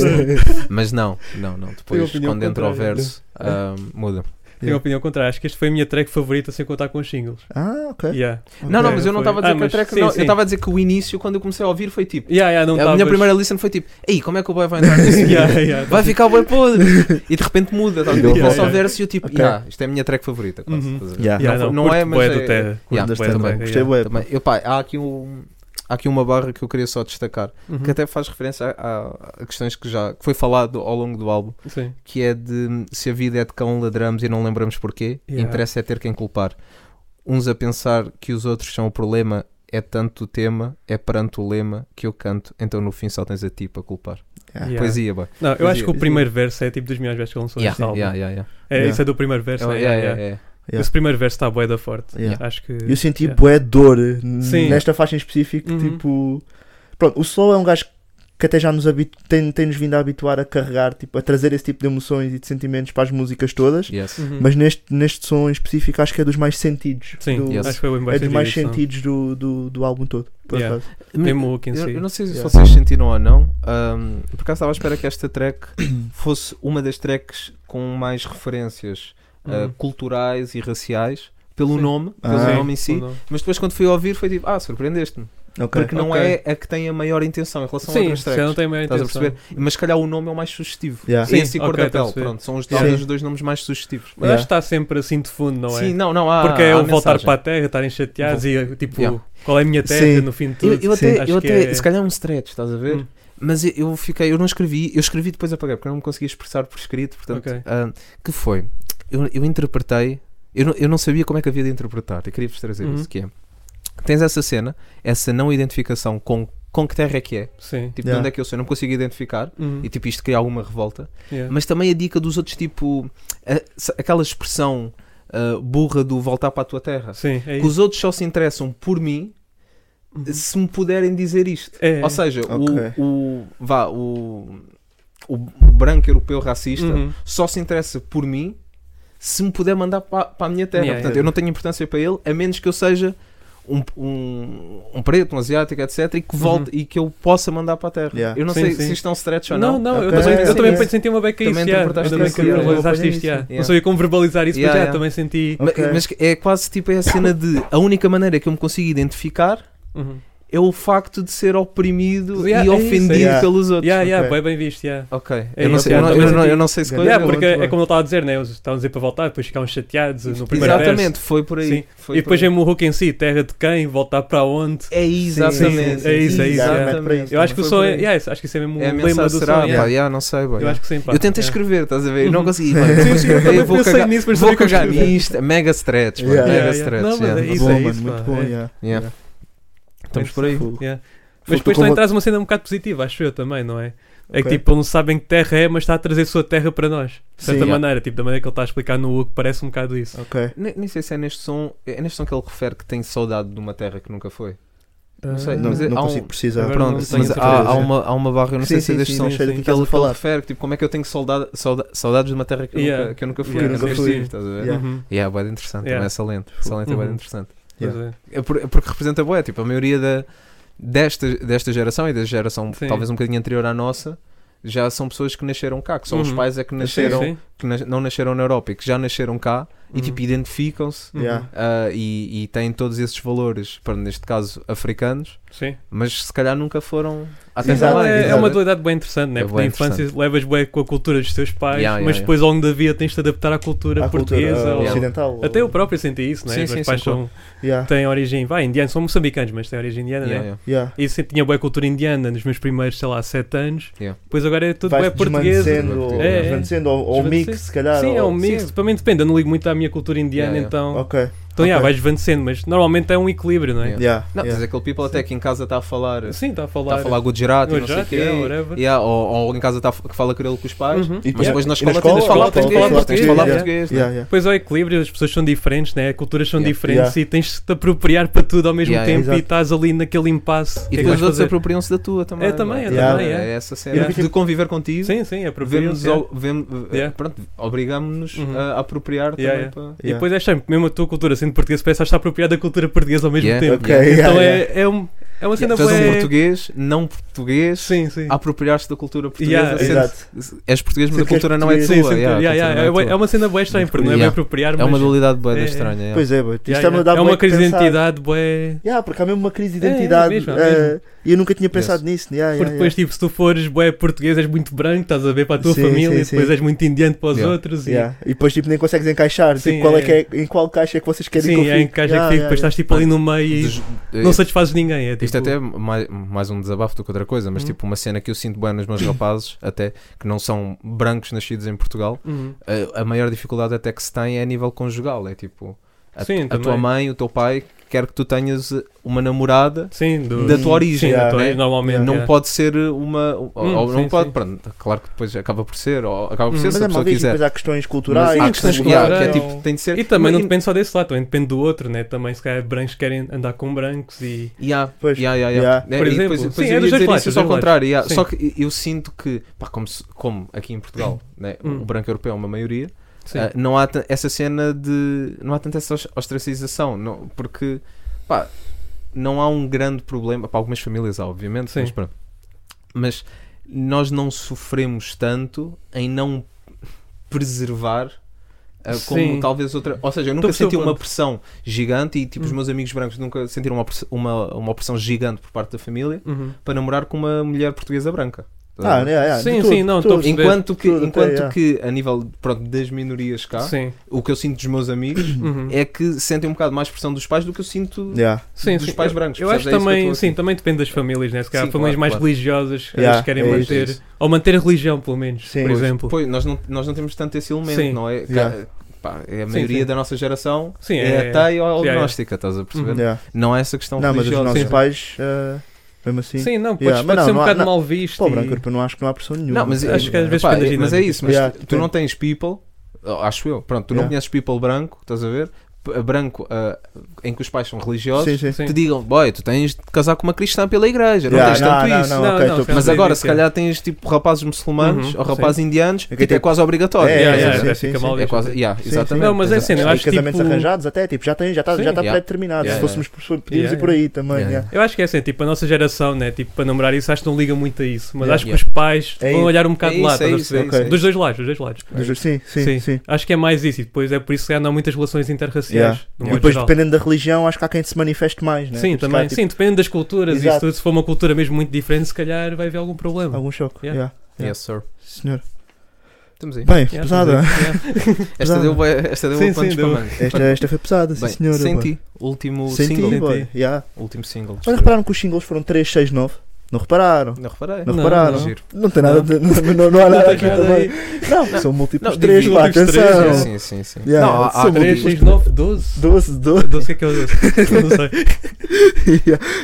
[SPEAKER 7] Mas não, não, não. Depois,
[SPEAKER 2] opinião
[SPEAKER 7] quando entra o
[SPEAKER 2] contrária. né? É.
[SPEAKER 7] verso, ahm, muda.
[SPEAKER 2] Tenho a opinião contrária. Acho que este foi a minha track favorita sem contar com os singles.
[SPEAKER 6] Ah, ok.
[SPEAKER 2] Yeah.
[SPEAKER 7] Não, não,
[SPEAKER 2] Ok,
[SPEAKER 7] mas eu não
[SPEAKER 2] foi.
[SPEAKER 7] estava a dizer
[SPEAKER 2] Ah,
[SPEAKER 7] que a
[SPEAKER 2] mas
[SPEAKER 7] track.
[SPEAKER 2] sim,
[SPEAKER 7] não,
[SPEAKER 2] sim.
[SPEAKER 7] Eu estava a dizer que o início, quando eu comecei a ouvir, foi tipo.
[SPEAKER 2] Yeah, yeah, não
[SPEAKER 7] a minha
[SPEAKER 2] tavas-
[SPEAKER 7] primeira listen foi tipo, ei, como é que eu boy vai entrar nisso?
[SPEAKER 2] Yeah, yeah.
[SPEAKER 7] Vai ficar bem podre e de repente muda. Tá?
[SPEAKER 6] Yeah,
[SPEAKER 7] começa o
[SPEAKER 2] yeah.
[SPEAKER 7] verso e eu tipo,
[SPEAKER 6] Ok.
[SPEAKER 7] yeah, isto é a minha track favorita. quase,
[SPEAKER 2] Uhum.
[SPEAKER 7] estás a ver?
[SPEAKER 6] Yeah.
[SPEAKER 2] Yeah,
[SPEAKER 7] Não
[SPEAKER 2] não,
[SPEAKER 7] foi- não
[SPEAKER 2] curto
[SPEAKER 7] é, mas
[SPEAKER 2] bué
[SPEAKER 7] é-
[SPEAKER 2] do Terra. Curto
[SPEAKER 7] Yeah,
[SPEAKER 2] bué
[SPEAKER 6] Understand,
[SPEAKER 7] também,
[SPEAKER 2] do Terra,
[SPEAKER 6] Gostei
[SPEAKER 2] yeah.
[SPEAKER 6] bué, pá.
[SPEAKER 7] Também, epá, há aqui um. Há aqui uma barra que eu queria só destacar,
[SPEAKER 2] Uhum.
[SPEAKER 7] que até faz referência a, a questões que já que foi falado ao longo do álbum,
[SPEAKER 2] Sim.
[SPEAKER 7] que é de se a vida é de cão, ladramos e não lembramos porquê,
[SPEAKER 2] Yeah.
[SPEAKER 7] interessa é ter quem culpar. Uns a pensar que os outros são o problema, é tanto o tema, é perante o lema que eu canto, então no fim só tens a ti para culpar.
[SPEAKER 6] Ah,
[SPEAKER 2] Yeah.
[SPEAKER 7] Poesia, boy.
[SPEAKER 2] Não, eu acho que
[SPEAKER 6] Poesia.
[SPEAKER 2] o primeiro verso é tipo dos melhores versos que ele lançou
[SPEAKER 7] é. Yeah,
[SPEAKER 2] neste álbum.
[SPEAKER 7] yeah, yeah, yeah.
[SPEAKER 2] É,
[SPEAKER 6] Yeah.
[SPEAKER 2] Isso é do primeiro verso.
[SPEAKER 7] É,
[SPEAKER 2] é,
[SPEAKER 7] é,
[SPEAKER 2] yeah,
[SPEAKER 7] é, é.
[SPEAKER 6] Yeah.
[SPEAKER 2] Esse primeiro verso está bué da forte.
[SPEAKER 6] Yeah.
[SPEAKER 2] Acho que.
[SPEAKER 6] Eu senti
[SPEAKER 2] yeah.
[SPEAKER 6] bué dor n-
[SPEAKER 2] Sim.
[SPEAKER 6] nesta faixa em específico,
[SPEAKER 2] Uhum.
[SPEAKER 6] tipo... Pronto, o Slow é um gajo que até já nos habitu- tem, tem-nos vindo a habituar a carregar, tipo, a trazer esse tipo de emoções e de sentimentos para as músicas todas,
[SPEAKER 7] Yes.
[SPEAKER 2] Uhum.
[SPEAKER 6] mas neste, neste som em específico acho que é dos mais sentidos.
[SPEAKER 2] Sim,
[SPEAKER 6] do,
[SPEAKER 7] Yes.
[SPEAKER 2] acho que foi bem
[SPEAKER 6] É dos
[SPEAKER 2] bastante
[SPEAKER 6] mais
[SPEAKER 2] isso, não?
[SPEAKER 6] sentidos do, do, do álbum todo, por
[SPEAKER 2] Yeah.
[SPEAKER 6] acaso.
[SPEAKER 2] Mesmo o que em
[SPEAKER 7] Eu,
[SPEAKER 2] si.
[SPEAKER 7] eu não sei se
[SPEAKER 6] Yeah.
[SPEAKER 7] vocês sentiram ou não, ahm, por acaso estava à espera que esta track fosse uma das tracks com mais referências ah,
[SPEAKER 2] Uhum.
[SPEAKER 7] culturais e raciais, pelo
[SPEAKER 2] Sim.
[SPEAKER 7] nome, pelo
[SPEAKER 6] Ah.
[SPEAKER 7] nome em si,
[SPEAKER 2] Não.
[SPEAKER 7] mas depois quando fui ouvir foi tipo, ah, surpreendeste-me,
[SPEAKER 6] Ok.
[SPEAKER 7] porque não
[SPEAKER 2] Ok.
[SPEAKER 7] é a que tem a maior intenção em relação a
[SPEAKER 2] Sim,
[SPEAKER 7] outras
[SPEAKER 2] se calhar não
[SPEAKER 7] tracks.
[SPEAKER 2] tem meia
[SPEAKER 7] Estás a
[SPEAKER 2] intenção.
[SPEAKER 7] perceber? Mas se calhar o nome é o mais sugestivo.
[SPEAKER 6] Yeah.
[SPEAKER 7] Sim,
[SPEAKER 2] Sim,
[SPEAKER 7] Esse e cor
[SPEAKER 2] ok,
[SPEAKER 7] da
[SPEAKER 2] estou a
[SPEAKER 7] pele,
[SPEAKER 2] perceber.
[SPEAKER 7] pronto, são os
[SPEAKER 6] Sim.
[SPEAKER 7] talvez os dois nomes mais sugestivos.
[SPEAKER 2] Mas
[SPEAKER 6] Yeah.
[SPEAKER 2] acho que está sempre assim de fundo, não é?
[SPEAKER 7] Sim, não, não, há.
[SPEAKER 2] Porque é
[SPEAKER 7] há
[SPEAKER 2] o voltar
[SPEAKER 7] mensagem.
[SPEAKER 2] para a terra, estarem chateados e tipo,
[SPEAKER 7] Yeah.
[SPEAKER 2] qual é a minha terra
[SPEAKER 6] Sim.
[SPEAKER 2] no fim de
[SPEAKER 7] Eu,
[SPEAKER 2] tudo.
[SPEAKER 7] eu
[SPEAKER 6] Sim.
[SPEAKER 7] até,
[SPEAKER 2] Acho
[SPEAKER 7] eu
[SPEAKER 2] que
[SPEAKER 7] até
[SPEAKER 2] é-
[SPEAKER 7] se calhar é um stretch, estás a ver?
[SPEAKER 2] Hum.
[SPEAKER 7] Mas eu, eu fiquei, eu não escrevi, eu escrevi e depois apaguei, porque eu não me conseguia expressar por escrito, portanto,
[SPEAKER 2] Ok.
[SPEAKER 7] ah, que foi? Eu, eu interpretei, eu não, eu não sabia como é que havia de interpretar, eu queria-vos trazer
[SPEAKER 2] Uhum.
[SPEAKER 7] isso, que é, tens essa cena, essa não identificação com, com que terra é que é,
[SPEAKER 2] Sim.
[SPEAKER 7] tipo, de
[SPEAKER 6] Yeah.
[SPEAKER 7] onde é que eu sou, eu não me consigo identificar,
[SPEAKER 2] Uhum. É.
[SPEAKER 7] e tipo, isto cria alguma revolta,
[SPEAKER 2] Yeah.
[SPEAKER 7] mas também a dica dos outros, tipo, a- sa- aquela expressão ah, burra do voltar para a tua terra,
[SPEAKER 2] Sim, é
[SPEAKER 7] que
[SPEAKER 2] isso.
[SPEAKER 7] os outros só se interessam por mim se me puderem dizer isto.
[SPEAKER 2] Uhum. É.
[SPEAKER 7] Ou seja,
[SPEAKER 6] Ok.
[SPEAKER 7] o, o, vá, o, o branco europeu racista
[SPEAKER 2] Uhum.
[SPEAKER 7] só se interessa por mim se me puder mandar para a minha terra.
[SPEAKER 2] Yeah,
[SPEAKER 7] Portanto,
[SPEAKER 2] yeah.
[SPEAKER 7] eu não tenho importância para ele, a menos que eu seja um, um, um preto, um asiático, etc. E que, volte, e que eu possa mandar para a terra.
[SPEAKER 6] Yeah.
[SPEAKER 7] Eu não
[SPEAKER 2] Uhum. Sim,
[SPEAKER 7] sei
[SPEAKER 2] sim.
[SPEAKER 7] se isto é um stretch ou
[SPEAKER 2] Não,
[SPEAKER 7] não.
[SPEAKER 2] não, eu
[SPEAKER 6] Ok,
[SPEAKER 2] também, eu
[SPEAKER 6] sim,
[SPEAKER 2] também
[SPEAKER 6] sim.
[SPEAKER 2] senti uma beca isso,
[SPEAKER 7] Também
[SPEAKER 2] yeah.
[SPEAKER 7] interpretaste
[SPEAKER 2] Ainda bem
[SPEAKER 7] isso,
[SPEAKER 2] que
[SPEAKER 7] yeah.
[SPEAKER 2] verbalizaste
[SPEAKER 6] Yeah.
[SPEAKER 2] isto, yeah.
[SPEAKER 7] Yeah.
[SPEAKER 2] não sabia como verbalizar isso,
[SPEAKER 7] Yeah,
[SPEAKER 2] mas
[SPEAKER 7] yeah.
[SPEAKER 2] já também senti.
[SPEAKER 7] Ma-
[SPEAKER 6] Ok.
[SPEAKER 7] Mas é quase tipo é a cena de a única maneira que eu me consigo identificar
[SPEAKER 2] Uhum.
[SPEAKER 7] é o facto de ser oprimido
[SPEAKER 2] Yeah,
[SPEAKER 7] e
[SPEAKER 2] é isso,
[SPEAKER 7] ofendido
[SPEAKER 2] é
[SPEAKER 6] isso.
[SPEAKER 7] pelos outros.
[SPEAKER 2] Yeah, yeah,
[SPEAKER 6] Ok.
[SPEAKER 2] bem, bem visto, yeah.
[SPEAKER 7] Ok,
[SPEAKER 2] É
[SPEAKER 7] eu, não
[SPEAKER 2] isso,
[SPEAKER 7] sei, eu,
[SPEAKER 2] yeah,
[SPEAKER 7] não,
[SPEAKER 2] também
[SPEAKER 7] eu não-
[SPEAKER 2] senti.
[SPEAKER 7] eu não sei se
[SPEAKER 6] Yeah.
[SPEAKER 7] coisa.
[SPEAKER 2] Yeah,
[SPEAKER 6] bom,
[SPEAKER 2] porque
[SPEAKER 6] muito
[SPEAKER 2] é
[SPEAKER 6] bom.
[SPEAKER 2] como ele estava a dizer, né? Eles estavam a dizer para voltar, depois ficavam chateados no primeiro
[SPEAKER 7] Exatamente,
[SPEAKER 2] verso.
[SPEAKER 7] foi por aí.
[SPEAKER 2] Sim.
[SPEAKER 7] Foi
[SPEAKER 2] E
[SPEAKER 7] por aí.
[SPEAKER 2] depois vem o Hulk em si, terra de quem, voltar para onde.
[SPEAKER 7] É
[SPEAKER 2] Sim,
[SPEAKER 7] exatamente.
[SPEAKER 2] sim, é isso, é isso,
[SPEAKER 6] Sim,
[SPEAKER 2] Eu acho que o
[SPEAKER 7] Foi
[SPEAKER 2] som
[SPEAKER 7] por
[SPEAKER 2] é,
[SPEAKER 7] aí.
[SPEAKER 2] yeah, isso- acho que isso é mesmo
[SPEAKER 7] É a
[SPEAKER 2] o lema do
[SPEAKER 7] mensagem,
[SPEAKER 2] som.
[SPEAKER 7] será?
[SPEAKER 2] yeah.
[SPEAKER 7] Pá, yeah, não sei, boy,
[SPEAKER 2] Eu acho
[SPEAKER 7] yeah.
[SPEAKER 2] que sim, pá.
[SPEAKER 7] Eu tentei
[SPEAKER 2] Yeah.
[SPEAKER 7] escrever, estás a ver? Eu não
[SPEAKER 2] Uhum.
[SPEAKER 7] consegui.
[SPEAKER 2] Sim, sim, eu também
[SPEAKER 7] vou
[SPEAKER 2] pensei
[SPEAKER 7] cagar,
[SPEAKER 2] nisso, mas
[SPEAKER 7] vou
[SPEAKER 2] sabia que eu
[SPEAKER 7] cagar
[SPEAKER 2] escrevi.
[SPEAKER 7] nisto. é Mega stretch, mano,
[SPEAKER 6] Yeah,
[SPEAKER 7] mega
[SPEAKER 2] yeah, yeah.
[SPEAKER 7] stretch.
[SPEAKER 2] Não, mas
[SPEAKER 7] yeah.
[SPEAKER 2] é isso,
[SPEAKER 6] Tá bom,
[SPEAKER 2] é
[SPEAKER 6] mano,
[SPEAKER 2] isso,
[SPEAKER 6] muito
[SPEAKER 2] pá,
[SPEAKER 6] bom,
[SPEAKER 2] é.
[SPEAKER 6] yeah.
[SPEAKER 7] Yeah. Estamos por aí.
[SPEAKER 6] Fogo.
[SPEAKER 2] Yeah.
[SPEAKER 6] Fogo,
[SPEAKER 2] Mas depois
[SPEAKER 6] tu
[SPEAKER 2] também
[SPEAKER 6] convo-
[SPEAKER 2] traz uma cena um bocado positiva, acho eu também, não é? É que
[SPEAKER 6] Ok.
[SPEAKER 2] tipo, ele não sabe em que terra é, mas está a trazer a sua terra para nós. De certa
[SPEAKER 6] Sim.
[SPEAKER 2] maneira, tipo, da maneira que ele está a explicar no Hulk, parece um bocado isso.
[SPEAKER 6] Ok.
[SPEAKER 7] Nem, nem sei se é neste som. É neste som que ele refere que tem saudade de uma terra que nunca foi. Não sei,
[SPEAKER 6] Não,
[SPEAKER 2] Uhum.
[SPEAKER 7] mas é-
[SPEAKER 6] não
[SPEAKER 7] há um-
[SPEAKER 6] consigo precisar.
[SPEAKER 2] Agora
[SPEAKER 7] Pronto,
[SPEAKER 2] não tenho
[SPEAKER 7] mas
[SPEAKER 2] certeza.
[SPEAKER 7] há, há uma, há uma barra, eu não
[SPEAKER 6] Sim,
[SPEAKER 7] sei se é
[SPEAKER 6] sim,
[SPEAKER 7] deste
[SPEAKER 6] sim,
[SPEAKER 7] som.
[SPEAKER 6] não sei do que
[SPEAKER 7] que
[SPEAKER 6] estás a
[SPEAKER 7] ele, que ele
[SPEAKER 6] falar.
[SPEAKER 7] refere, que, tipo, como é que eu tenho saudade, sauda- saudades de uma terra que, eu
[SPEAKER 2] Yeah.
[SPEAKER 7] nunca, que eu nunca fui.
[SPEAKER 2] Yeah,
[SPEAKER 7] que eu
[SPEAKER 6] nunca
[SPEAKER 7] nunca
[SPEAKER 6] fui.
[SPEAKER 7] estive, estás a ver?
[SPEAKER 6] Yeah.
[SPEAKER 2] Uhum.
[SPEAKER 7] Yeah, bué de interessante,
[SPEAKER 2] Yeah.
[SPEAKER 7] também essa lente. Essa lente é bué de
[SPEAKER 2] Uhum.
[SPEAKER 7] interessante.
[SPEAKER 2] Pois é.
[SPEAKER 7] É por- é porque representa boé, tipo, a maioria da, desta, desta geração e da geração
[SPEAKER 2] Sim.
[SPEAKER 7] talvez um bocadinho anterior à nossa já são pessoas que nasceram cá, que são os
[SPEAKER 2] Uhum.
[SPEAKER 7] pais é que nasceram, que nas- não nasceram na Europa e que já nasceram cá e
[SPEAKER 2] Uhum.
[SPEAKER 7] tipo identificam-se
[SPEAKER 6] Yeah.
[SPEAKER 7] ah, e, e têm todos esses valores, para, neste caso africanos,
[SPEAKER 2] Sim.
[SPEAKER 7] mas se calhar nunca foram à
[SPEAKER 6] Sim,
[SPEAKER 7] terra
[SPEAKER 6] Exato,
[SPEAKER 2] Não,
[SPEAKER 7] mãe,
[SPEAKER 2] é, é
[SPEAKER 7] estás a
[SPEAKER 2] uma
[SPEAKER 7] ver?
[SPEAKER 2] dualidade bem interessante, né?
[SPEAKER 7] É
[SPEAKER 2] Porque
[SPEAKER 7] bué
[SPEAKER 2] na infância levas bem com a cultura dos teus pais,
[SPEAKER 7] Yeah, yeah,
[SPEAKER 2] mas
[SPEAKER 7] yeah.
[SPEAKER 2] depois ao longo da vida tens de te adaptar à cultura
[SPEAKER 6] À
[SPEAKER 2] portuguesa.
[SPEAKER 6] cultura
[SPEAKER 2] ou-
[SPEAKER 7] yeah.
[SPEAKER 6] ocidental.
[SPEAKER 2] Até eu próprio senti isso, né?
[SPEAKER 7] Sim,
[SPEAKER 2] Os
[SPEAKER 7] sim,
[SPEAKER 2] meus
[SPEAKER 7] sim,
[SPEAKER 2] pais são,
[SPEAKER 6] Yeah,
[SPEAKER 2] têm origem, vai, indianos, são moçambicanos, mas têm origem indiana, né?
[SPEAKER 7] Yeah, yeah.
[SPEAKER 6] yeah.
[SPEAKER 2] Isso eu tinha boa cultura indiana nos meus primeiros, sei lá, 7 anos.
[SPEAKER 7] Yeah.
[SPEAKER 2] Pois agora é tudo
[SPEAKER 6] Vais
[SPEAKER 2] bué português.
[SPEAKER 6] desvanecendo, ou-
[SPEAKER 2] É, é.
[SPEAKER 6] desvanecendo, ou, ou mix,
[SPEAKER 2] Desvanecendo.
[SPEAKER 6] se calhar.
[SPEAKER 2] Sim, é
[SPEAKER 6] ou-
[SPEAKER 2] um mix. Para mim depende, eu não ligo muito à minha cultura indiana,
[SPEAKER 7] Yeah, yeah.
[SPEAKER 2] então.
[SPEAKER 6] Ok.
[SPEAKER 2] Então, yeah,
[SPEAKER 6] ok.
[SPEAKER 2] vais desvanecendo, mas normalmente é um equilíbrio, não é?
[SPEAKER 7] Yeah.
[SPEAKER 6] Yeah,
[SPEAKER 7] Não, tens
[SPEAKER 6] yeah.
[SPEAKER 7] aquele people até que em casa está a falar, está
[SPEAKER 2] Sim, está a falar.
[SPEAKER 7] a falar Gujarati, não sei o
[SPEAKER 2] Gujarati,
[SPEAKER 7] quê,
[SPEAKER 2] yeah, whatever.
[SPEAKER 7] yeah, ou, ou em casa está a f- que fala crioulo com os pais.
[SPEAKER 2] Uhum.
[SPEAKER 7] Mas depois na
[SPEAKER 6] E na
[SPEAKER 7] escola, tens de
[SPEAKER 6] escola,
[SPEAKER 7] falar
[SPEAKER 2] tens de
[SPEAKER 7] português,
[SPEAKER 2] falar
[SPEAKER 7] tens de falar
[SPEAKER 2] português,
[SPEAKER 7] português. né?
[SPEAKER 6] Yeah, yeah.
[SPEAKER 2] Pois é, o equilíbrio, as pessoas são diferentes, né? As culturas são
[SPEAKER 7] Yeah.
[SPEAKER 2] diferentes
[SPEAKER 6] Yeah.
[SPEAKER 2] e tens de te apropriar para tudo ao mesmo
[SPEAKER 7] Yeah,
[SPEAKER 2] tempo
[SPEAKER 6] yeah.
[SPEAKER 2] e estás ali naquele impasse.
[SPEAKER 7] E
[SPEAKER 2] O que é que
[SPEAKER 7] depois os
[SPEAKER 2] vais
[SPEAKER 7] outros
[SPEAKER 2] fazer?
[SPEAKER 7] apropriam-se da tua também.
[SPEAKER 2] É, também,
[SPEAKER 7] não
[SPEAKER 2] é,
[SPEAKER 6] Yeah.
[SPEAKER 2] também, é.
[SPEAKER 7] É essa cena.
[SPEAKER 2] Yeah.
[SPEAKER 7] De conviver contigo,
[SPEAKER 2] Sim, sim, é.
[SPEAKER 7] vemos,
[SPEAKER 2] apropriamos. yeah.
[SPEAKER 7] ao- vem-
[SPEAKER 2] Yeah.
[SPEAKER 7] pronto, obrigamos-nos
[SPEAKER 2] Uhum.
[SPEAKER 7] a apropriar
[SPEAKER 2] Yeah,
[SPEAKER 7] também. para-
[SPEAKER 2] E
[SPEAKER 6] Yeah.
[SPEAKER 2] depois é sempre, mesmo a tua cultura sendo portuguesa, parece que estás a apropriar da cultura portuguesa ao mesmo
[SPEAKER 7] Yeah.
[SPEAKER 2] tempo.
[SPEAKER 6] Ok, yeah,
[SPEAKER 2] Então
[SPEAKER 6] yeah.
[SPEAKER 2] é, é, um, é uma cena
[SPEAKER 7] Tu és um
[SPEAKER 2] bué-
[SPEAKER 7] português, Ah, não português,
[SPEAKER 2] Sim, sim.
[SPEAKER 7] a apropriar-se da cultura portuguesa.
[SPEAKER 2] Yeah,
[SPEAKER 7] sendo-
[SPEAKER 6] Exato.
[SPEAKER 7] És português, mas
[SPEAKER 6] Sendo
[SPEAKER 7] a
[SPEAKER 6] que és
[SPEAKER 7] cultura não é tua.
[SPEAKER 2] Sim, sim,
[SPEAKER 7] yeah, a
[SPEAKER 2] yeah,
[SPEAKER 7] cultura
[SPEAKER 2] yeah,
[SPEAKER 7] não
[SPEAKER 2] é,
[SPEAKER 7] é
[SPEAKER 2] bué-
[SPEAKER 7] tua.
[SPEAKER 2] é uma cena boa estranha, porque não é
[SPEAKER 7] Yeah.
[SPEAKER 2] bem apropriar,
[SPEAKER 7] É uma
[SPEAKER 2] mas
[SPEAKER 7] dualidade boa
[SPEAKER 2] É, é.
[SPEAKER 7] estranha. yeah.
[SPEAKER 6] Pois é, boy. Isto
[SPEAKER 2] Yeah,
[SPEAKER 6] está-me a
[SPEAKER 2] yeah.
[SPEAKER 6] dar
[SPEAKER 2] é uma
[SPEAKER 6] bué que
[SPEAKER 2] crise de
[SPEAKER 6] pensar.
[SPEAKER 2] identidade bué.
[SPEAKER 6] Yeah, porque há mesmo uma crise de
[SPEAKER 2] É, é
[SPEAKER 6] identidade.
[SPEAKER 2] mesmo, é
[SPEAKER 6] eh,
[SPEAKER 2] mesmo.
[SPEAKER 6] E eu nunca tinha
[SPEAKER 7] Yes.
[SPEAKER 6] pensado nisso. Yeah,
[SPEAKER 2] Porque
[SPEAKER 6] yeah,
[SPEAKER 2] depois, tipo, se tu fores bué português, és muito branco, estás a ver para a tua
[SPEAKER 6] Sim,
[SPEAKER 2] família,
[SPEAKER 6] sim,
[SPEAKER 2] e depois
[SPEAKER 6] sim.
[SPEAKER 2] és muito indiano para os
[SPEAKER 7] Yeah.
[SPEAKER 2] outros. e-
[SPEAKER 6] yeah. E depois tipo, nem consegues encaixar.
[SPEAKER 2] Sim,
[SPEAKER 6] tipo, qual é
[SPEAKER 2] é.
[SPEAKER 6] que é, em qual caixa é que vocês querem
[SPEAKER 2] Sim,
[SPEAKER 6] que eu
[SPEAKER 2] é
[SPEAKER 6] fique?
[SPEAKER 2] em que caixa
[SPEAKER 6] Yeah,
[SPEAKER 2] que fico,
[SPEAKER 6] yeah,
[SPEAKER 2] depois
[SPEAKER 6] yeah.
[SPEAKER 2] estás tipo ali no meio e
[SPEAKER 7] Des-
[SPEAKER 2] não satisfazes ninguém. É, tipo,
[SPEAKER 7] Isto até é mais, mais um desabafo do que outra coisa, mas
[SPEAKER 2] Uhum.
[SPEAKER 7] tipo uma cena que eu sinto bem nos meus rapazes, até que não são brancos nascidos em Portugal,
[SPEAKER 2] Uhum.
[SPEAKER 7] a, a maior dificuldade até que se tem é a nível conjugal. É tipo a,
[SPEAKER 2] Sim,
[SPEAKER 7] a
[SPEAKER 2] também.
[SPEAKER 7] tua mãe, o teu pai, quer que tu tenhas uma namorada
[SPEAKER 2] Sim, do-
[SPEAKER 7] da tua origem.
[SPEAKER 2] Sim, da
[SPEAKER 7] né?
[SPEAKER 2] tua origem, normalmente.
[SPEAKER 7] Não
[SPEAKER 2] yeah.
[SPEAKER 7] pode ser uma. ou-
[SPEAKER 2] Hum,
[SPEAKER 7] ou não
[SPEAKER 2] sim,
[SPEAKER 7] pode,
[SPEAKER 2] sim.
[SPEAKER 7] pronto, claro que depois acaba por ser, ou acaba por
[SPEAKER 2] Hum.
[SPEAKER 7] ser
[SPEAKER 2] Mas
[SPEAKER 7] se
[SPEAKER 6] Mas
[SPEAKER 7] a
[SPEAKER 6] é
[SPEAKER 7] pessoa
[SPEAKER 6] mal visto,
[SPEAKER 7] quiser.
[SPEAKER 6] depois há questões culturais.
[SPEAKER 2] Mas
[SPEAKER 7] Há
[SPEAKER 2] Sim,
[SPEAKER 7] questões
[SPEAKER 2] questões
[SPEAKER 7] yeah, que é
[SPEAKER 2] culturais,
[SPEAKER 7] tipo,
[SPEAKER 2] ou-
[SPEAKER 7] tem de ser.
[SPEAKER 2] né? E também não
[SPEAKER 7] e-
[SPEAKER 2] depende só desse lado, também depende do outro, né? Também se calhar brancos querem andar com brancos e.
[SPEAKER 7] Yeah,
[SPEAKER 6] Pois.
[SPEAKER 7] yeah, yeah,
[SPEAKER 6] Yeah.
[SPEAKER 7] yeah.
[SPEAKER 2] Por
[SPEAKER 7] e
[SPEAKER 2] exemplo.
[SPEAKER 7] depois, depois
[SPEAKER 2] Sim,
[SPEAKER 7] eu
[SPEAKER 2] é
[SPEAKER 7] ia
[SPEAKER 2] dos dois
[SPEAKER 7] dizer
[SPEAKER 2] lados,
[SPEAKER 7] isso
[SPEAKER 2] dos
[SPEAKER 7] ao
[SPEAKER 2] dois
[SPEAKER 7] contrário. yeah.
[SPEAKER 2] Sim.
[SPEAKER 7] Só que eu sinto que, pá, como, se- como aqui em Portugal né,
[SPEAKER 2] Hum.
[SPEAKER 7] o branco europeu é uma maioria,
[SPEAKER 2] Sim.
[SPEAKER 7] ah, não há ta- essa cena de. Não há tanta essa os- ostracização, não, porque pá, não há um grande problema. Para algumas famílias, há, obviamente,
[SPEAKER 2] Sim.
[SPEAKER 7] mas pronto. Mas nós não sofremos tanto em não preservar. ah,
[SPEAKER 2] Sim.
[SPEAKER 7] como talvez outra, ou seja,
[SPEAKER 2] Estou
[SPEAKER 7] eu
[SPEAKER 2] a
[SPEAKER 7] nunca
[SPEAKER 2] perceber o
[SPEAKER 7] senti uma
[SPEAKER 2] ponto.
[SPEAKER 7] pressão gigante e tipo os
[SPEAKER 2] Hum.
[SPEAKER 7] meus amigos brancos nunca sentiram uma, press- uma, uma pressão gigante por parte da família
[SPEAKER 2] Uhum.
[SPEAKER 7] para namorar com uma mulher portuguesa branca.
[SPEAKER 6] Ah, é, é, de
[SPEAKER 2] Sim,
[SPEAKER 6] tudo,
[SPEAKER 2] sim, não,
[SPEAKER 6] de
[SPEAKER 2] estou a
[SPEAKER 6] tudo.
[SPEAKER 2] perceber.
[SPEAKER 7] Enquanto que,
[SPEAKER 6] Tudo até,
[SPEAKER 7] enquanto
[SPEAKER 6] yeah.
[SPEAKER 7] que a nível pronto, das minorias cá,
[SPEAKER 2] Sim.
[SPEAKER 7] o que eu sinto dos meus amigos
[SPEAKER 2] Uhum.
[SPEAKER 7] é que sentem um bocado mais pressão dos pais do que eu sinto
[SPEAKER 6] Yeah.
[SPEAKER 2] Sim,
[SPEAKER 7] dos
[SPEAKER 2] sim.
[SPEAKER 7] pais
[SPEAKER 2] Eu-
[SPEAKER 7] brancos.
[SPEAKER 2] Eu
[SPEAKER 7] percebes?
[SPEAKER 2] acho
[SPEAKER 7] É isso que eu
[SPEAKER 2] também,
[SPEAKER 7] estou a
[SPEAKER 2] sim,
[SPEAKER 7] dizer.
[SPEAKER 2] também depende das famílias, né? Se calhar
[SPEAKER 7] Sim,
[SPEAKER 2] famílias
[SPEAKER 7] claro,
[SPEAKER 2] mais
[SPEAKER 7] claro.
[SPEAKER 2] religiosas que
[SPEAKER 6] Yeah,
[SPEAKER 2] querem
[SPEAKER 6] é isso,
[SPEAKER 2] manter,
[SPEAKER 7] é isso.
[SPEAKER 2] ou manter a religião, pelo menos,
[SPEAKER 6] Sim.
[SPEAKER 2] por
[SPEAKER 6] Pois,
[SPEAKER 2] exemplo.
[SPEAKER 7] Pois, nós não, nós não temos tanto esse elemento,
[SPEAKER 2] Sim.
[SPEAKER 7] não é? Ca-
[SPEAKER 6] Yeah.
[SPEAKER 7] pá, é a
[SPEAKER 2] Sim,
[SPEAKER 7] maioria
[SPEAKER 2] sim.
[SPEAKER 7] da nossa geração
[SPEAKER 2] Sim,
[SPEAKER 7] é
[SPEAKER 2] é-
[SPEAKER 7] ateia ou
[SPEAKER 2] yeah, yeah.
[SPEAKER 7] agnóstica, estás a perceber?
[SPEAKER 6] Yeah.
[SPEAKER 7] Não é essa questão
[SPEAKER 6] Uhum. Não, mas os
[SPEAKER 7] religiosa.
[SPEAKER 6] nossos
[SPEAKER 2] sim.
[SPEAKER 6] pais, ah, mesmo assim.
[SPEAKER 2] Sim, não, pode,
[SPEAKER 6] Yeah, mas
[SPEAKER 2] pode
[SPEAKER 6] não,
[SPEAKER 2] ser um
[SPEAKER 6] não há-
[SPEAKER 2] bocado
[SPEAKER 6] não-
[SPEAKER 2] mal visto.
[SPEAKER 6] Para o
[SPEAKER 2] e-
[SPEAKER 6] branco europeu não acho que não há pressão nenhuma.
[SPEAKER 7] Não, mas,
[SPEAKER 2] Acho que às vezes
[SPEAKER 7] epá,
[SPEAKER 2] depende das
[SPEAKER 7] é- mas é
[SPEAKER 2] dinâmicas.
[SPEAKER 7] isso, mas
[SPEAKER 6] Yeah,
[SPEAKER 7] tu, tu
[SPEAKER 6] depende.
[SPEAKER 7] não tens people, oh, acho eu, pronto, tu não
[SPEAKER 6] Yeah.
[SPEAKER 7] conheces people branco, estás a ver? P- Branco ah, em que os pais são religiosos,
[SPEAKER 6] Sim, sim.
[SPEAKER 2] Sim.
[SPEAKER 7] te digam, boy, tu tens de casar com uma cristã pela igreja, não
[SPEAKER 6] Yeah,
[SPEAKER 7] tens tanto isso.
[SPEAKER 6] Não,
[SPEAKER 2] Não,
[SPEAKER 6] ok,
[SPEAKER 2] não,
[SPEAKER 6] estou a
[SPEAKER 2] sim.
[SPEAKER 7] Mas
[SPEAKER 2] Sim,
[SPEAKER 7] agora,
[SPEAKER 2] sim,
[SPEAKER 7] se
[SPEAKER 2] sim.
[SPEAKER 7] calhar tens tipo rapazes muçulmanos
[SPEAKER 2] Uhum,
[SPEAKER 7] ou rapazes indianos,
[SPEAKER 6] que
[SPEAKER 7] que tipo, é
[SPEAKER 6] tipo-
[SPEAKER 7] quase obrigatório.
[SPEAKER 6] É,
[SPEAKER 7] estás a
[SPEAKER 2] yeah,
[SPEAKER 7] ver?
[SPEAKER 2] yeah,
[SPEAKER 6] sim,
[SPEAKER 2] até
[SPEAKER 6] sim,
[SPEAKER 2] fica
[SPEAKER 6] sim.
[SPEAKER 2] mal
[SPEAKER 7] É
[SPEAKER 2] visto.
[SPEAKER 7] quase, yeah,
[SPEAKER 6] Sim,
[SPEAKER 7] exatamente.
[SPEAKER 6] sim.
[SPEAKER 2] Não, mas é assim, eu
[SPEAKER 6] E
[SPEAKER 2] acho que
[SPEAKER 6] casamentos
[SPEAKER 2] tipo,
[SPEAKER 6] arranjados até, tipo, já tem, já está
[SPEAKER 2] Sim,
[SPEAKER 6] já tá
[SPEAKER 7] yeah.
[SPEAKER 6] pré-determinado.
[SPEAKER 7] Yeah,
[SPEAKER 6] Se fôssemos por- podíamos
[SPEAKER 2] Yeah,
[SPEAKER 6] ir por aí também.
[SPEAKER 7] Yeah,
[SPEAKER 6] yeah.
[SPEAKER 2] Eu acho que é assim, tipo, a nossa geração, né? Tipo, para namorar isso, acho que não liga muito a isso. Mas
[SPEAKER 6] Yeah.
[SPEAKER 2] acho que
[SPEAKER 7] Yeah.
[SPEAKER 2] os pais vão
[SPEAKER 6] É isso. É
[SPEAKER 2] olhar um bocado
[SPEAKER 7] É
[SPEAKER 2] de lá,
[SPEAKER 7] isso, é
[SPEAKER 2] estás a
[SPEAKER 7] isso,
[SPEAKER 2] perceber?
[SPEAKER 7] é isso, é
[SPEAKER 2] Dos dois lados, dos dois lados.
[SPEAKER 6] Mas, Sim, sim, sim.
[SPEAKER 2] Acho que é mais isso. E depois é por isso que não há muitas relações interraciais.
[SPEAKER 6] Yeah.
[SPEAKER 2] no
[SPEAKER 6] E
[SPEAKER 2] modo
[SPEAKER 6] depois,
[SPEAKER 2] geral.
[SPEAKER 6] dependendo da religião, acho que há quem se manifeste mais, né?
[SPEAKER 2] Sim,
[SPEAKER 6] Tipo, se
[SPEAKER 2] também.
[SPEAKER 6] calhar, tipo,
[SPEAKER 2] Sim, depende das culturas. e
[SPEAKER 6] Exato.
[SPEAKER 2] se tudo- se for uma cultura mesmo muito diferente, se calhar vai haver algum problema.
[SPEAKER 6] Algum choque.
[SPEAKER 2] Yeah.
[SPEAKER 6] yeah.
[SPEAKER 7] Yes, sir.
[SPEAKER 6] Senhor.
[SPEAKER 7] Estamos aí.
[SPEAKER 6] Bem,
[SPEAKER 2] Yeah,
[SPEAKER 6] pesada.
[SPEAKER 2] estás a ver?
[SPEAKER 7] Esta deu, bué- esta deu
[SPEAKER 2] Sim,
[SPEAKER 7] bué pontos
[SPEAKER 2] sim,
[SPEAKER 7] para
[SPEAKER 2] deu.
[SPEAKER 7] manga.
[SPEAKER 6] Esta, esta foi pesada, sim
[SPEAKER 7] Bem,
[SPEAKER 6] senhora.
[SPEAKER 7] Sem
[SPEAKER 6] boy.
[SPEAKER 7] Ti, último
[SPEAKER 6] Sem ti,
[SPEAKER 7] single.
[SPEAKER 6] boy. Yeah.
[SPEAKER 7] Último single.
[SPEAKER 6] Olha, repararam que os singles foram 3, 6, 9? Não repararam?
[SPEAKER 7] Não reparei.
[SPEAKER 6] Não,
[SPEAKER 2] Não,
[SPEAKER 6] repararam?
[SPEAKER 2] não.
[SPEAKER 7] Giro.
[SPEAKER 6] Não tem nada de. Não, não, não há nada
[SPEAKER 2] tem
[SPEAKER 6] aqui
[SPEAKER 2] nada
[SPEAKER 6] também. Não, são múltiplos 3,
[SPEAKER 7] divido
[SPEAKER 6] pá,
[SPEAKER 2] os três,
[SPEAKER 6] atenção.
[SPEAKER 2] Não.
[SPEAKER 7] Sim, sim, sim.
[SPEAKER 6] Yeah,
[SPEAKER 7] Não, há-
[SPEAKER 6] são
[SPEAKER 7] há-
[SPEAKER 2] 3, 6, 9, 12.
[SPEAKER 6] 12, 12.
[SPEAKER 2] 12, o que é que é o 12? Não sei.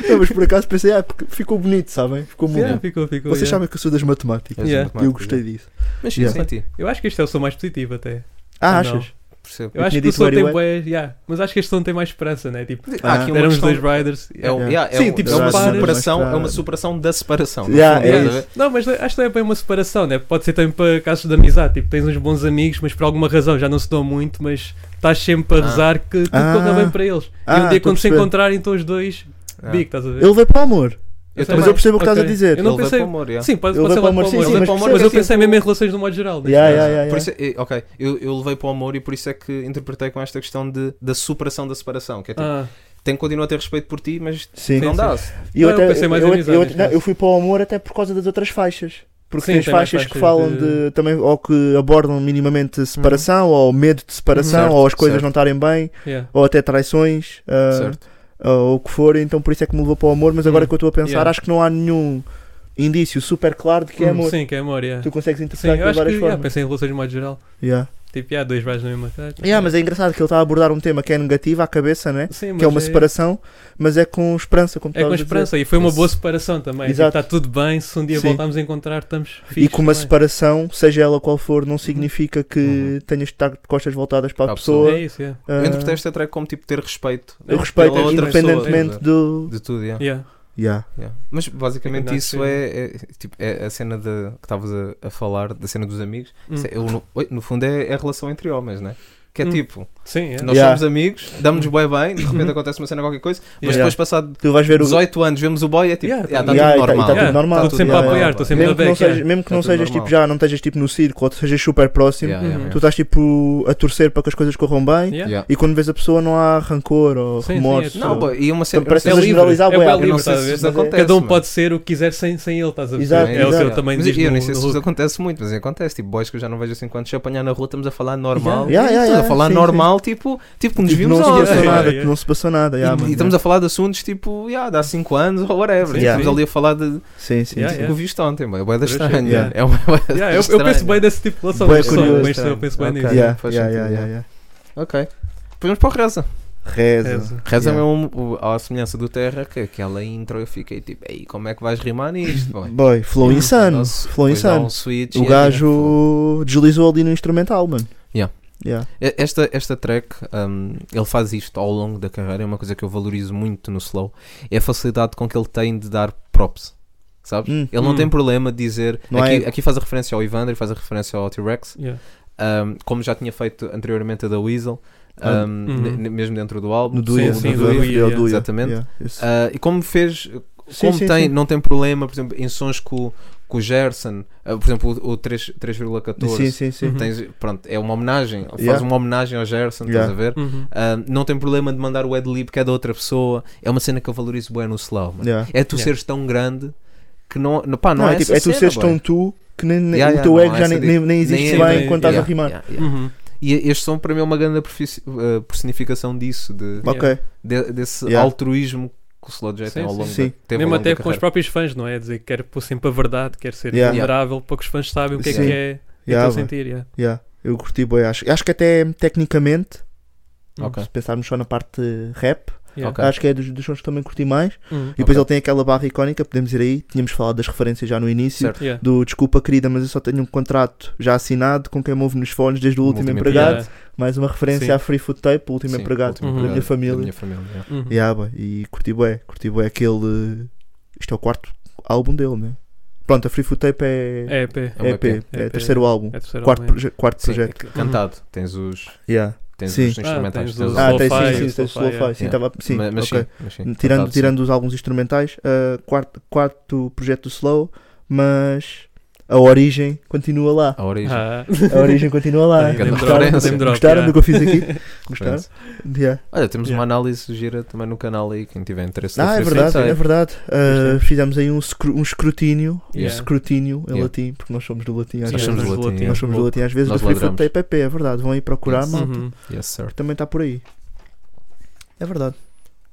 [SPEAKER 6] Não, mas por acaso pensei, ah, porque ficou bonito, sabem? Ficou bonito.
[SPEAKER 2] Yeah, ficou, ficou.
[SPEAKER 6] Vocês
[SPEAKER 2] yeah.
[SPEAKER 6] sabem que eu sou das matemáticas.
[SPEAKER 7] És
[SPEAKER 2] Yeah.
[SPEAKER 6] E
[SPEAKER 7] matemático,
[SPEAKER 6] eu
[SPEAKER 2] é.
[SPEAKER 6] gostei disso.
[SPEAKER 7] Mas sim,
[SPEAKER 6] Yeah.
[SPEAKER 7] sem ti.
[SPEAKER 2] Eu acho que este é o som mais positivo até.
[SPEAKER 6] Ah,
[SPEAKER 2] Não.
[SPEAKER 6] achas?
[SPEAKER 7] Percebo.
[SPEAKER 2] Eu
[SPEAKER 6] Eu
[SPEAKER 2] acho
[SPEAKER 6] tinha
[SPEAKER 2] que o
[SPEAKER 6] dito
[SPEAKER 2] som tem
[SPEAKER 6] Wary Wade.
[SPEAKER 2] bué, yeah. mas acho que este som tem mais esperança, né? Tipo,
[SPEAKER 7] Há aqui uma
[SPEAKER 2] éramos
[SPEAKER 7] questão-
[SPEAKER 2] dois riders.
[SPEAKER 7] É, um-
[SPEAKER 6] Yeah.
[SPEAKER 7] yeah, é
[SPEAKER 6] Sim,
[SPEAKER 7] um-
[SPEAKER 2] tipo,
[SPEAKER 7] é uma
[SPEAKER 2] separas,
[SPEAKER 7] superação,
[SPEAKER 6] mas,
[SPEAKER 7] é uma
[SPEAKER 6] pá,
[SPEAKER 7] superação da separação. no
[SPEAKER 6] Yeah,
[SPEAKER 7] fundo,
[SPEAKER 6] é
[SPEAKER 7] estás a
[SPEAKER 6] isso.
[SPEAKER 7] ver?
[SPEAKER 2] Não, mas acho que é bem uma separação, né? Pode ser também para casos de amizade. Tipo, tens uns bons amigos, mas por alguma razão já não se dão muito, mas estás sempre a
[SPEAKER 7] Ah.
[SPEAKER 2] rezar que tudo
[SPEAKER 6] Ah.
[SPEAKER 2] corra bem para eles. e um
[SPEAKER 6] Ah,
[SPEAKER 2] dia
[SPEAKER 6] estou a
[SPEAKER 2] quando se
[SPEAKER 6] perceber.
[SPEAKER 2] encontrarem, então os dois,
[SPEAKER 7] Ah.
[SPEAKER 2] big, estás a ver?
[SPEAKER 6] Ele veio para o amor.
[SPEAKER 7] Eu
[SPEAKER 2] sei
[SPEAKER 7] também.
[SPEAKER 6] Mas eu percebo o que estás a
[SPEAKER 2] Ok.
[SPEAKER 6] dizer.
[SPEAKER 2] Eu não
[SPEAKER 7] Ele veio
[SPEAKER 2] pensei.
[SPEAKER 7] para o amor, yeah.
[SPEAKER 2] Sim, pode,
[SPEAKER 6] Ele
[SPEAKER 2] pode ser lá
[SPEAKER 6] veio para o amor,
[SPEAKER 2] para o
[SPEAKER 6] sim,
[SPEAKER 2] amor.
[SPEAKER 6] sim,
[SPEAKER 2] Ele
[SPEAKER 6] mas
[SPEAKER 2] veio para o amor,
[SPEAKER 6] percebo,
[SPEAKER 2] mas eu
[SPEAKER 6] sim.
[SPEAKER 2] pensei mesmo em relações no modo geral. né?
[SPEAKER 6] Yeah, yeah, yeah, yeah.
[SPEAKER 7] Por isso é- eh, ok, eu, eu levei para o amor e por isso é que interpretei com esta questão de, da superação da separação. Que é tipo,
[SPEAKER 2] Ah,
[SPEAKER 7] tem que continuar a ter respeito por ti, mas
[SPEAKER 6] Sim.
[SPEAKER 7] não
[SPEAKER 2] sim.
[SPEAKER 7] dá.
[SPEAKER 6] E eu,
[SPEAKER 2] Não, eu
[SPEAKER 6] até,
[SPEAKER 2] pensei mais
[SPEAKER 6] eu,
[SPEAKER 2] em amizade,
[SPEAKER 6] eu-
[SPEAKER 2] neste
[SPEAKER 6] não,
[SPEAKER 2] caso.
[SPEAKER 6] eu fui para o amor até por causa das outras faixas. Porque
[SPEAKER 2] Sim,
[SPEAKER 6] tem as
[SPEAKER 2] tem mais
[SPEAKER 6] faixas que
[SPEAKER 2] faixas
[SPEAKER 6] falam
[SPEAKER 2] de- Uhum.
[SPEAKER 6] de... também ou que abordam minimamente separação, ou medo de separação,
[SPEAKER 7] Uhum.
[SPEAKER 6] ou as coisas
[SPEAKER 7] Certo,
[SPEAKER 6] não estarem bem,
[SPEAKER 2] yeah.
[SPEAKER 6] ou até traições, ah,
[SPEAKER 7] Certo.
[SPEAKER 6] ah, ou o que for, então por isso é que me levou para o amor, mas agora
[SPEAKER 2] Hum.
[SPEAKER 6] que eu estou a pensar,
[SPEAKER 2] Yeah.
[SPEAKER 6] acho que não há nenhum indício super claro de que é
[SPEAKER 2] Hum,
[SPEAKER 6] amor.
[SPEAKER 2] Sim, que é amor, yeah.
[SPEAKER 6] Tu consegues
[SPEAKER 2] Sim,
[SPEAKER 6] interpretar
[SPEAKER 2] eu
[SPEAKER 6] aquilo de
[SPEAKER 2] acho que
[SPEAKER 6] várias
[SPEAKER 2] yeah,
[SPEAKER 6] formas.
[SPEAKER 2] pensei em relações no modo geral.
[SPEAKER 6] Yeah.
[SPEAKER 2] Tipo, yeah, dois vais na mesma casa.
[SPEAKER 6] Yeah, mas é engraçado que ele está a abordar um tema que é negativo à cabeça, né?
[SPEAKER 2] Sim,
[SPEAKER 6] que é
[SPEAKER 2] mas
[SPEAKER 6] uma separação, mas é com esperança, como
[SPEAKER 2] É com
[SPEAKER 6] estavas a dizer.
[SPEAKER 2] esperança e foi uma boa separação também.
[SPEAKER 6] Exato.
[SPEAKER 2] Está tudo bem, se um dia
[SPEAKER 6] Sim.
[SPEAKER 2] voltarmos a encontrar, estamos fixos.
[SPEAKER 6] E que uma
[SPEAKER 2] também.
[SPEAKER 6] separação, seja ela qual for, não significa que
[SPEAKER 7] Uhum.
[SPEAKER 6] tenhas de estar de costas voltadas para a
[SPEAKER 7] Para a
[SPEAKER 6] pessoa.
[SPEAKER 2] É isso, yeah.
[SPEAKER 6] Ah,
[SPEAKER 7] Eu interpretei esta track como tipo ter respeito.
[SPEAKER 6] eu
[SPEAKER 7] pela
[SPEAKER 6] respeito,
[SPEAKER 7] outra
[SPEAKER 6] independentemente
[SPEAKER 7] pessoa, tipo,
[SPEAKER 6] do.
[SPEAKER 7] de tudo, yeah.
[SPEAKER 2] Yeah.
[SPEAKER 6] Yeah.
[SPEAKER 7] Yeah. Mas basicamente
[SPEAKER 2] Tem que
[SPEAKER 7] isso
[SPEAKER 2] dar
[SPEAKER 7] é, é, tipo, é a cena de, que estavas a, a falar, da cena dos amigos.
[SPEAKER 2] Hum.
[SPEAKER 7] Isso é- eu no, oi, no fundo é, é a relação entre homens, né? Que é
[SPEAKER 2] Hum.
[SPEAKER 7] tipo,
[SPEAKER 2] Sim, yeah.
[SPEAKER 7] nós
[SPEAKER 6] Yeah.
[SPEAKER 7] somos amigos, damos bem bem, de repente acontece uma cena qualquer coisa,
[SPEAKER 6] Yeah.
[SPEAKER 7] mas depois passado
[SPEAKER 6] Tu vais ver o.
[SPEAKER 7] 18 anos vemos o boy é tipo,
[SPEAKER 2] Yeah,
[SPEAKER 7] está
[SPEAKER 2] tá-
[SPEAKER 7] tudo
[SPEAKER 6] Yeah, e tá- e tá
[SPEAKER 7] normal.
[SPEAKER 6] tudo Yeah. normal.
[SPEAKER 7] Tá
[SPEAKER 2] Estou
[SPEAKER 7] tudo
[SPEAKER 2] sempre a
[SPEAKER 7] normal,
[SPEAKER 2] apoiar,
[SPEAKER 7] pá.
[SPEAKER 2] estou sempre
[SPEAKER 6] Mesmo
[SPEAKER 2] a
[SPEAKER 6] que não
[SPEAKER 2] back.
[SPEAKER 6] sejas,
[SPEAKER 2] yeah.
[SPEAKER 6] mesmo que
[SPEAKER 7] Tá
[SPEAKER 6] não
[SPEAKER 7] tudo
[SPEAKER 6] sejas tipo
[SPEAKER 7] normal.
[SPEAKER 6] já, não estejas tipo no circo ou sejas super próximo,
[SPEAKER 7] Yeah, yeah,
[SPEAKER 2] Uhum.
[SPEAKER 7] yeah.
[SPEAKER 6] tu estás tipo a torcer para que as coisas corram bem
[SPEAKER 2] Yeah.
[SPEAKER 7] Yeah.
[SPEAKER 6] e quando vês a pessoa não há rancor ou
[SPEAKER 2] Sim, sim,
[SPEAKER 6] remorso.
[SPEAKER 2] é-
[SPEAKER 7] Não,
[SPEAKER 6] ou-
[SPEAKER 7] boy, e uma cena
[SPEAKER 6] Então parece
[SPEAKER 7] é
[SPEAKER 6] que estás a
[SPEAKER 7] livre.
[SPEAKER 6] generalizar
[SPEAKER 2] É bué
[SPEAKER 6] bué.
[SPEAKER 7] Eu não
[SPEAKER 2] livre,
[SPEAKER 7] sei
[SPEAKER 2] estás a
[SPEAKER 7] se
[SPEAKER 2] ver?
[SPEAKER 7] isso
[SPEAKER 6] Mas é-
[SPEAKER 7] acontece.
[SPEAKER 2] Cada um
[SPEAKER 7] mano.
[SPEAKER 2] pode ser o que quiser sem, sem ele, estás a ver?
[SPEAKER 6] Exato,
[SPEAKER 2] é o que
[SPEAKER 6] exato.
[SPEAKER 2] ele também
[SPEAKER 7] Mas
[SPEAKER 2] diz.
[SPEAKER 7] eu
[SPEAKER 2] no-
[SPEAKER 7] nem sei
[SPEAKER 2] no
[SPEAKER 7] se isso
[SPEAKER 2] look.
[SPEAKER 7] acontece muito, mas acontece. Tipo, boys que eu já não vejo assim quando se apanhar na rua, estamos a falar normal.
[SPEAKER 6] Yeah, yeah, yeah,
[SPEAKER 7] estamos a falar
[SPEAKER 6] sim,
[SPEAKER 7] normal, tipo, tipo, que nos
[SPEAKER 6] Tipo,
[SPEAKER 7] vimos
[SPEAKER 6] não se
[SPEAKER 7] ontem.
[SPEAKER 6] passou
[SPEAKER 2] Yeah,
[SPEAKER 6] nada,
[SPEAKER 2] yeah.
[SPEAKER 6] não se passou nada.
[SPEAKER 7] E-
[SPEAKER 6] yeah,
[SPEAKER 7] e,
[SPEAKER 6] mano,
[SPEAKER 7] estamos
[SPEAKER 6] yeah.
[SPEAKER 7] a falar de assuntos tipo, yeah, de há 5 anos ou whatever.
[SPEAKER 2] Sim,
[SPEAKER 7] Estamos
[SPEAKER 2] sim.
[SPEAKER 7] ali a falar de
[SPEAKER 6] Sim, sim.
[SPEAKER 2] Yeah,
[SPEAKER 6] sim.
[SPEAKER 7] tipo, que viste ontem, mano. é bué da
[SPEAKER 2] Parece-
[SPEAKER 7] estranha.
[SPEAKER 6] Yeah.
[SPEAKER 7] É uma bué da
[SPEAKER 2] Yeah, eu, eu
[SPEAKER 7] estranha.
[SPEAKER 2] penso bem desse tipo de relação.
[SPEAKER 6] Bué
[SPEAKER 2] mas só-
[SPEAKER 6] curioso,
[SPEAKER 2] mas só Eu penso bem
[SPEAKER 7] Ok.
[SPEAKER 2] nisso.
[SPEAKER 6] Yeah,
[SPEAKER 7] Faz
[SPEAKER 6] yeah,
[SPEAKER 7] sentido,
[SPEAKER 6] yeah, yeah.
[SPEAKER 7] Ok. Depois vamos para o Reza.
[SPEAKER 6] Reza.
[SPEAKER 2] Reza.
[SPEAKER 7] Reza
[SPEAKER 6] Yeah.
[SPEAKER 7] mesmo o- à semelhança do Terra, que aquela intro eu fiquei tipo, ei, como é que vais rimar nisto? boy?"
[SPEAKER 6] Boy, flow
[SPEAKER 7] Yeah.
[SPEAKER 6] insano.
[SPEAKER 7] Nossa,
[SPEAKER 6] Flow
[SPEAKER 7] depois dá
[SPEAKER 6] insano.
[SPEAKER 7] um switch e
[SPEAKER 6] O
[SPEAKER 7] é-
[SPEAKER 6] gajo deslizou ali no instrumental, mano.
[SPEAKER 7] Yeah.
[SPEAKER 6] Yeah.
[SPEAKER 7] E- Esta, esta track, hum, ele faz isto ao longo da carreira, é uma coisa que eu valorizo muito no Slow, é a facilidade com que ele tem de dar props. Sabes?
[SPEAKER 6] Hum.
[SPEAKER 7] Ele não
[SPEAKER 2] Hum.
[SPEAKER 7] tem problema de dizer.
[SPEAKER 6] Não
[SPEAKER 7] aqui,
[SPEAKER 6] é-
[SPEAKER 7] aqui faz a referência ao Evander, faz a referência ao T-Rex,
[SPEAKER 2] Yeah.
[SPEAKER 7] hum, como já tinha feito anteriormente a da Weasel,
[SPEAKER 6] Ah,
[SPEAKER 7] hum,
[SPEAKER 2] uhum.
[SPEAKER 7] ne- ne- mesmo dentro do álbum.
[SPEAKER 6] No Duia.
[SPEAKER 2] sim,
[SPEAKER 6] no
[SPEAKER 2] do
[SPEAKER 6] Duia,
[SPEAKER 2] Duia,
[SPEAKER 6] deu ao
[SPEAKER 2] yeah.
[SPEAKER 6] Duia.
[SPEAKER 7] Exatamente.
[SPEAKER 6] Yeah, isso.
[SPEAKER 7] Ah, e como fez,
[SPEAKER 6] Sim,
[SPEAKER 7] como
[SPEAKER 6] sim,
[SPEAKER 7] tem,
[SPEAKER 6] sim.
[SPEAKER 7] não tem problema, por exemplo, em sons com, com o Gerson, ah, por exemplo, o, o 3 3,14,
[SPEAKER 6] Sim, sim, sim.
[SPEAKER 2] Uhum.
[SPEAKER 7] tens- pronto, é uma homenagem, faz
[SPEAKER 6] Yeah.
[SPEAKER 7] uma homenagem ao Gerson,
[SPEAKER 6] Yeah.
[SPEAKER 7] estás a ver?
[SPEAKER 2] Uhum.
[SPEAKER 7] Ah, não tem problema de mandar o Adlib que é da outra pessoa, é uma cena que eu valorizo bem no Slow, mano.
[SPEAKER 6] Yeah.
[SPEAKER 7] é tu
[SPEAKER 2] Yeah.
[SPEAKER 7] seres tão grande que não, não, pá, não,
[SPEAKER 6] Não, é,
[SPEAKER 7] há
[SPEAKER 6] tipo,
[SPEAKER 7] essa
[SPEAKER 6] é tu
[SPEAKER 7] cena,
[SPEAKER 6] seres
[SPEAKER 7] bué.
[SPEAKER 6] tão tu que nem, nem-
[SPEAKER 7] Yeah,
[SPEAKER 6] o
[SPEAKER 7] yeah,
[SPEAKER 6] teu
[SPEAKER 7] não há
[SPEAKER 6] ego já
[SPEAKER 7] essa
[SPEAKER 6] nem,
[SPEAKER 7] de-
[SPEAKER 6] nem, nem existe
[SPEAKER 2] nem-
[SPEAKER 6] bem
[SPEAKER 2] nem-
[SPEAKER 6] quando estás a
[SPEAKER 7] yeah,
[SPEAKER 6] rimar.
[SPEAKER 7] yeah, yeah.
[SPEAKER 2] Uhum.
[SPEAKER 7] E este som para mim é uma grande perfici- ah, personificação disso, de,
[SPEAKER 2] Yeah.
[SPEAKER 6] Ok,
[SPEAKER 7] de- desse
[SPEAKER 6] Yeah.
[SPEAKER 7] altruísmo que o Slow J tem
[SPEAKER 2] Sim,
[SPEAKER 7] ao
[SPEAKER 2] sim.
[SPEAKER 7] longo
[SPEAKER 6] Sim.
[SPEAKER 7] da teve ao
[SPEAKER 2] Mesmo
[SPEAKER 7] longo
[SPEAKER 2] até
[SPEAKER 7] da
[SPEAKER 2] com os
[SPEAKER 7] carreira.
[SPEAKER 2] próprios fãs, não é? Dizer que quero pôr sempre a verdade, quero ser
[SPEAKER 6] Yeah.
[SPEAKER 2] vulnerável para que os fãs saibam o que é
[SPEAKER 7] Sim.
[SPEAKER 2] que é e
[SPEAKER 6] Yeah,
[SPEAKER 2] yeah,
[SPEAKER 6] bué.
[SPEAKER 2] sentir. Yeah.
[SPEAKER 6] yeah. eu curti bem. Acho, acho que até tecnicamente,
[SPEAKER 7] Ok.
[SPEAKER 6] se pensarmos só na parte rap,
[SPEAKER 2] Yeah.
[SPEAKER 7] Ok.
[SPEAKER 6] acho que é dos, dos sons que também curti mais.
[SPEAKER 2] Uhum.
[SPEAKER 6] E depois
[SPEAKER 7] Ok.
[SPEAKER 6] ele tem aquela barra icónica, podemos ir aí, tínhamos falado das referências já no início.
[SPEAKER 7] Certo.
[SPEAKER 2] Yeah.
[SPEAKER 6] Do desculpa querida, mas eu só tenho um contrato já assinado com quem move nos fones desde o último,
[SPEAKER 7] Um Último
[SPEAKER 6] empregado.
[SPEAKER 2] Yeah.
[SPEAKER 6] Mais uma referência
[SPEAKER 2] Sim.
[SPEAKER 6] à Free Food Tape, o último
[SPEAKER 7] Sim,
[SPEAKER 6] empregado
[SPEAKER 7] último
[SPEAKER 2] Uhum.
[SPEAKER 6] da minha
[SPEAKER 7] empregado
[SPEAKER 6] família.
[SPEAKER 7] da minha família, yeah.
[SPEAKER 2] Uhum.
[SPEAKER 6] Yeah, boy, e curti bué, curti bué aquele. Isto é o quarto álbum dele, né? Pronto, a Free Food Tape é.
[SPEAKER 2] É EP.
[SPEAKER 7] É um
[SPEAKER 6] EP,
[SPEAKER 7] EP.
[SPEAKER 6] é
[SPEAKER 2] EP.
[SPEAKER 6] terceiro álbum,
[SPEAKER 2] É terceiro
[SPEAKER 6] quarto,
[SPEAKER 2] álbum, é.
[SPEAKER 6] proje- quarto
[SPEAKER 7] Sim,
[SPEAKER 6] projeto.
[SPEAKER 7] é cantado. Tens os,
[SPEAKER 6] Yeah.
[SPEAKER 7] tens
[SPEAKER 6] Sim.
[SPEAKER 7] os instrumentais.
[SPEAKER 2] Ah,
[SPEAKER 7] tens
[SPEAKER 2] tens
[SPEAKER 7] os
[SPEAKER 2] o
[SPEAKER 6] Ah,
[SPEAKER 2] Lo-fi,
[SPEAKER 6] tem sim, sim, tem
[SPEAKER 2] lo-fi,
[SPEAKER 6] Slow-Fi, sim,
[SPEAKER 7] yeah.
[SPEAKER 6] tava- sim,
[SPEAKER 7] é. Ma- mas
[SPEAKER 6] ok.
[SPEAKER 7] sim, mas sim,
[SPEAKER 6] Tirando,
[SPEAKER 7] cantado, sim.
[SPEAKER 6] tirando os álbuns instrumentais, ah, quarto, quarto projeto do Slow, mas a origem continua lá.
[SPEAKER 7] A origem.
[SPEAKER 2] Ah,
[SPEAKER 6] A origem continua lá.
[SPEAKER 2] Ah,
[SPEAKER 7] Ganda
[SPEAKER 6] Gostaram,
[SPEAKER 7] referência.
[SPEAKER 6] do- gostaram do que eu fiz aqui? Gostaram?
[SPEAKER 7] Pronto.
[SPEAKER 6] Yeah.
[SPEAKER 7] Olha, temos
[SPEAKER 2] Yeah.
[SPEAKER 7] uma análise gira também no canal aí, quem tiver interesse. tá
[SPEAKER 6] Ah, é
[SPEAKER 7] Free
[SPEAKER 6] verdade,
[SPEAKER 7] Freestyle.
[SPEAKER 6] é verdade. Ah, fizemos aí um, escru- um escrutínio, um
[SPEAKER 2] Yeah.
[SPEAKER 6] escrutínio em
[SPEAKER 7] Yeah.
[SPEAKER 6] latim, porque nós somos do latim às
[SPEAKER 7] Nós
[SPEAKER 6] vezes.
[SPEAKER 7] somos
[SPEAKER 2] Nós
[SPEAKER 7] do latim. é.
[SPEAKER 6] Nós somos do latim às vezes,
[SPEAKER 7] Nós
[SPEAKER 6] mas Free Food
[SPEAKER 7] ladramos.
[SPEAKER 6] Tape é, é verdade. Vão aí procurar,
[SPEAKER 7] Yes.
[SPEAKER 6] malta,
[SPEAKER 2] Uhum.
[SPEAKER 7] Yes, sir.
[SPEAKER 6] que também está por aí. É verdade.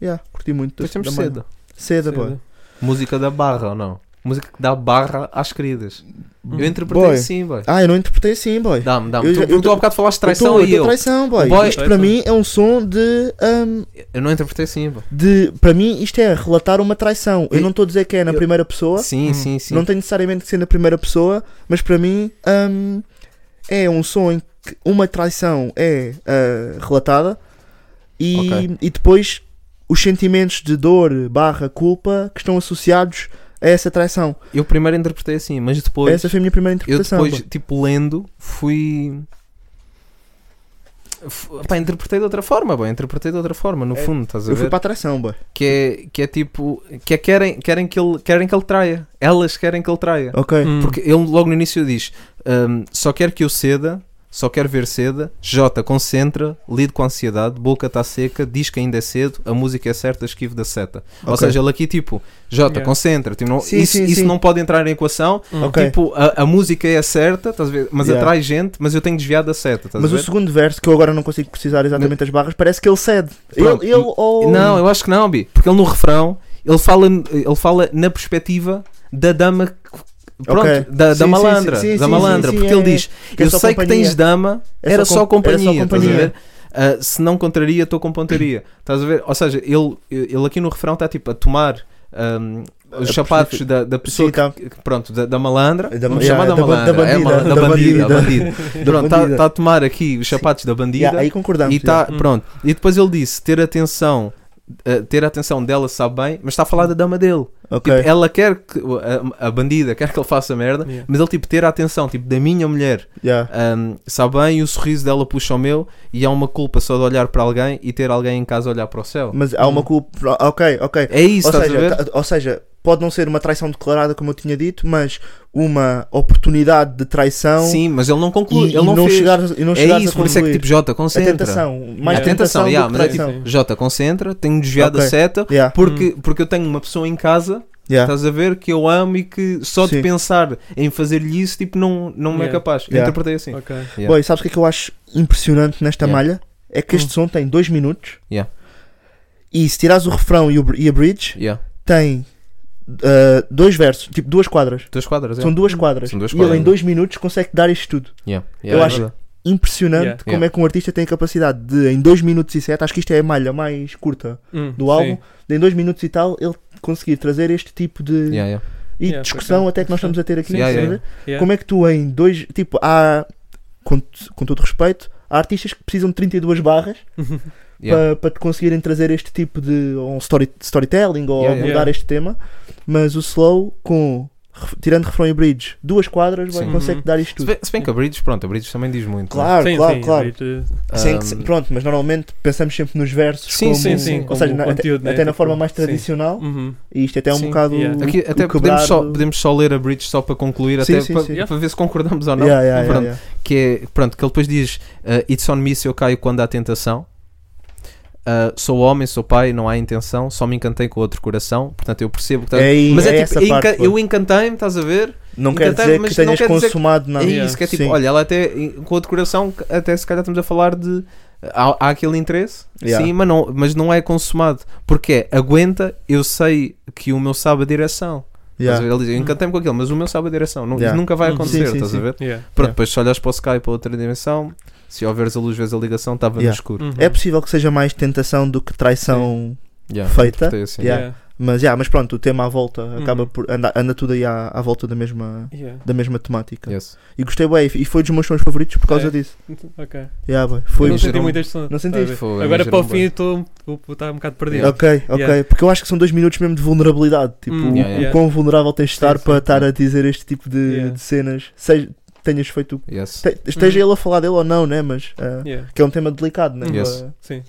[SPEAKER 6] Yeah, curti muito.
[SPEAKER 7] Depois
[SPEAKER 6] da-
[SPEAKER 7] temos
[SPEAKER 6] da
[SPEAKER 7] cedo.
[SPEAKER 6] banda. Seda, boy.
[SPEAKER 2] Cedo.
[SPEAKER 7] Música da barra ou não? Música que dá barra às queridas.
[SPEAKER 2] Hum.
[SPEAKER 7] Eu interpretei
[SPEAKER 6] Boy.
[SPEAKER 7] sim, boy.
[SPEAKER 6] Ah, eu não interpretei assim, boy.
[SPEAKER 7] Dá-me, dá-me.
[SPEAKER 6] Eu
[SPEAKER 7] Tu,
[SPEAKER 6] já- eu
[SPEAKER 7] tu
[SPEAKER 6] tô-
[SPEAKER 7] há bocado falaste traição
[SPEAKER 6] eu tô,
[SPEAKER 7] e
[SPEAKER 6] eu
[SPEAKER 7] eu.
[SPEAKER 6] tô traição, boy.
[SPEAKER 7] Boy-
[SPEAKER 6] Isto para mim é um som de. hum,
[SPEAKER 7] Eu não interpretei sim, boy.
[SPEAKER 6] de para mim, isto é relatar uma traição. Eu
[SPEAKER 7] E-
[SPEAKER 6] não estou a dizer que é na
[SPEAKER 7] eu-
[SPEAKER 6] primeira pessoa,
[SPEAKER 2] Hum.
[SPEAKER 7] Sim, sim, sim.
[SPEAKER 6] não tem necessariamente que ser na primeira pessoa, mas para mim hum, é um som em que uma traição é ah, relatada e,
[SPEAKER 7] Ok.
[SPEAKER 6] e depois os sentimentos de dor barra culpa que estão associados a essa traição.
[SPEAKER 7] Eu primeiro interpretei assim, mas depois.
[SPEAKER 6] essa foi a minha primeira
[SPEAKER 7] Eu
[SPEAKER 6] interpretação.
[SPEAKER 7] depois, tipo, lendo, fui. Fu- Pá, interpretei de outra forma, bem, interpretei de outra forma, no
[SPEAKER 6] É,
[SPEAKER 7] fundo, estás a
[SPEAKER 6] eu fui
[SPEAKER 7] ver?
[SPEAKER 6] para a traição, boy.
[SPEAKER 7] Que, é, que é tipo, que é querem, querem, que ele, querem que ele traia, elas querem que ele traia.
[SPEAKER 6] Ok.
[SPEAKER 2] Uhum.
[SPEAKER 7] Porque ele logo no início diz: "Hum, só quer que eu ceda, só quer ver seda. J, concentra, lido com ansiedade, boca está seca, diz que ainda é cedo, a música é certa, esquivo da seta. Ou
[SPEAKER 6] Ok.
[SPEAKER 7] seja, ele aqui tipo: J,
[SPEAKER 2] Yeah.
[SPEAKER 7] concentra, tipo, não-
[SPEAKER 6] Sim,
[SPEAKER 7] isso,
[SPEAKER 6] sim,
[SPEAKER 7] isso
[SPEAKER 6] sim.
[SPEAKER 7] não pode entrar em equação.
[SPEAKER 6] Ok.
[SPEAKER 7] Tipo, a, a música é certa, estás a ver? mas
[SPEAKER 6] Yeah.
[SPEAKER 7] atrai gente, mas eu tenho desviado da seta, estás
[SPEAKER 6] Mas
[SPEAKER 7] a
[SPEAKER 6] o
[SPEAKER 7] ver?
[SPEAKER 6] segundo verso, que eu agora não consigo precisar exatamente as barras, parece que ele cede.
[SPEAKER 7] Pronto.
[SPEAKER 6] Ele, oh, ele ou.
[SPEAKER 7] Não, eu acho que não, Bi, porque ele no refrão, ele fala, ele fala na perspectiva da dama, que- pronto, da, da
[SPEAKER 6] Sim, sim,
[SPEAKER 7] malandra,
[SPEAKER 6] sim, sim,
[SPEAKER 7] da
[SPEAKER 6] sim,
[SPEAKER 7] malandra,
[SPEAKER 6] sim,
[SPEAKER 7] porque
[SPEAKER 6] é-
[SPEAKER 7] ele diz,
[SPEAKER 6] que é
[SPEAKER 7] eu
[SPEAKER 6] só
[SPEAKER 7] sei que
[SPEAKER 6] companhia."
[SPEAKER 7] tens dama,
[SPEAKER 6] É
[SPEAKER 7] era,
[SPEAKER 6] só
[SPEAKER 7] só
[SPEAKER 6] com- era só
[SPEAKER 7] companhia,
[SPEAKER 6] companhia.
[SPEAKER 7] Estás a ver? Ah, se não contraria, estou com pontaria. Estás a ver? Ou seja, ele, ele aqui no refrão está tipo a tomar ahm, os
[SPEAKER 6] A
[SPEAKER 7] sapatos
[SPEAKER 6] personifi-
[SPEAKER 7] da, da pessoa
[SPEAKER 6] Sim, tá.
[SPEAKER 7] que- que- pronto, da, da malandra,
[SPEAKER 6] Da-
[SPEAKER 7] vamos
[SPEAKER 6] yeah,
[SPEAKER 7] chamar da,
[SPEAKER 6] da ba- da
[SPEAKER 7] malandra, é
[SPEAKER 6] bandida,
[SPEAKER 7] a mal- da,
[SPEAKER 6] da
[SPEAKER 7] bandida,
[SPEAKER 6] bandida.
[SPEAKER 7] da bandida. Pronto, está
[SPEAKER 6] bandida.
[SPEAKER 7] tá- a tomar aqui os sapatos da bandida
[SPEAKER 6] Yeah, aí concordamos.
[SPEAKER 7] e tá,
[SPEAKER 6] yeah.
[SPEAKER 2] Hum.
[SPEAKER 7] pronto. E depois ele disse ter atenção, eh, ter a atenção dela sabe bem, mas está a falar da dama dele.
[SPEAKER 6] Ok.
[SPEAKER 7] Tipo, ela quer que a, a bandida quer que ele faça merda,
[SPEAKER 2] Yeah.
[SPEAKER 7] mas ele tipo ter a atenção tipo da minha mulher
[SPEAKER 6] yeah.
[SPEAKER 7] ahm, sabe bem e o sorriso dela puxa o meu e há uma culpa só de olhar para alguém e ter alguém em casa a olhar para o céu.
[SPEAKER 6] Mas há uma culpa. Ok, ok.
[SPEAKER 7] É Hum. isso,
[SPEAKER 6] ou,
[SPEAKER 7] estás a ver?
[SPEAKER 6] seja, tá- ou seja, pode não ser uma traição declarada, como eu tinha dito, mas uma oportunidade de traição
[SPEAKER 7] Sim, mas ele não
[SPEAKER 6] e,
[SPEAKER 7] conclui, ele
[SPEAKER 6] e
[SPEAKER 7] não,
[SPEAKER 6] não
[SPEAKER 7] fez.
[SPEAKER 6] chegar, e não
[SPEAKER 7] é
[SPEAKER 6] chegares
[SPEAKER 7] isso,
[SPEAKER 6] a
[SPEAKER 7] por isso é que
[SPEAKER 6] concluir.
[SPEAKER 7] tipo Jota
[SPEAKER 6] a
[SPEAKER 7] concentra.
[SPEAKER 6] tentação. Mais
[SPEAKER 7] É.
[SPEAKER 6] tentação,
[SPEAKER 7] Tentação, yeah,
[SPEAKER 6] do que
[SPEAKER 7] mas é
[SPEAKER 6] traição.
[SPEAKER 2] tipo-
[SPEAKER 7] Jota concentra, tenho desviado
[SPEAKER 6] Ok.
[SPEAKER 7] a seta
[SPEAKER 6] Yeah,
[SPEAKER 7] porque,
[SPEAKER 2] Hum.
[SPEAKER 7] porque eu tenho uma pessoa em casa
[SPEAKER 6] yeah.
[SPEAKER 7] Estás a ver que eu amo e que só
[SPEAKER 6] É. Sim.
[SPEAKER 7] de pensar em fazer-lhe isso, tipo, não, não me é
[SPEAKER 2] Yeah.
[SPEAKER 7] capaz. Eu
[SPEAKER 6] Yeah.
[SPEAKER 7] interpretei assim.
[SPEAKER 2] Ok.
[SPEAKER 7] Yeah.
[SPEAKER 6] Boy, sabes o que é que eu acho impressionante nesta
[SPEAKER 7] Yeah. Hum.
[SPEAKER 6] malha? É que este som tem 2 minutos
[SPEAKER 7] Yeah.
[SPEAKER 6] e se tirares o refrão e, o br- e a bridge,
[SPEAKER 7] Yeah.
[SPEAKER 6] tem ah, dois versos, tipo duas quadras.
[SPEAKER 7] Duas quadras, é.
[SPEAKER 6] São duas quadras.
[SPEAKER 7] São duas
[SPEAKER 6] E ele
[SPEAKER 7] quadras.
[SPEAKER 6] em dois minutos consegue dar isto tudo.
[SPEAKER 7] Yeah.
[SPEAKER 6] eu
[SPEAKER 7] Yeah, é
[SPEAKER 6] acho
[SPEAKER 7] verdade.
[SPEAKER 6] impressionante
[SPEAKER 2] Yeah.
[SPEAKER 6] como
[SPEAKER 7] Yeah.
[SPEAKER 6] é que um artista tem a capacidade de, em 2 minutos e 7, acho que isto é a malha mais curta
[SPEAKER 2] Hum,
[SPEAKER 6] do
[SPEAKER 2] sim.
[SPEAKER 6] álbum, de em 2 minutos e tal, ele conseguir trazer este tipo de
[SPEAKER 7] Yeah, yeah.
[SPEAKER 6] e
[SPEAKER 2] Yeah,
[SPEAKER 6] discussão
[SPEAKER 2] pois é.
[SPEAKER 6] até que nós estamos a ter aqui.
[SPEAKER 7] Sim,
[SPEAKER 6] estás a
[SPEAKER 7] sim.
[SPEAKER 6] ver?
[SPEAKER 2] Yeah.
[SPEAKER 6] Como é que tu em dois. Tipo, há. Com, com todo respeito, há artistas que precisam de 32 barras
[SPEAKER 2] Uhum.
[SPEAKER 6] para,
[SPEAKER 7] Yeah.
[SPEAKER 6] para te conseguirem trazer este tipo de. ou um story, storytelling ou
[SPEAKER 7] Yeah, yeah.
[SPEAKER 6] abordar
[SPEAKER 2] Yeah.
[SPEAKER 6] este tema. Mas o slow, com. ref- tirando refrão e bridge, duas quadras, vai,
[SPEAKER 7] Sim.
[SPEAKER 6] consegue
[SPEAKER 2] Uhum.
[SPEAKER 6] dar isto
[SPEAKER 7] Se
[SPEAKER 6] tudo.
[SPEAKER 7] bem, se bem que a Bridges, pronto, a Bridges também diz muito.
[SPEAKER 6] Claro,
[SPEAKER 2] Sim,
[SPEAKER 6] claro,
[SPEAKER 2] sim,
[SPEAKER 6] claro.
[SPEAKER 2] abrir, uh,
[SPEAKER 7] né?
[SPEAKER 6] Sem
[SPEAKER 7] Ahm,
[SPEAKER 6] que se- pronto, mas normalmente pensamos sempre nos versos.
[SPEAKER 7] Sim,
[SPEAKER 6] como,
[SPEAKER 7] sim, sim,
[SPEAKER 6] Ou
[SPEAKER 2] como
[SPEAKER 6] seja, na- até,
[SPEAKER 2] conteúdo, né?
[SPEAKER 6] até na
[SPEAKER 2] Tipo,
[SPEAKER 6] forma mais
[SPEAKER 2] sim.
[SPEAKER 6] tradicional.
[SPEAKER 2] uhum.
[SPEAKER 6] E isto até é um
[SPEAKER 7] Sim,
[SPEAKER 6] bocado.
[SPEAKER 2] yeah.
[SPEAKER 7] Aqui
[SPEAKER 6] o
[SPEAKER 7] até podemos
[SPEAKER 6] quebrado-
[SPEAKER 7] só, podemos só ler a Bridges só para concluir,
[SPEAKER 6] Sim,
[SPEAKER 7] até
[SPEAKER 6] sim,
[SPEAKER 7] para,
[SPEAKER 6] sim.
[SPEAKER 7] para ver se concordamos ou não.
[SPEAKER 6] Yeah, yeah, yeah,
[SPEAKER 7] Pronto.
[SPEAKER 6] yeah.
[SPEAKER 7] que é, pronto, que ele depois diz eh, It's on me se eu caio quando há tentação Ah, Sou homem, sou pai, não há intenção Só me encantei com outro coração Portanto eu percebo que estás...
[SPEAKER 6] É-
[SPEAKER 7] Mas
[SPEAKER 6] é
[SPEAKER 7] é,
[SPEAKER 6] essa
[SPEAKER 7] tipo, enca-
[SPEAKER 6] parte, pô.
[SPEAKER 7] eu encantei-me, estás a ver?
[SPEAKER 6] Não quer
[SPEAKER 7] Encantar,
[SPEAKER 6] dizer
[SPEAKER 7] Então tá, mas
[SPEAKER 6] que
[SPEAKER 7] não
[SPEAKER 6] tenhas
[SPEAKER 7] quer dizer que-
[SPEAKER 6] consumado nada.
[SPEAKER 7] é
[SPEAKER 2] yeah.
[SPEAKER 7] isso que é tipo,
[SPEAKER 6] Sim.
[SPEAKER 7] olha, ela até em- com outro coração Até se calhar estamos a falar de Há, há aquele interesse,
[SPEAKER 6] Yeah.
[SPEAKER 7] sim, mas não, mas não é consumado Porque é, aguenta, eu sei que o meu sabe a direção Estás a
[SPEAKER 6] Yeah.
[SPEAKER 7] ver? Ele diz, eu encantei-me com aquilo, mas o meu sabe a direção Não-
[SPEAKER 6] Yeah.
[SPEAKER 7] Isso nunca vai
[SPEAKER 2] Uhum.
[SPEAKER 7] acontecer,
[SPEAKER 6] Sim, sim,
[SPEAKER 7] estás a
[SPEAKER 6] sim.
[SPEAKER 7] ver?
[SPEAKER 2] Yeah.
[SPEAKER 7] Pronto,
[SPEAKER 6] Yeah.
[SPEAKER 7] depois se olhares para o Sky para outra dimensão, se houveres a luz, vês a ligação, estava
[SPEAKER 6] Yeah.
[SPEAKER 7] no escuro.
[SPEAKER 2] Uhum.
[SPEAKER 6] É possível que seja mais tentação do que traição,
[SPEAKER 7] Yeah,
[SPEAKER 6] Feita.
[SPEAKER 7] interpretei assim.
[SPEAKER 6] Yeah. mas, yeah, mas pronto, o tema à volta acaba
[SPEAKER 2] Uhum.
[SPEAKER 6] por anda, anda tudo aí à, à volta da mesma,
[SPEAKER 2] Yeah.
[SPEAKER 6] da mesma temática.
[SPEAKER 7] Yes.
[SPEAKER 6] E gostei bem, e foi dos meus sons favoritos por causa
[SPEAKER 2] É.
[SPEAKER 6] disso.
[SPEAKER 2] Ok.
[SPEAKER 6] Yeah, boy,
[SPEAKER 2] Eu
[SPEAKER 6] foi.
[SPEAKER 2] não
[SPEAKER 7] Em
[SPEAKER 2] senti
[SPEAKER 7] geral-
[SPEAKER 2] muito este som.
[SPEAKER 6] Não sentiste?
[SPEAKER 2] estás a ver?
[SPEAKER 7] Foi,
[SPEAKER 2] Agora
[SPEAKER 7] em
[SPEAKER 2] para o
[SPEAKER 7] geral,
[SPEAKER 2] fim estou estar um bocado perdido.
[SPEAKER 6] Ok, ok,
[SPEAKER 2] Yeah.
[SPEAKER 6] porque eu acho que são dois minutos mesmo de vulnerabilidade. Tipo,
[SPEAKER 2] Hum,
[SPEAKER 6] o-
[SPEAKER 7] yeah,
[SPEAKER 6] o
[SPEAKER 2] yeah.
[SPEAKER 6] quão vulnerável tens de estar
[SPEAKER 2] Sim, sim.
[SPEAKER 6] para estar a dizer este tipo de,
[SPEAKER 2] Yeah.
[SPEAKER 6] de cenas, seja, tenhas feito. o-
[SPEAKER 7] Yes.
[SPEAKER 6] te- Esteja
[SPEAKER 2] Uhum.
[SPEAKER 6] ele a falar dele ou não, né? Mas. ah,
[SPEAKER 2] Yeah.
[SPEAKER 6] Que é um tema delicado, né?
[SPEAKER 7] Yes.
[SPEAKER 6] Para,
[SPEAKER 2] Sim.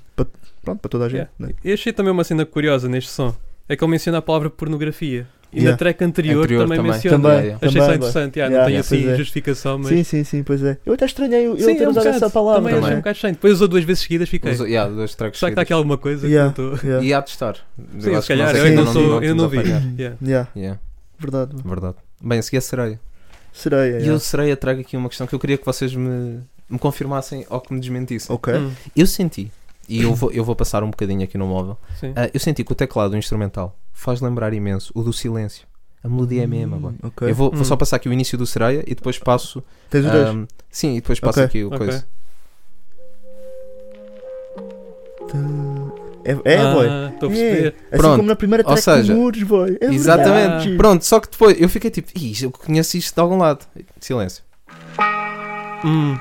[SPEAKER 6] pronto, para toda a gente.
[SPEAKER 2] Yeah.
[SPEAKER 6] né?
[SPEAKER 2] Eu achei também uma cena curiosa neste som. É que ele menciona a palavra pornografia. E
[SPEAKER 6] Yeah.
[SPEAKER 2] na track anterior,
[SPEAKER 7] Anterior
[SPEAKER 2] também,
[SPEAKER 7] também.
[SPEAKER 2] menciona.
[SPEAKER 6] Também,
[SPEAKER 7] Yeah,
[SPEAKER 2] Achei só
[SPEAKER 6] também,
[SPEAKER 2] interessante.
[SPEAKER 6] yeah.
[SPEAKER 2] yeah, não tem
[SPEAKER 6] Yeah,
[SPEAKER 2] assim
[SPEAKER 6] pois é.
[SPEAKER 2] justificação, mas.
[SPEAKER 6] Sim, sim, sim, pois é. Eu até estranhei eu-
[SPEAKER 2] Sim,
[SPEAKER 6] ele ter
[SPEAKER 2] é um
[SPEAKER 6] usado
[SPEAKER 2] bocado.
[SPEAKER 6] essa palavra.
[SPEAKER 2] Também, achei
[SPEAKER 7] também.
[SPEAKER 2] um bocado estranho. Depois usou duas vezes seguidas, fiquei.
[SPEAKER 7] Mas, yeah, dois tracks
[SPEAKER 2] Será que está aqui
[SPEAKER 7] seguidos.
[SPEAKER 2] alguma coisa
[SPEAKER 6] Yeah.
[SPEAKER 2] que não estou.
[SPEAKER 6] Yeah.
[SPEAKER 7] E há de estar. Eu
[SPEAKER 2] Sim,
[SPEAKER 7] acho
[SPEAKER 2] se
[SPEAKER 7] que
[SPEAKER 2] calhar,
[SPEAKER 7] nós
[SPEAKER 2] eu
[SPEAKER 7] aqui
[SPEAKER 2] ainda não
[SPEAKER 6] Sim.
[SPEAKER 2] sou. Eu
[SPEAKER 7] estamos
[SPEAKER 2] não
[SPEAKER 7] a
[SPEAKER 2] vi.
[SPEAKER 7] apanhar.
[SPEAKER 2] Yeah.
[SPEAKER 6] Yeah,
[SPEAKER 7] Yeah,
[SPEAKER 6] verdade. mano.
[SPEAKER 7] verdade. Bem, a seguir é Sereia.
[SPEAKER 6] Sereia.
[SPEAKER 7] E eu,
[SPEAKER 6] yeah.
[SPEAKER 7] Sereia, trago aqui uma questão que eu queria que vocês me, me confirmassem ou que me desmentissem.
[SPEAKER 6] Ok.
[SPEAKER 2] Hum,
[SPEAKER 7] Eu senti, e eu vou, eu vou passar um bocadinho aqui no móvel,
[SPEAKER 2] sim.
[SPEAKER 7] ah, eu senti que o teclado o instrumental faz lembrar imenso o do silêncio. A melodia é a mesma, boy.
[SPEAKER 6] Ok.
[SPEAKER 7] Eu vou, Ah, vou
[SPEAKER 2] Hum.
[SPEAKER 7] só passar aqui o início do Sereia e depois passo.
[SPEAKER 6] Tens os dois.
[SPEAKER 7] ahm, sim, e depois passo
[SPEAKER 6] Ok.
[SPEAKER 7] aqui o
[SPEAKER 2] Ok.
[SPEAKER 7] coisa.
[SPEAKER 6] É, é
[SPEAKER 2] ah,
[SPEAKER 6] boy.
[SPEAKER 2] Estou a
[SPEAKER 6] É.
[SPEAKER 2] perceber.
[SPEAKER 6] Assim
[SPEAKER 7] Pronto.
[SPEAKER 6] como na primeira
[SPEAKER 7] Ou
[SPEAKER 6] track
[SPEAKER 7] seja,
[SPEAKER 6] de muros, boy. É
[SPEAKER 7] Exatamente.
[SPEAKER 2] Ah,
[SPEAKER 6] verdade.
[SPEAKER 7] Pronto, só que depois eu fiquei tipo, "Ih, eu conheço isto de algum lado. Silêncio.
[SPEAKER 2] Hum.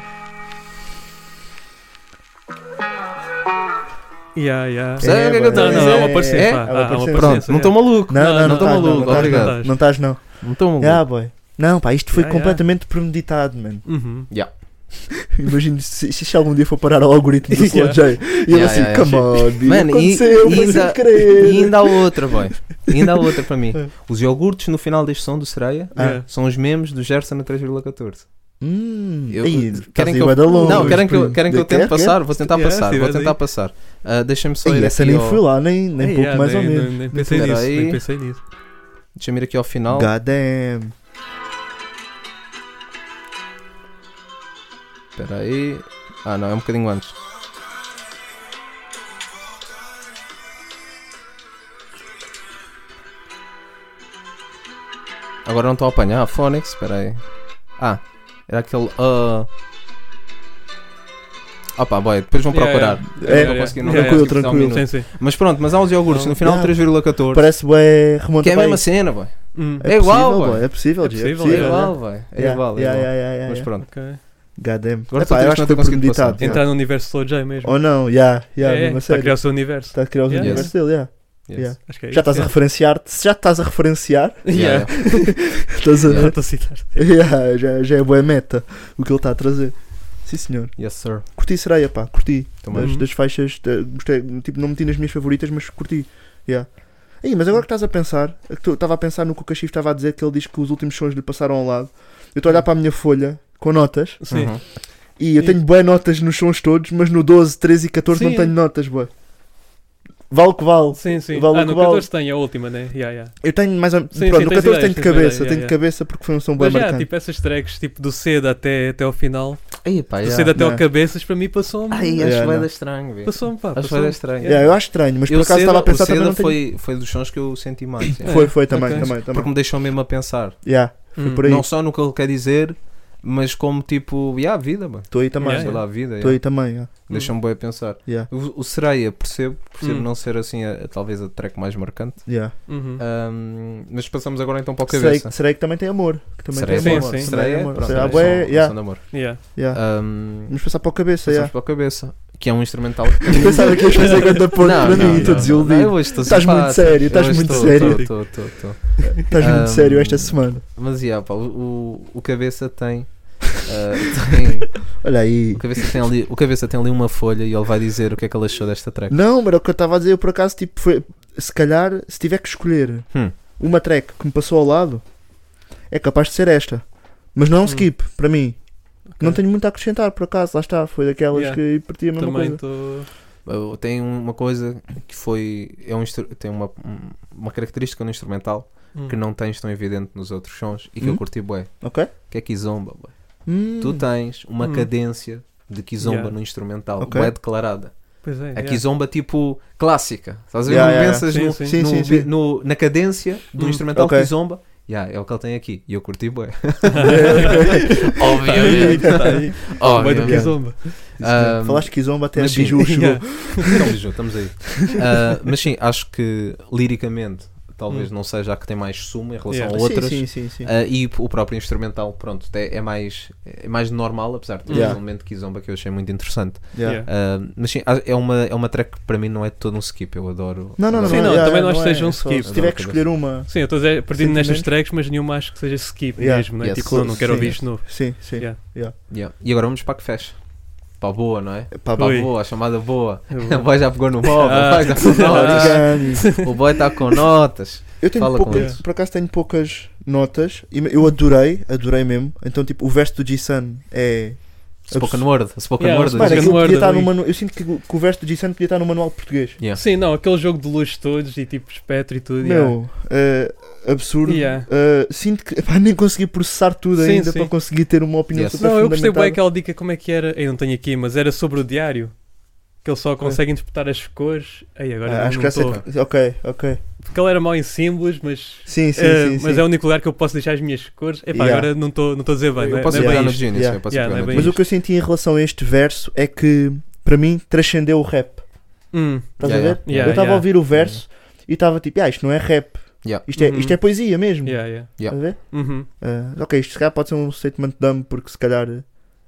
[SPEAKER 2] Yeah, yeah.
[SPEAKER 7] Percebe o que é que eu estou a
[SPEAKER 2] Não, não,
[SPEAKER 7] dizer?
[SPEAKER 2] há uma
[SPEAKER 6] É,
[SPEAKER 2] parecência. pá.
[SPEAKER 6] há
[SPEAKER 2] Ah,
[SPEAKER 6] uma
[SPEAKER 2] há uma
[SPEAKER 6] parecência.
[SPEAKER 7] Pronto,
[SPEAKER 2] parecência.
[SPEAKER 7] não estou maluco.
[SPEAKER 6] é. Não, não, não
[SPEAKER 2] não,
[SPEAKER 7] estou
[SPEAKER 6] estás, não tá.
[SPEAKER 7] maluco,
[SPEAKER 6] estás,
[SPEAKER 7] obrigado.
[SPEAKER 6] Não estás, não.
[SPEAKER 7] Não estou maluco.
[SPEAKER 6] Ah, boy. Não, pá, isto foi
[SPEAKER 2] Yeah, yeah.
[SPEAKER 6] completamente premeditado, mano.
[SPEAKER 2] Uhum.
[SPEAKER 6] Imagino se, se isto algum dia for parar ao algoritmo do Slow
[SPEAKER 2] Yeah.
[SPEAKER 6] J. E ele
[SPEAKER 7] Yeah,
[SPEAKER 6] assim,
[SPEAKER 7] yeah, yeah.
[SPEAKER 6] come on, dude,
[SPEAKER 7] Mano, e-
[SPEAKER 6] aconteceu,
[SPEAKER 7] e
[SPEAKER 6] mas
[SPEAKER 7] ainda-
[SPEAKER 6] sem querer.
[SPEAKER 7] E ainda há outra, boy. E ainda há outra para mim.
[SPEAKER 6] É.
[SPEAKER 7] Os iogurtes no final deste som do Sereia
[SPEAKER 6] Ah.
[SPEAKER 2] Yeah.
[SPEAKER 7] são os mesmos do Gerson na 3,14.
[SPEAKER 6] Hum,
[SPEAKER 7] Eu-
[SPEAKER 6] aí,
[SPEAKER 7] querem que eu-
[SPEAKER 6] longe,
[SPEAKER 7] Não, querem que eu,
[SPEAKER 6] primo.
[SPEAKER 7] querem que eu
[SPEAKER 6] Quer,
[SPEAKER 7] tente
[SPEAKER 6] quer?
[SPEAKER 7] passar? Vou tentar
[SPEAKER 2] Yeah, se
[SPEAKER 7] passar, vou
[SPEAKER 2] tiveres
[SPEAKER 7] tentar
[SPEAKER 2] aí.
[SPEAKER 7] passar. Ah, Deixa-me só
[SPEAKER 6] Ih,
[SPEAKER 7] ir
[SPEAKER 6] essa
[SPEAKER 7] aqui
[SPEAKER 6] nem
[SPEAKER 7] ao-
[SPEAKER 6] fui lá, nem, nem
[SPEAKER 2] Ah,
[SPEAKER 6] pouco
[SPEAKER 2] yeah,
[SPEAKER 6] mais
[SPEAKER 2] nem,
[SPEAKER 6] ou menos.
[SPEAKER 2] Nem, nem pensei
[SPEAKER 7] Espera
[SPEAKER 2] nisso,
[SPEAKER 7] aí.
[SPEAKER 2] nem pensei nisso.
[SPEAKER 7] Deixa-me ir aqui ao final.
[SPEAKER 6] God damn.
[SPEAKER 7] Espera aí. Ah, não, é um bocadinho antes. Agora não estou a apanhar a Phonics, espera aí. Ah, era aquele. ah Opa, boy, depois vão
[SPEAKER 2] Yeah,
[SPEAKER 7] procurar.
[SPEAKER 6] yeah.
[SPEAKER 7] Eu não
[SPEAKER 2] É,
[SPEAKER 7] consegui, não
[SPEAKER 2] yeah,
[SPEAKER 6] yeah.
[SPEAKER 7] consegui precisar de um
[SPEAKER 6] Tranquilo,
[SPEAKER 7] minuto.
[SPEAKER 2] Sim, sim.
[SPEAKER 7] Mas pronto, mas há os iogurtes, no final
[SPEAKER 6] Yeah.
[SPEAKER 7] 3,14.
[SPEAKER 6] Parece bem remonta
[SPEAKER 7] Que é a
[SPEAKER 6] para
[SPEAKER 7] mesma
[SPEAKER 6] aí.
[SPEAKER 7] cena, boy.
[SPEAKER 2] Hum,
[SPEAKER 7] É igual,
[SPEAKER 6] possível,
[SPEAKER 7] boy.
[SPEAKER 6] É possível,
[SPEAKER 2] É
[SPEAKER 6] Gio,
[SPEAKER 2] possível,
[SPEAKER 7] É
[SPEAKER 2] Yeah,
[SPEAKER 7] igual, boy. É
[SPEAKER 6] Yeah,
[SPEAKER 7] igual, é
[SPEAKER 6] yeah,
[SPEAKER 7] igual.
[SPEAKER 6] yeah, yeah, yeah,
[SPEAKER 7] Mas
[SPEAKER 6] yeah.
[SPEAKER 7] pronto.
[SPEAKER 2] ok.
[SPEAKER 6] God damn.
[SPEAKER 7] Agora
[SPEAKER 6] Epá,
[SPEAKER 7] estou triste
[SPEAKER 6] eu acho
[SPEAKER 7] não
[SPEAKER 6] que
[SPEAKER 7] ter
[SPEAKER 6] foi
[SPEAKER 7] conseguido
[SPEAKER 6] premeditado.
[SPEAKER 7] passar.
[SPEAKER 6] yeah.
[SPEAKER 2] Entrar no universo Slow J mesmo.
[SPEAKER 6] Ou não, já, já,
[SPEAKER 2] é,
[SPEAKER 6] mesmo a
[SPEAKER 2] para
[SPEAKER 6] sério. Tá
[SPEAKER 2] criar o seu universo.
[SPEAKER 6] Está a criar o
[SPEAKER 2] Yeah.
[SPEAKER 6] universo dele, yeah.
[SPEAKER 7] Yes.
[SPEAKER 6] Yeah.
[SPEAKER 2] Acho que é
[SPEAKER 6] Já estás a
[SPEAKER 2] isso.
[SPEAKER 6] referenciar-te, se já estás a referenciar,
[SPEAKER 7] Yeah,
[SPEAKER 2] Yeah.
[SPEAKER 7] yeah.
[SPEAKER 6] estás a
[SPEAKER 7] Yeah.
[SPEAKER 6] ver?
[SPEAKER 2] Estou a citar.
[SPEAKER 6] Yeah, já, já é boa meta o que ele está a trazer. Sim, senhor.
[SPEAKER 7] Yes, sir.
[SPEAKER 6] Curti sereia, pá, curti.
[SPEAKER 7] Também.
[SPEAKER 6] Das,
[SPEAKER 2] Uhum.
[SPEAKER 6] das faixas, da- gostei, tipo, não meti nas minhas favoritas, mas curti. Yeah. Aí, mas agora que estás a pensar, é que tu- estava a pensar no que o Cachif estava a dizer, que ele diz que os últimos sons lhe passaram ao lado. Eu estou a olhar para a minha folha com notas
[SPEAKER 2] Sim.
[SPEAKER 7] Uhum.
[SPEAKER 6] e eu
[SPEAKER 2] E-
[SPEAKER 6] tenho boas notas nos sons todos, mas no 12, 13 e 14
[SPEAKER 2] Sim.
[SPEAKER 6] não tenho notas, boa. Vale que vale.
[SPEAKER 2] Sim, sim.
[SPEAKER 6] Vale o
[SPEAKER 2] ah,
[SPEAKER 6] que
[SPEAKER 2] no
[SPEAKER 6] vale.
[SPEAKER 2] 14 tem a última, né? Yeah, yeah.
[SPEAKER 6] Eu tenho mais ou menos.
[SPEAKER 2] Sim,
[SPEAKER 6] Pronto,
[SPEAKER 2] sim,
[SPEAKER 6] no
[SPEAKER 2] tens
[SPEAKER 6] 14 tenho
[SPEAKER 2] ideias,
[SPEAKER 6] de
[SPEAKER 2] tens
[SPEAKER 6] cabeça,
[SPEAKER 2] ideias,
[SPEAKER 6] tenho de
[SPEAKER 2] yeah.
[SPEAKER 6] cabeça porque foi um som bem
[SPEAKER 2] Mas já,
[SPEAKER 6] marcante.
[SPEAKER 2] tipo, essas tracks, tipo, do cedo até, até ao final,
[SPEAKER 7] Aí, pá,
[SPEAKER 2] do
[SPEAKER 7] yeah. Ah,
[SPEAKER 2] cedo até ao
[SPEAKER 6] Não.
[SPEAKER 2] cabeças, para mim passou-me.
[SPEAKER 7] Ai,
[SPEAKER 6] Yeah,
[SPEAKER 7] acho
[SPEAKER 6] não.
[SPEAKER 7] bué da estranho, velho.
[SPEAKER 2] Passou-me, pá.
[SPEAKER 7] Acho
[SPEAKER 2] passou-me.
[SPEAKER 7] bué da estranho.
[SPEAKER 6] Yeah, eu acho estranho, mas por
[SPEAKER 7] Eu
[SPEAKER 6] acaso estava a
[SPEAKER 7] Seda- o
[SPEAKER 6] pensar também.
[SPEAKER 7] Seda
[SPEAKER 6] não tenho-
[SPEAKER 7] foi, foi dos sons que eu senti mais. yeah.
[SPEAKER 2] É.
[SPEAKER 6] Foi, foi também,
[SPEAKER 2] Ok.
[SPEAKER 6] também,
[SPEAKER 7] Porque
[SPEAKER 6] também.
[SPEAKER 7] me deixou mesmo a pensar.
[SPEAKER 6] Yeah,
[SPEAKER 2] Hum.
[SPEAKER 6] por aí.
[SPEAKER 7] Não só no que ele quer dizer, mas como tipo, yeah, a vida, mano.
[SPEAKER 6] Estou aí também.
[SPEAKER 2] Yeah,
[SPEAKER 7] Sei
[SPEAKER 2] yeah.
[SPEAKER 7] lá, a vida.
[SPEAKER 6] Estou
[SPEAKER 7] Yeah.
[SPEAKER 6] aí também. yeah.
[SPEAKER 7] Deixa-me bem a pensar.
[SPEAKER 6] Yeah,
[SPEAKER 7] O, o Sereia, percebo, percebo
[SPEAKER 2] Hum.
[SPEAKER 7] não ser assim, a- talvez a track mais marcante.
[SPEAKER 6] yeah.
[SPEAKER 7] Hum.
[SPEAKER 2] Uhum.
[SPEAKER 6] Ah.
[SPEAKER 7] Ahm, mas passamos agora então para o
[SPEAKER 6] Serei,
[SPEAKER 7] cabeça.
[SPEAKER 6] serei que também tem amor. Que também
[SPEAKER 7] Sereia,
[SPEAKER 6] tem
[SPEAKER 2] sim,
[SPEAKER 6] amor.
[SPEAKER 2] sim.
[SPEAKER 6] Também tem
[SPEAKER 7] Sereia,
[SPEAKER 6] amor.
[SPEAKER 7] pronto,
[SPEAKER 6] Sereia,
[SPEAKER 7] é
[SPEAKER 6] ah, bué,
[SPEAKER 7] só uma
[SPEAKER 6] yeah, Ah.
[SPEAKER 7] canção de amor.
[SPEAKER 2] Yeah.
[SPEAKER 6] yeah.
[SPEAKER 7] Ahm,
[SPEAKER 6] Vamos passar para o cabeça.
[SPEAKER 7] passamos
[SPEAKER 6] Yeah.
[SPEAKER 7] para o cabeça, que é um instrumental.
[SPEAKER 6] Pensava que ias fazer grande ponto para mim e estou
[SPEAKER 7] não, eu
[SPEAKER 6] desiludido.
[SPEAKER 7] hoje estou
[SPEAKER 6] Estás muito
[SPEAKER 7] simpático.
[SPEAKER 6] sério,
[SPEAKER 7] Eu
[SPEAKER 6] estás
[SPEAKER 7] hoje
[SPEAKER 6] muito
[SPEAKER 7] estou-
[SPEAKER 6] sério.
[SPEAKER 7] estou- estou- estou- estou.
[SPEAKER 6] Estás muito
[SPEAKER 7] Ahm,
[SPEAKER 6] Tá sério esta semana.
[SPEAKER 7] Mas yeah, pá, o, o- o cabeça tem, ah, tem-
[SPEAKER 6] Olha aí.
[SPEAKER 7] o cabeça tem ali, o cabeça tem ali uma folha e ele vai dizer o que é que ele achou desta track.
[SPEAKER 6] Não, mas era o que eu estava a dizer. Eu por acaso, tipo, foi. Se calhar, se tiver que escolher
[SPEAKER 7] Hum.
[SPEAKER 6] uma track que me passou ao lado, é capaz de ser esta. Mas
[SPEAKER 7] Hum.
[SPEAKER 6] não é um skip, para mim. Não tenho muito a acrescentar, por acaso. Lá está. Foi daquelas
[SPEAKER 2] Yeah.
[SPEAKER 6] que partia a mesma
[SPEAKER 2] Também
[SPEAKER 6] coisa.
[SPEAKER 2] estou.
[SPEAKER 7] Uh, Tem uma coisa que foi. É um, instru- tem uma, um- uma característica no instrumental
[SPEAKER 2] hum.
[SPEAKER 7] que não tens tão evidente nos outros sons e que
[SPEAKER 6] Hum.
[SPEAKER 7] eu curti bué.
[SPEAKER 6] Ok?
[SPEAKER 7] Que é Kizomba, bué.
[SPEAKER 6] Hum.
[SPEAKER 7] Tu tens uma
[SPEAKER 2] Hum.
[SPEAKER 7] cadência de Kizomba
[SPEAKER 2] Yeah.
[SPEAKER 7] no instrumental,
[SPEAKER 6] Ok.
[SPEAKER 7] bué declarada.
[SPEAKER 2] Pois é.
[SPEAKER 7] A
[SPEAKER 2] yeah.
[SPEAKER 7] Kizomba tipo clássica. Estás a ver?
[SPEAKER 6] Yeah,
[SPEAKER 7] não
[SPEAKER 6] yeah,
[SPEAKER 7] pensas
[SPEAKER 2] yeah.
[SPEAKER 7] no-
[SPEAKER 2] Sim,
[SPEAKER 6] sim.
[SPEAKER 7] no-
[SPEAKER 6] Sim, sim, sim.
[SPEAKER 7] no- na cadência do
[SPEAKER 2] Hum.
[SPEAKER 7] instrumental
[SPEAKER 6] Ok.
[SPEAKER 7] Kizomba. Yeah, é o que ele tem aqui. E eu curti bué.
[SPEAKER 2] Tá aí.
[SPEAKER 7] oh,
[SPEAKER 2] Vai do
[SPEAKER 7] Obviamente.
[SPEAKER 2] Kizomba.
[SPEAKER 7] Ah,
[SPEAKER 6] Falaste que Kizomba até
[SPEAKER 7] mas sim.
[SPEAKER 6] biju chegou.
[SPEAKER 2] Yeah.
[SPEAKER 7] Estamos juntos, Então, estamos aí. Ah, mas sim, acho que liricamente talvez
[SPEAKER 2] Hum.
[SPEAKER 7] não seja a que tem mais sumo em relação
[SPEAKER 2] Yeah.
[SPEAKER 7] a outras.
[SPEAKER 6] Sim, sim, sim. sim.
[SPEAKER 7] Ah, e o próprio instrumental, pronto, é, é mais, é mais normal, apesar de ter
[SPEAKER 6] Yeah.
[SPEAKER 7] um elemento de Kizomba que eu achei muito interessante.
[SPEAKER 6] Yeah.
[SPEAKER 2] Yeah.
[SPEAKER 7] Ah, mas sim, ah, é uma, é uma track que para mim não é todo um skip, eu adoro.
[SPEAKER 6] Não, não, não.
[SPEAKER 2] Sim,
[SPEAKER 7] adoro.
[SPEAKER 2] não,
[SPEAKER 6] yeah,
[SPEAKER 2] também
[SPEAKER 6] yeah,
[SPEAKER 2] não acho que seja um
[SPEAKER 6] só-
[SPEAKER 2] skip.
[SPEAKER 6] Se tiver que escolher uma.
[SPEAKER 2] Sim, eu estou a dizer, perdido nestas
[SPEAKER 6] Sentimentos?
[SPEAKER 2] tracks, mas nenhuma acho que seja skip
[SPEAKER 6] Yeah.
[SPEAKER 2] mesmo, né?
[SPEAKER 7] Yes.
[SPEAKER 2] Tipo, não, não quero
[SPEAKER 6] Sim.
[SPEAKER 2] ouvir isto novo.
[SPEAKER 6] Sim, sim.
[SPEAKER 2] Yeah.
[SPEAKER 7] Yeah. E agora vamos para a que fecha. Para a boa, não é?
[SPEAKER 6] Pá,
[SPEAKER 7] Para
[SPEAKER 2] Ui.
[SPEAKER 7] a boa, a chamada boa.
[SPEAKER 2] Eu
[SPEAKER 7] O
[SPEAKER 2] vou-
[SPEAKER 7] boy já pegou no móvel,
[SPEAKER 2] Ah.
[SPEAKER 7] o boy já pegou notas.
[SPEAKER 6] Origami.
[SPEAKER 7] O boy está com notas.
[SPEAKER 6] Eu tenho
[SPEAKER 7] Fala
[SPEAKER 6] pouca,
[SPEAKER 7] com
[SPEAKER 2] isso.
[SPEAKER 6] por acaso tenho poucas notas. e me- Eu adorei, adorei mesmo. Então, tipo, o verso do G-Sun é.
[SPEAKER 7] Spoken word. Spoken
[SPEAKER 2] Yeah,
[SPEAKER 7] word.
[SPEAKER 2] spoken
[SPEAKER 6] Mano, aquilo
[SPEAKER 2] word,
[SPEAKER 6] podia estar no
[SPEAKER 2] ali.
[SPEAKER 6] manu... Eu sinto que, o- que o verso do G-Sun podia estar no manual de português.
[SPEAKER 7] Yeah.
[SPEAKER 2] Sim, não, aquele jogo de luz todos e tipo espectro e tudo. yeah.
[SPEAKER 6] Meu, eh, absurdo.
[SPEAKER 2] Yeah.
[SPEAKER 6] Eh, sinto que epá, nem consegui processar tudo
[SPEAKER 2] Sim,
[SPEAKER 6] ainda
[SPEAKER 2] sim.
[SPEAKER 6] para conseguir ter uma opinião
[SPEAKER 7] Yes.
[SPEAKER 6] super
[SPEAKER 2] Não, eu gostei bem
[SPEAKER 6] fundamentada.
[SPEAKER 2] aquela dica, como é que era? Eu não tenho aqui, mas era sobre o diário. Que ele só consegue interpretar as cores. Aí agora
[SPEAKER 6] Ah,
[SPEAKER 2] não,
[SPEAKER 6] acho
[SPEAKER 2] não
[SPEAKER 6] que
[SPEAKER 2] tô.
[SPEAKER 6] essa é... Ok, ok.
[SPEAKER 2] Porque ele era mau em símbolos, mas.
[SPEAKER 6] Sim, sim,
[SPEAKER 2] eh,
[SPEAKER 6] sim.
[SPEAKER 2] mas
[SPEAKER 6] sim.
[SPEAKER 2] é o único lugar que eu posso deixar as minhas cores. Epá,
[SPEAKER 6] Yeah.
[SPEAKER 2] agora não estou não tô a dizer bem. não
[SPEAKER 7] Eu
[SPEAKER 2] é-
[SPEAKER 7] posso
[SPEAKER 2] não é
[SPEAKER 7] pegar
[SPEAKER 2] bem
[SPEAKER 7] no
[SPEAKER 2] isto.
[SPEAKER 7] Genius.
[SPEAKER 6] Yeah.
[SPEAKER 7] Eu posso
[SPEAKER 2] Yeah,
[SPEAKER 7] pegar
[SPEAKER 2] não
[SPEAKER 7] no
[SPEAKER 2] é bem
[SPEAKER 6] Mas
[SPEAKER 7] Genius.
[SPEAKER 6] o que eu senti em relação a este verso é que, para mim, transcendeu o rap.
[SPEAKER 2] Hum,
[SPEAKER 6] Estás
[SPEAKER 7] Yeah,
[SPEAKER 6] a ver?
[SPEAKER 7] yeah.
[SPEAKER 2] Yeah,
[SPEAKER 6] eu estava
[SPEAKER 2] yeah.
[SPEAKER 6] a ouvir o verso e estava tipo, ah, isto não é rap.
[SPEAKER 7] Yeah.
[SPEAKER 6] Isto, é,
[SPEAKER 2] Uhum.
[SPEAKER 6] isto é poesia mesmo.
[SPEAKER 2] yeah, yeah.
[SPEAKER 6] Estás a ver?
[SPEAKER 2] Uhum.
[SPEAKER 6] Ah, ok, isto se calhar pode ser um statement dumb, porque se calhar.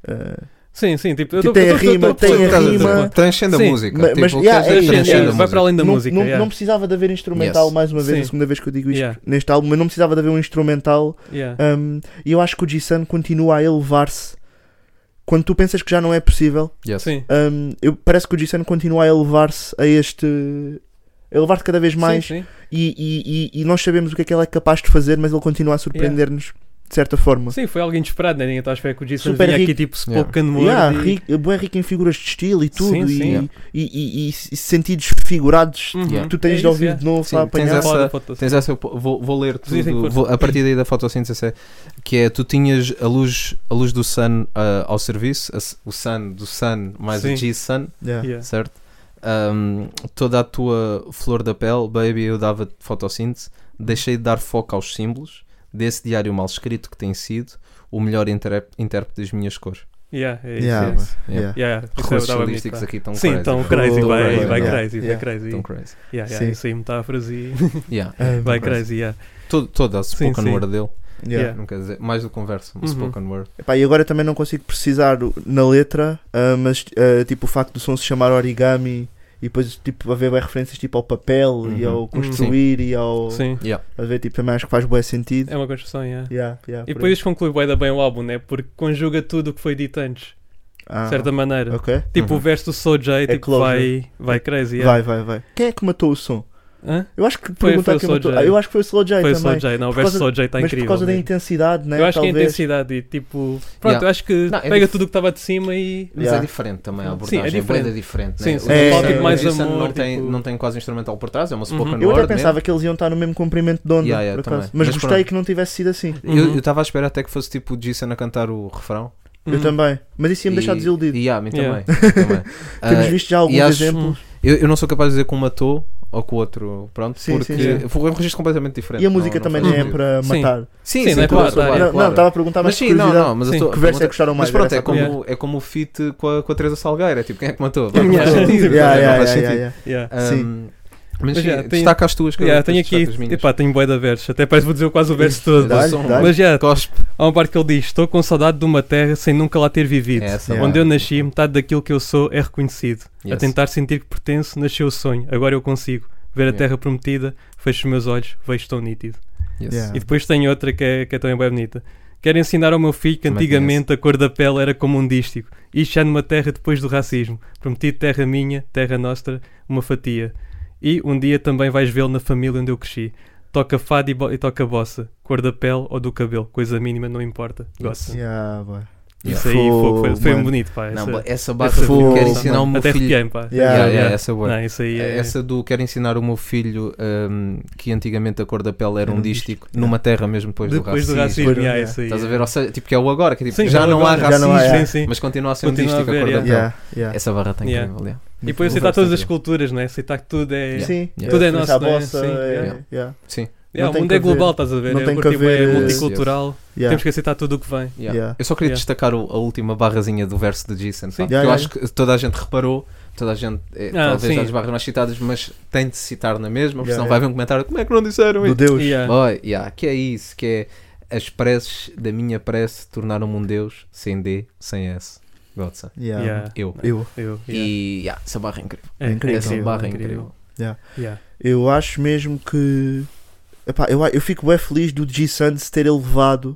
[SPEAKER 6] ah,
[SPEAKER 2] Sim, sim, tipo, eu
[SPEAKER 6] Tipo,
[SPEAKER 2] tô-
[SPEAKER 6] tem
[SPEAKER 2] eu
[SPEAKER 6] a
[SPEAKER 2] tô- eu tô-
[SPEAKER 6] rima,
[SPEAKER 2] eu tô-
[SPEAKER 7] Então,
[SPEAKER 6] tem a
[SPEAKER 2] eu tô- eu tô-
[SPEAKER 6] rima.
[SPEAKER 2] eu tô-
[SPEAKER 7] Transcende a
[SPEAKER 2] tipo, Sim,
[SPEAKER 7] música.
[SPEAKER 6] mas-
[SPEAKER 7] tipo,
[SPEAKER 6] mas, yeah,
[SPEAKER 7] quer
[SPEAKER 6] é
[SPEAKER 7] dizer,
[SPEAKER 6] isso,
[SPEAKER 7] transcende
[SPEAKER 6] é
[SPEAKER 7] a
[SPEAKER 6] isso.
[SPEAKER 7] música.
[SPEAKER 2] Vai para além da
[SPEAKER 6] não,
[SPEAKER 2] música.
[SPEAKER 6] não,
[SPEAKER 2] yeah.
[SPEAKER 6] não precisava de haver instrumental,
[SPEAKER 7] Yes.
[SPEAKER 6] mais uma vez,
[SPEAKER 2] Sim.
[SPEAKER 6] a segunda vez que eu digo isto
[SPEAKER 2] Yeah.
[SPEAKER 6] neste álbum, mas não precisava de haver um instrumental.
[SPEAKER 2] Yeah.
[SPEAKER 6] ahm, E eu acho que o G-Sun continua a elevar-se. Quando tu pensas que já não é possível,
[SPEAKER 7] Yes.
[SPEAKER 2] Sim.
[SPEAKER 6] ahm, eu, parece que o G-Sun continua a elevar-se a este. a elevar-se cada vez mais.
[SPEAKER 2] Sim, sim.
[SPEAKER 6] E, e- e- e nós sabemos o que é que ele é capaz de fazer, mas ele continua a surpreender-nos de certa forma.
[SPEAKER 2] Sim, foi algo inesperado, né? ninguém estava a esperar que o Jason
[SPEAKER 6] Super
[SPEAKER 2] vinha aqui
[SPEAKER 6] rico.
[SPEAKER 2] tipo spoken word.
[SPEAKER 6] Yeah,
[SPEAKER 2] e-
[SPEAKER 6] rico, é bué rico em figuras de estilo e tudo,
[SPEAKER 2] Sim,
[SPEAKER 6] e,
[SPEAKER 2] sim.
[SPEAKER 6] e- e- e- e sentidos figurados
[SPEAKER 2] Uhum.
[SPEAKER 6] que tu tens
[SPEAKER 2] É
[SPEAKER 6] de
[SPEAKER 2] isso,
[SPEAKER 6] ouvir
[SPEAKER 2] yeah.
[SPEAKER 6] de novo
[SPEAKER 7] Sim,
[SPEAKER 6] para
[SPEAKER 7] tens
[SPEAKER 6] apanhar.
[SPEAKER 7] essa-
[SPEAKER 2] Foda, foda,
[SPEAKER 7] Tens essa, eu po- vou, vou ler
[SPEAKER 2] Sim, sim,
[SPEAKER 7] tudo,
[SPEAKER 2] força.
[SPEAKER 7] vou- a partir daí da fotossíntese, que é, tu tinhas a luz, a luz do sun ah, ao serviço, a s- o sun do sun mais
[SPEAKER 2] Sim.
[SPEAKER 7] o G-sun,
[SPEAKER 6] Yeah.
[SPEAKER 2] Yeah.
[SPEAKER 7] certo? Ahm, toda a tua flor da pele, baby, eu dava fotossíntese, deixei de dar foco aos símbolos desse diário mal escrito que tem sido o melhor intérprete intérprete das minhas cores.
[SPEAKER 2] Yeah, é isso,
[SPEAKER 6] Yeah,
[SPEAKER 2] é isso.
[SPEAKER 6] yeah.
[SPEAKER 7] Yeah.
[SPEAKER 2] Yeah, isso
[SPEAKER 7] Recursos
[SPEAKER 2] é- dava bonito,
[SPEAKER 7] estilísticos
[SPEAKER 2] pá.
[SPEAKER 7] aqui estão
[SPEAKER 2] Sim,
[SPEAKER 7] crazy.
[SPEAKER 2] tão
[SPEAKER 7] pá.
[SPEAKER 2] crazy,
[SPEAKER 6] Tão
[SPEAKER 2] vai,
[SPEAKER 6] crazy,
[SPEAKER 2] vai
[SPEAKER 6] yeah.
[SPEAKER 2] crazy, vai
[SPEAKER 6] Yeah.
[SPEAKER 2] crazy.
[SPEAKER 7] Tão crazy.
[SPEAKER 2] Yeah, yeah,
[SPEAKER 6] Sim.
[SPEAKER 2] isso aí, metáforas e
[SPEAKER 7] Yeah.
[SPEAKER 6] Um,
[SPEAKER 2] vai
[SPEAKER 7] crazy.
[SPEAKER 2] crazy, yeah.
[SPEAKER 7] Todo- Toda a spoken
[SPEAKER 2] sim.
[SPEAKER 7] word dele.
[SPEAKER 6] yeah.
[SPEAKER 7] Não quer dizer, mais do que um verso, um
[SPEAKER 2] Uhum.
[SPEAKER 7] spoken word.
[SPEAKER 6] Epá, e agora também não consigo precisar o- na letra, ah, mas ah, tipo o facto do som se chamar origami e depois tipo, haver bué referências tipo ao papel e
[SPEAKER 7] Uhum.
[SPEAKER 6] ao
[SPEAKER 2] Uhum.
[SPEAKER 6] construir e ao.
[SPEAKER 2] Sim,
[SPEAKER 6] A ver, tipo, também acho que faz bom sentido.
[SPEAKER 2] é uma construção, yeah.
[SPEAKER 6] Yeah, yeah,
[SPEAKER 2] E
[SPEAKER 6] por
[SPEAKER 2] depois
[SPEAKER 6] aí.
[SPEAKER 2] isto conclui bué da bem o álbum, né? Porque conjuga tudo o que foi dito antes,
[SPEAKER 6] Ah,
[SPEAKER 2] de certa maneira.
[SPEAKER 6] ok.
[SPEAKER 2] Tipo,
[SPEAKER 7] Uhum.
[SPEAKER 2] o verso do Soulja
[SPEAKER 6] É
[SPEAKER 2] tipo,
[SPEAKER 6] closure.
[SPEAKER 2] vai, vai crazy, yeah.
[SPEAKER 6] Vai, vai, vai. Quem é que matou o som?
[SPEAKER 2] Hã?
[SPEAKER 6] Eu acho que
[SPEAKER 2] Foi- foi
[SPEAKER 6] perguntar
[SPEAKER 2] o
[SPEAKER 6] quem matou.
[SPEAKER 2] Soulja.
[SPEAKER 6] Ah, Eu acho que foi o Slow J
[SPEAKER 2] Foi o
[SPEAKER 6] também.
[SPEAKER 2] Soulja, não, o
[SPEAKER 6] Por
[SPEAKER 2] verso
[SPEAKER 6] causa-
[SPEAKER 2] do Soulja está
[SPEAKER 6] mas
[SPEAKER 2] incrível.
[SPEAKER 6] por causa da
[SPEAKER 2] mesmo.
[SPEAKER 6] intensidade, né?
[SPEAKER 2] Eu acho que é a
[SPEAKER 6] Talvez.
[SPEAKER 2] intensidade e tipo. Pronto,
[SPEAKER 7] Yeah.
[SPEAKER 2] eu acho que
[SPEAKER 7] Não, é
[SPEAKER 2] pega
[SPEAKER 7] dif-
[SPEAKER 2] tudo o que estava de cima e.
[SPEAKER 7] Mas
[SPEAKER 6] Yeah.
[SPEAKER 7] é diferente também a
[SPEAKER 2] Sim,
[SPEAKER 7] abordagem.
[SPEAKER 2] é
[SPEAKER 7] é
[SPEAKER 2] diferente.
[SPEAKER 7] diferente. diferente
[SPEAKER 2] Sim,
[SPEAKER 7] né?
[SPEAKER 2] sim.
[SPEAKER 7] O
[SPEAKER 6] É,
[SPEAKER 7] Jason-
[SPEAKER 6] tipo, mais
[SPEAKER 7] o Jason
[SPEAKER 2] amor,
[SPEAKER 7] não, tem,
[SPEAKER 2] tipo-
[SPEAKER 7] não tem quase instrumental por trás, é uma spoken
[SPEAKER 2] Uhum.
[SPEAKER 6] Eu
[SPEAKER 7] word.
[SPEAKER 6] até pensava
[SPEAKER 7] mesmo.
[SPEAKER 6] que eles iam estar no mesmo comprimento de onda,
[SPEAKER 7] Yeah, yeah,
[SPEAKER 6] por acaso.
[SPEAKER 7] também.
[SPEAKER 6] Mas,
[SPEAKER 7] Mas
[SPEAKER 6] gostei
[SPEAKER 7] pronto.
[SPEAKER 6] que não tivesse sido assim.
[SPEAKER 2] Uhum.
[SPEAKER 7] Eu eu estava à espera até que fosse tipo o Jason a cantar o refrão.
[SPEAKER 6] Eu
[SPEAKER 2] Uhum.
[SPEAKER 6] também. Mas isso ia-me deixar
[SPEAKER 7] E-
[SPEAKER 6] desiludido.
[SPEAKER 7] E, yeah, a mim
[SPEAKER 2] Yeah.
[SPEAKER 7] também. também. Ah,
[SPEAKER 6] Temos visto já alguns
[SPEAKER 7] acho-
[SPEAKER 6] exemplos.
[SPEAKER 7] eu, eu não sou capaz de dizer que o matou ou com o outro, pronto,
[SPEAKER 6] Sim,
[SPEAKER 7] porque
[SPEAKER 6] sim, sim.
[SPEAKER 7] foi um registro completamente diferente.
[SPEAKER 6] E a música
[SPEAKER 7] não-
[SPEAKER 6] também
[SPEAKER 7] não
[SPEAKER 6] não
[SPEAKER 7] faz
[SPEAKER 6] é
[SPEAKER 7] sentido.
[SPEAKER 6] para
[SPEAKER 2] Sim.
[SPEAKER 6] matar.
[SPEAKER 7] Sim,
[SPEAKER 2] Sim,
[SPEAKER 7] sim,
[SPEAKER 2] não é
[SPEAKER 7] claro,
[SPEAKER 2] para matar,
[SPEAKER 7] claro,
[SPEAKER 6] Não, não,
[SPEAKER 7] claro.
[SPEAKER 6] estava a perguntar, mas,
[SPEAKER 7] mas sim, não, não, mas
[SPEAKER 2] Sim,
[SPEAKER 7] eu estou
[SPEAKER 6] que verso é que gostaram mais?
[SPEAKER 7] Mas pronto,
[SPEAKER 6] Era
[SPEAKER 7] é
[SPEAKER 6] essa a
[SPEAKER 7] como,
[SPEAKER 6] pergunta.
[SPEAKER 7] é como o fit com a, com a Teresa Salgueira, tipo, quem é que matou?
[SPEAKER 2] Quem é que
[SPEAKER 7] Não faz
[SPEAKER 2] matou?
[SPEAKER 7] sentido,
[SPEAKER 6] Yeah,
[SPEAKER 7] não
[SPEAKER 6] yeah,
[SPEAKER 7] faz
[SPEAKER 6] yeah,
[SPEAKER 7] sentido.
[SPEAKER 6] yeah.
[SPEAKER 2] Yeah.
[SPEAKER 6] Sim.
[SPEAKER 7] Mas,
[SPEAKER 2] Mas,
[SPEAKER 7] sim,
[SPEAKER 2] yeah, tem-
[SPEAKER 7] destaca as tuas que eu
[SPEAKER 2] Yeah,
[SPEAKER 7] vou
[SPEAKER 2] tenho aqui,
[SPEAKER 7] destacar as minhas.
[SPEAKER 2] epá, tenho boi de versos, até parece que vou dizer quase o verso todo.
[SPEAKER 6] Dá-lhe,
[SPEAKER 7] São-
[SPEAKER 6] dá-lhe.
[SPEAKER 2] Mas já,
[SPEAKER 7] Cospe.
[SPEAKER 2] há uma parte que ele diz: Estou com saudade de uma terra sem nunca lá ter vivido.
[SPEAKER 7] É essa,
[SPEAKER 6] Yeah.
[SPEAKER 2] Onde eu nasci, metade daquilo que eu sou é reconhecido. A
[SPEAKER 7] Yes.
[SPEAKER 2] tentar sentir que pertenço, nasceu o sonho, agora eu consigo. Ver a
[SPEAKER 7] Yeah.
[SPEAKER 2] terra prometida, fecho os meus olhos, vejo tão nítido.
[SPEAKER 7] Yes.
[SPEAKER 6] Yeah.
[SPEAKER 2] E depois tem outra que é, que é também bem bonita. Quero ensinar ao meu filho que
[SPEAKER 7] Também
[SPEAKER 2] antigamente a cor da pele era como um dístico. Isto já numa terra depois do racismo. Prometido terra minha, terra nossa, uma fatia. E um dia também vais vê-lo na família onde eu cresci. Toca fado e, bo- e toca bossa. Cor da pele ou do cabelo, coisa mínima, não importa. Gosta.
[SPEAKER 6] Yeah, boy.
[SPEAKER 2] Isso aí foi, foi, foi
[SPEAKER 6] Mano.
[SPEAKER 2] bonito, pá.
[SPEAKER 7] Não,
[SPEAKER 2] essa-
[SPEAKER 7] mas essa base
[SPEAKER 6] essa
[SPEAKER 7] do
[SPEAKER 6] foi-
[SPEAKER 7] quero ensinar o meu
[SPEAKER 2] até
[SPEAKER 7] filho.
[SPEAKER 2] arrepiei, pá.
[SPEAKER 6] Yeah,
[SPEAKER 7] Yeah, yeah,
[SPEAKER 6] yeah.
[SPEAKER 7] Essa é boa.
[SPEAKER 2] Não, isso aí é.
[SPEAKER 7] Essa do quero ensinar o meu filho hum, que antigamente a cor da pele era
[SPEAKER 6] Era
[SPEAKER 7] um
[SPEAKER 6] um
[SPEAKER 7] dístico numa terra mesmo depois,
[SPEAKER 2] depois
[SPEAKER 7] do
[SPEAKER 2] do
[SPEAKER 7] racismo.
[SPEAKER 2] racismo,
[SPEAKER 6] Depois do-
[SPEAKER 2] yeah,
[SPEAKER 6] yeah.
[SPEAKER 2] isso aí.
[SPEAKER 7] Estás a ver? Ou seja, tipo, que é o agora, que é tipo,
[SPEAKER 2] Sim,
[SPEAKER 7] já,
[SPEAKER 2] é o
[SPEAKER 7] não há
[SPEAKER 2] agora.
[SPEAKER 6] Já não
[SPEAKER 7] racismo,
[SPEAKER 6] há,
[SPEAKER 2] Sim,
[SPEAKER 6] é.
[SPEAKER 2] sim.
[SPEAKER 7] mas continua a ser um
[SPEAKER 2] Continua a
[SPEAKER 7] dístico a,
[SPEAKER 2] haver,
[SPEAKER 7] cor da
[SPEAKER 2] yeah.
[SPEAKER 7] pele.
[SPEAKER 6] Yeah, yeah.
[SPEAKER 7] Essa barra tem
[SPEAKER 2] Yeah.
[SPEAKER 7] incrível. yeah.
[SPEAKER 2] E depois
[SPEAKER 7] O
[SPEAKER 2] aceitar todas as
[SPEAKER 7] verso é
[SPEAKER 2] culturas, né? Aceitar que tudo é.
[SPEAKER 6] Sim,
[SPEAKER 7] Yeah.
[SPEAKER 2] Tudo é
[SPEAKER 6] a
[SPEAKER 2] nosso,
[SPEAKER 6] referência à
[SPEAKER 2] não é?
[SPEAKER 6] bossa,
[SPEAKER 2] Sim,
[SPEAKER 6] é-
[SPEAKER 7] yeah.
[SPEAKER 6] yeah,
[SPEAKER 2] É,
[SPEAKER 6] Não
[SPEAKER 2] o
[SPEAKER 6] tem
[SPEAKER 2] mundo
[SPEAKER 6] que
[SPEAKER 2] é
[SPEAKER 6] haver-
[SPEAKER 2] global, estás a ver?
[SPEAKER 6] não
[SPEAKER 2] é,
[SPEAKER 6] tem que
[SPEAKER 2] tipo, é
[SPEAKER 6] haver, eh,
[SPEAKER 2] multicultural,
[SPEAKER 6] yeah.
[SPEAKER 2] temos que aceitar tudo o que vem.
[SPEAKER 7] Yeah.
[SPEAKER 6] Yeah.
[SPEAKER 7] Eu só queria
[SPEAKER 2] Yeah.
[SPEAKER 7] destacar o- a última barrazinha do verso do Jason, pá,
[SPEAKER 2] Sim.
[SPEAKER 7] que
[SPEAKER 6] Yeah, yeah,
[SPEAKER 7] eu acho que toda a gente reparou, toda a gente, é,
[SPEAKER 2] Ah,
[SPEAKER 7] talvez
[SPEAKER 2] sim.
[SPEAKER 7] há as barras mais citadas, mas tem de citar na mesma, porque
[SPEAKER 6] Yeah,
[SPEAKER 7] senão
[SPEAKER 6] yeah.
[SPEAKER 7] vai haver um comentário, como é que não disseram
[SPEAKER 6] Do
[SPEAKER 7] isso?
[SPEAKER 6] Deus.
[SPEAKER 2] Yeah.
[SPEAKER 7] Boy, yeah, que é isso, que é as preces da minha prece tornaram-me um Deus sem D, sem S. Godson.
[SPEAKER 6] Yeah.
[SPEAKER 2] Yeah.
[SPEAKER 7] Eu.
[SPEAKER 6] Eu,
[SPEAKER 2] Eu, yeah.
[SPEAKER 7] E yeah, essa barra é incrível.
[SPEAKER 2] É, é
[SPEAKER 6] incrível,
[SPEAKER 7] essa
[SPEAKER 2] incrível,
[SPEAKER 7] barra é
[SPEAKER 2] é
[SPEAKER 7] incrível.
[SPEAKER 2] Yeah.
[SPEAKER 6] eu acho mesmo que. Epá, eu, a- eu fico bem feliz do G. Sands ter elevado,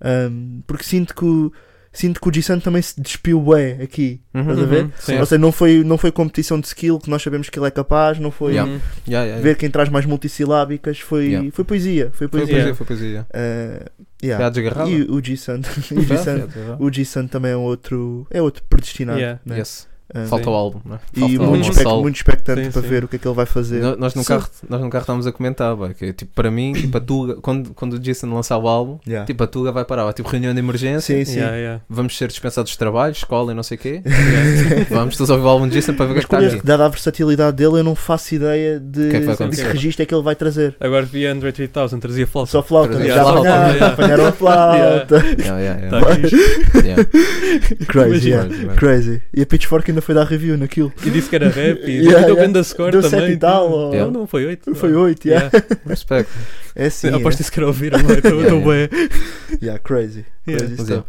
[SPEAKER 6] ahm, porque sinto que, o- sinto que o G. Sands também se despiu bem aqui.
[SPEAKER 7] Uhum,
[SPEAKER 6] Estás a ver?
[SPEAKER 7] uhum, sim.
[SPEAKER 6] Ou seja, não foi, não foi competição de skill que nós sabemos que ele é capaz, não foi
[SPEAKER 2] Uhum.
[SPEAKER 7] Yeah. Yeah, yeah, yeah.
[SPEAKER 6] ver quem traz mais multisilábicas, foi,
[SPEAKER 7] Yeah.
[SPEAKER 6] foi poesia. Foi
[SPEAKER 7] Foi
[SPEAKER 6] poesia.
[SPEAKER 7] poesia, foi poesia.
[SPEAKER 6] Ah,
[SPEAKER 7] Yeah.
[SPEAKER 6] yeah.
[SPEAKER 7] desgarrada.
[SPEAKER 6] E o o G. Sands. o G.
[SPEAKER 7] Yeah,
[SPEAKER 6] Sands
[SPEAKER 7] desgarrada.
[SPEAKER 6] o G-Sun também é um outro, é outro predestinado.
[SPEAKER 2] Yeah.
[SPEAKER 6] né?
[SPEAKER 7] Yes.
[SPEAKER 6] Ah,
[SPEAKER 7] Falta
[SPEAKER 2] Sim.
[SPEAKER 7] o álbum, né?
[SPEAKER 6] e
[SPEAKER 7] Falta o álbum
[SPEAKER 6] muito,
[SPEAKER 7] ao
[SPEAKER 6] expect-
[SPEAKER 7] sol.
[SPEAKER 6] muito expectante
[SPEAKER 2] Sim,
[SPEAKER 6] para
[SPEAKER 2] sim.
[SPEAKER 6] ver o que é que ele vai fazer.
[SPEAKER 7] No- Nós no, carro, nós no carro estávamos a comentar, bué, que, tipo, para mim, tipo, a Tuga, quando, quando o Jason lançar o álbum,
[SPEAKER 6] Yeah.
[SPEAKER 7] tipo, a Tuga vai parar, ó, tipo, reunião de emergência,
[SPEAKER 6] sim, sim.
[SPEAKER 2] Yeah, yeah.
[SPEAKER 7] vamos ser dispensados de trabalho, escola e não sei o quê, vamos todos ouvir o álbum de Jason para ver o
[SPEAKER 6] Mas
[SPEAKER 7] que é que está aqui.
[SPEAKER 6] curioso, dada a versatilidade dele, eu não faço ideia de
[SPEAKER 7] que é que vai
[SPEAKER 6] de
[SPEAKER 7] acontecer?
[SPEAKER 6] registro é que ele vai trazer.
[SPEAKER 2] Agora vi Android 3000, trazia flauta.
[SPEAKER 6] Só flauta,
[SPEAKER 7] Trazer
[SPEAKER 6] já
[SPEAKER 7] flauta.
[SPEAKER 6] apanharam,
[SPEAKER 2] Yeah.
[SPEAKER 6] apanharam a flauta.
[SPEAKER 7] Yeah, yeah,
[SPEAKER 2] Tá
[SPEAKER 7] yeah.
[SPEAKER 2] fixe.
[SPEAKER 7] Yeah.
[SPEAKER 6] Crazy, yeah.
[SPEAKER 7] Vai, vai.
[SPEAKER 6] Crazy. E a Pitchfork ainda foi dar review naquilo.
[SPEAKER 2] E disse que era rap e
[SPEAKER 6] Yeah,
[SPEAKER 2] deu
[SPEAKER 6] yeah.
[SPEAKER 2] grande score
[SPEAKER 6] Deu
[SPEAKER 2] também.
[SPEAKER 6] sete e tal, ou-
[SPEAKER 7] Yeah.
[SPEAKER 2] Não, não foi 8.
[SPEAKER 6] Foi 8, yeah.
[SPEAKER 7] Respect.
[SPEAKER 6] É assim. é.
[SPEAKER 2] Aposto isso que era ouvir, não é? Estou
[SPEAKER 7] Yeah,
[SPEAKER 2] estou bem.
[SPEAKER 6] Yeah, crazy.
[SPEAKER 2] Yeah.
[SPEAKER 6] Crazy
[SPEAKER 7] Mas
[SPEAKER 6] stuff.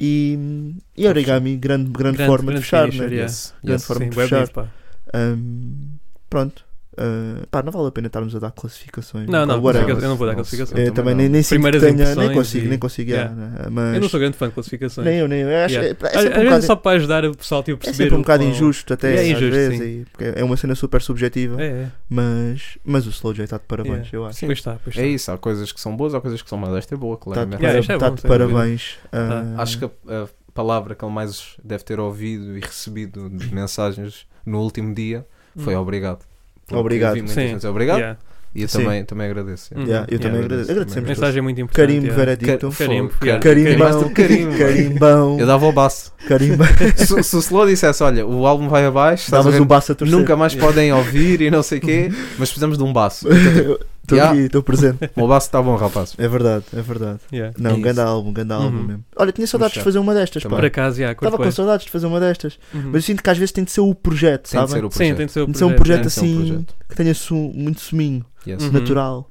[SPEAKER 6] E, e Origami, grande, grande,
[SPEAKER 2] Grande-
[SPEAKER 6] forma
[SPEAKER 2] grande
[SPEAKER 6] de fechar,
[SPEAKER 2] finisher,
[SPEAKER 6] né?
[SPEAKER 2] yeah.
[SPEAKER 7] Yes.
[SPEAKER 6] Grande
[SPEAKER 7] Yes.
[SPEAKER 6] forma
[SPEAKER 2] Sim,
[SPEAKER 6] de
[SPEAKER 2] bué
[SPEAKER 6] fechar.
[SPEAKER 2] bonito, pá.
[SPEAKER 6] Hum, pronto. Ah, pá, não vale a pena estarmos a dar classificações.
[SPEAKER 2] Não,
[SPEAKER 6] pá,
[SPEAKER 2] não,
[SPEAKER 6] whatever.
[SPEAKER 2] eu não vou dar
[SPEAKER 7] Nossa.
[SPEAKER 2] classificação.
[SPEAKER 6] Eu
[SPEAKER 7] Eu também
[SPEAKER 6] É, também
[SPEAKER 7] não.
[SPEAKER 6] nem, nem sinto que
[SPEAKER 2] Primeiras
[SPEAKER 6] tenha, nem
[SPEAKER 2] impressões
[SPEAKER 6] consigo,
[SPEAKER 2] e-
[SPEAKER 6] nem consigo,
[SPEAKER 2] Yeah.
[SPEAKER 6] yeah, né? mas
[SPEAKER 2] Eu não sou grande fã de classificações.
[SPEAKER 6] nem eu, nem eu. Eu acho-
[SPEAKER 2] Yeah.
[SPEAKER 6] é, é
[SPEAKER 2] Às
[SPEAKER 6] sempre um
[SPEAKER 2] às vezes
[SPEAKER 6] bocado,
[SPEAKER 2] só para ajudar o pessoal tipo, a
[SPEAKER 6] é
[SPEAKER 2] perceber.
[SPEAKER 6] sempre um
[SPEAKER 2] o
[SPEAKER 6] bocado
[SPEAKER 2] quão-
[SPEAKER 6] injusto, até
[SPEAKER 2] É
[SPEAKER 6] às
[SPEAKER 2] injusto,
[SPEAKER 6] vezes,
[SPEAKER 2] sim.
[SPEAKER 6] e- porque é uma cena super subjetiva,
[SPEAKER 2] É, é.
[SPEAKER 6] mas, mas o Slow J está de parabéns, eu acho.
[SPEAKER 2] Pois está, pois
[SPEAKER 7] É
[SPEAKER 2] está.
[SPEAKER 7] isso, há coisas que são boas, há coisas que são más. Esta é boa,
[SPEAKER 6] Está de,
[SPEAKER 7] claramente.
[SPEAKER 2] Yeah,
[SPEAKER 6] para-
[SPEAKER 2] isto é
[SPEAKER 6] tá
[SPEAKER 2] bom,
[SPEAKER 6] de
[SPEAKER 2] sem
[SPEAKER 6] parabéns. ah,
[SPEAKER 7] Acho que é a, a palavra que ele mais deve ter ouvido e recebido de mensagens no último dia foi obrigado. Porque
[SPEAKER 6] Obrigado.
[SPEAKER 7] vi muita
[SPEAKER 2] Hum. Sim.
[SPEAKER 7] gente dizer obrigado
[SPEAKER 2] Yeah.
[SPEAKER 7] e eu
[SPEAKER 6] Sim.
[SPEAKER 7] também, também agradeço.
[SPEAKER 2] Uhum.
[SPEAKER 6] yeah,
[SPEAKER 2] Yeah,
[SPEAKER 6] eu também agradeço.
[SPEAKER 7] agradeço, também
[SPEAKER 6] Agradecemos todos.
[SPEAKER 2] Mensagem muito importante.
[SPEAKER 6] Carimbo
[SPEAKER 2] yeah.
[SPEAKER 6] veredicto.
[SPEAKER 7] Ca-
[SPEAKER 2] Hum. Carimbo,
[SPEAKER 7] fogo,
[SPEAKER 2] yeah.
[SPEAKER 6] Carimbão,
[SPEAKER 7] Carimbão. Carimbão.
[SPEAKER 6] carimbão,
[SPEAKER 7] Eu dava o baço.
[SPEAKER 6] carimbão.
[SPEAKER 7] se, se o Slow dissesse, olha, o álbum vai abaixo, estás a
[SPEAKER 6] Davas
[SPEAKER 7] ver,
[SPEAKER 6] o baço a torcer.
[SPEAKER 7] nunca mais podem ouvir e não sei o quê, mas precisamos de um baço. Então,
[SPEAKER 6] Estou
[SPEAKER 7] Yeah.
[SPEAKER 6] aqui, estou presente.
[SPEAKER 7] tipo, o baço está bom, rapaz.
[SPEAKER 6] É verdade, é verdade.
[SPEAKER 2] Yeah.
[SPEAKER 6] Não,
[SPEAKER 7] É isso.
[SPEAKER 6] ganda álbum, ganda álbum
[SPEAKER 2] Uhum.
[SPEAKER 6] mesmo. Olha, tinha saudades de
[SPEAKER 7] Puxa.
[SPEAKER 6] fazer uma destas, pá.
[SPEAKER 7] Também.
[SPEAKER 2] Por acaso, yeah, curto
[SPEAKER 6] Estava com
[SPEAKER 2] bué.
[SPEAKER 6] saudades de fazer uma destas.
[SPEAKER 2] Uhum.
[SPEAKER 6] Mas eu sinto que às vezes tem de ser o projeto,
[SPEAKER 7] Tem de
[SPEAKER 6] sabem?
[SPEAKER 7] ser o
[SPEAKER 2] Sim,
[SPEAKER 7] projeto.
[SPEAKER 2] tem de ser um
[SPEAKER 6] Tem de ser um
[SPEAKER 2] projeto.
[SPEAKER 6] projeto
[SPEAKER 7] Tem de ser um
[SPEAKER 6] assim
[SPEAKER 7] projeto.
[SPEAKER 6] que tenha su- muito suminho,
[SPEAKER 7] Yes.
[SPEAKER 2] Uhum.
[SPEAKER 6] natural.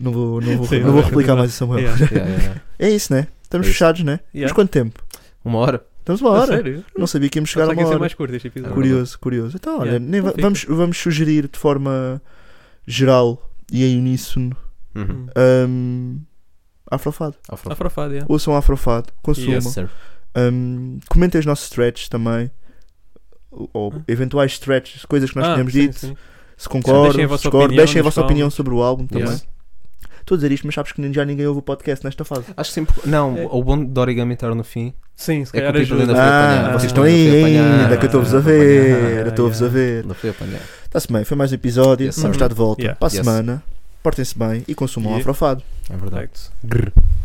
[SPEAKER 6] Não vou, não vou,
[SPEAKER 2] Sim,
[SPEAKER 6] não vou
[SPEAKER 2] é
[SPEAKER 6] replicar
[SPEAKER 2] verdade.
[SPEAKER 6] mais o Samuel.
[SPEAKER 2] Yeah.
[SPEAKER 7] Yeah, yeah, yeah.
[SPEAKER 6] É isso, né? Estamos
[SPEAKER 7] É isso.
[SPEAKER 6] fechados, né? Mas
[SPEAKER 2] Yeah.
[SPEAKER 6] quanto tempo?
[SPEAKER 7] Uma hora.
[SPEAKER 6] Estamos uma
[SPEAKER 2] A
[SPEAKER 6] hora.
[SPEAKER 2] sério?
[SPEAKER 6] Não sabia que íamos chegar a
[SPEAKER 2] Pensava que ia
[SPEAKER 6] uma
[SPEAKER 2] ser
[SPEAKER 6] hora.
[SPEAKER 2] mais curto este episódio.
[SPEAKER 6] Curioso, curioso. Então, olha,
[SPEAKER 2] Yeah,
[SPEAKER 6] nem va-
[SPEAKER 2] então fica.
[SPEAKER 6] vamos, vamos sugerir de forma eh, geral e em uníssono
[SPEAKER 7] Uhum.
[SPEAKER 6] hum, Afrofado.
[SPEAKER 7] Afro.
[SPEAKER 2] Afrofado, yeah.
[SPEAKER 6] Ouçam Afrofado, consumam.
[SPEAKER 7] Yes, sir.
[SPEAKER 6] Hum, comentem os nossos stretches também. Ou, ou
[SPEAKER 2] Ah.
[SPEAKER 6] eventuais stretches, coisas que nós
[SPEAKER 2] Ah,
[SPEAKER 6] tínhamos
[SPEAKER 2] sim,
[SPEAKER 6] dito.
[SPEAKER 2] sim.
[SPEAKER 6] se concordam,
[SPEAKER 2] Deixem a
[SPEAKER 6] se
[SPEAKER 2] vossa
[SPEAKER 6] discordam,
[SPEAKER 2] opinião
[SPEAKER 6] deixem a
[SPEAKER 2] nos
[SPEAKER 6] vossa opinião sobre o álbum também.
[SPEAKER 7] Yes.
[SPEAKER 6] Estou a dizer isto, mas sabes que nem- já ninguém ouve o podcast nesta fase.
[SPEAKER 7] Acho que sempre. Não,
[SPEAKER 2] É.
[SPEAKER 7] o bom de origami estar no fim
[SPEAKER 2] Sim, se
[SPEAKER 7] é que
[SPEAKER 2] calhar
[SPEAKER 7] o título ainda
[SPEAKER 2] ajuda.
[SPEAKER 7] foi apanhado.
[SPEAKER 6] Ah, vocês
[SPEAKER 7] Ah,
[SPEAKER 6] estão
[SPEAKER 7] não
[SPEAKER 6] aí
[SPEAKER 7] fui apanhado.
[SPEAKER 6] ainda, que eu estou-vos a
[SPEAKER 7] Não fui apanhado.
[SPEAKER 6] ver, eu estou-vos a
[SPEAKER 2] Ah,
[SPEAKER 6] ver.
[SPEAKER 7] Não fui apanhado.
[SPEAKER 6] Está-se bem, foi mais um episódio,
[SPEAKER 7] Yes,
[SPEAKER 6] vamos
[SPEAKER 2] sir.
[SPEAKER 6] estar de volta
[SPEAKER 2] Yeah.
[SPEAKER 6] para a
[SPEAKER 7] Yes.
[SPEAKER 6] semana. Portem-se bem e consumam
[SPEAKER 2] Yeah.
[SPEAKER 6] afrofado.
[SPEAKER 7] É verdade.
[SPEAKER 2] Perfeito.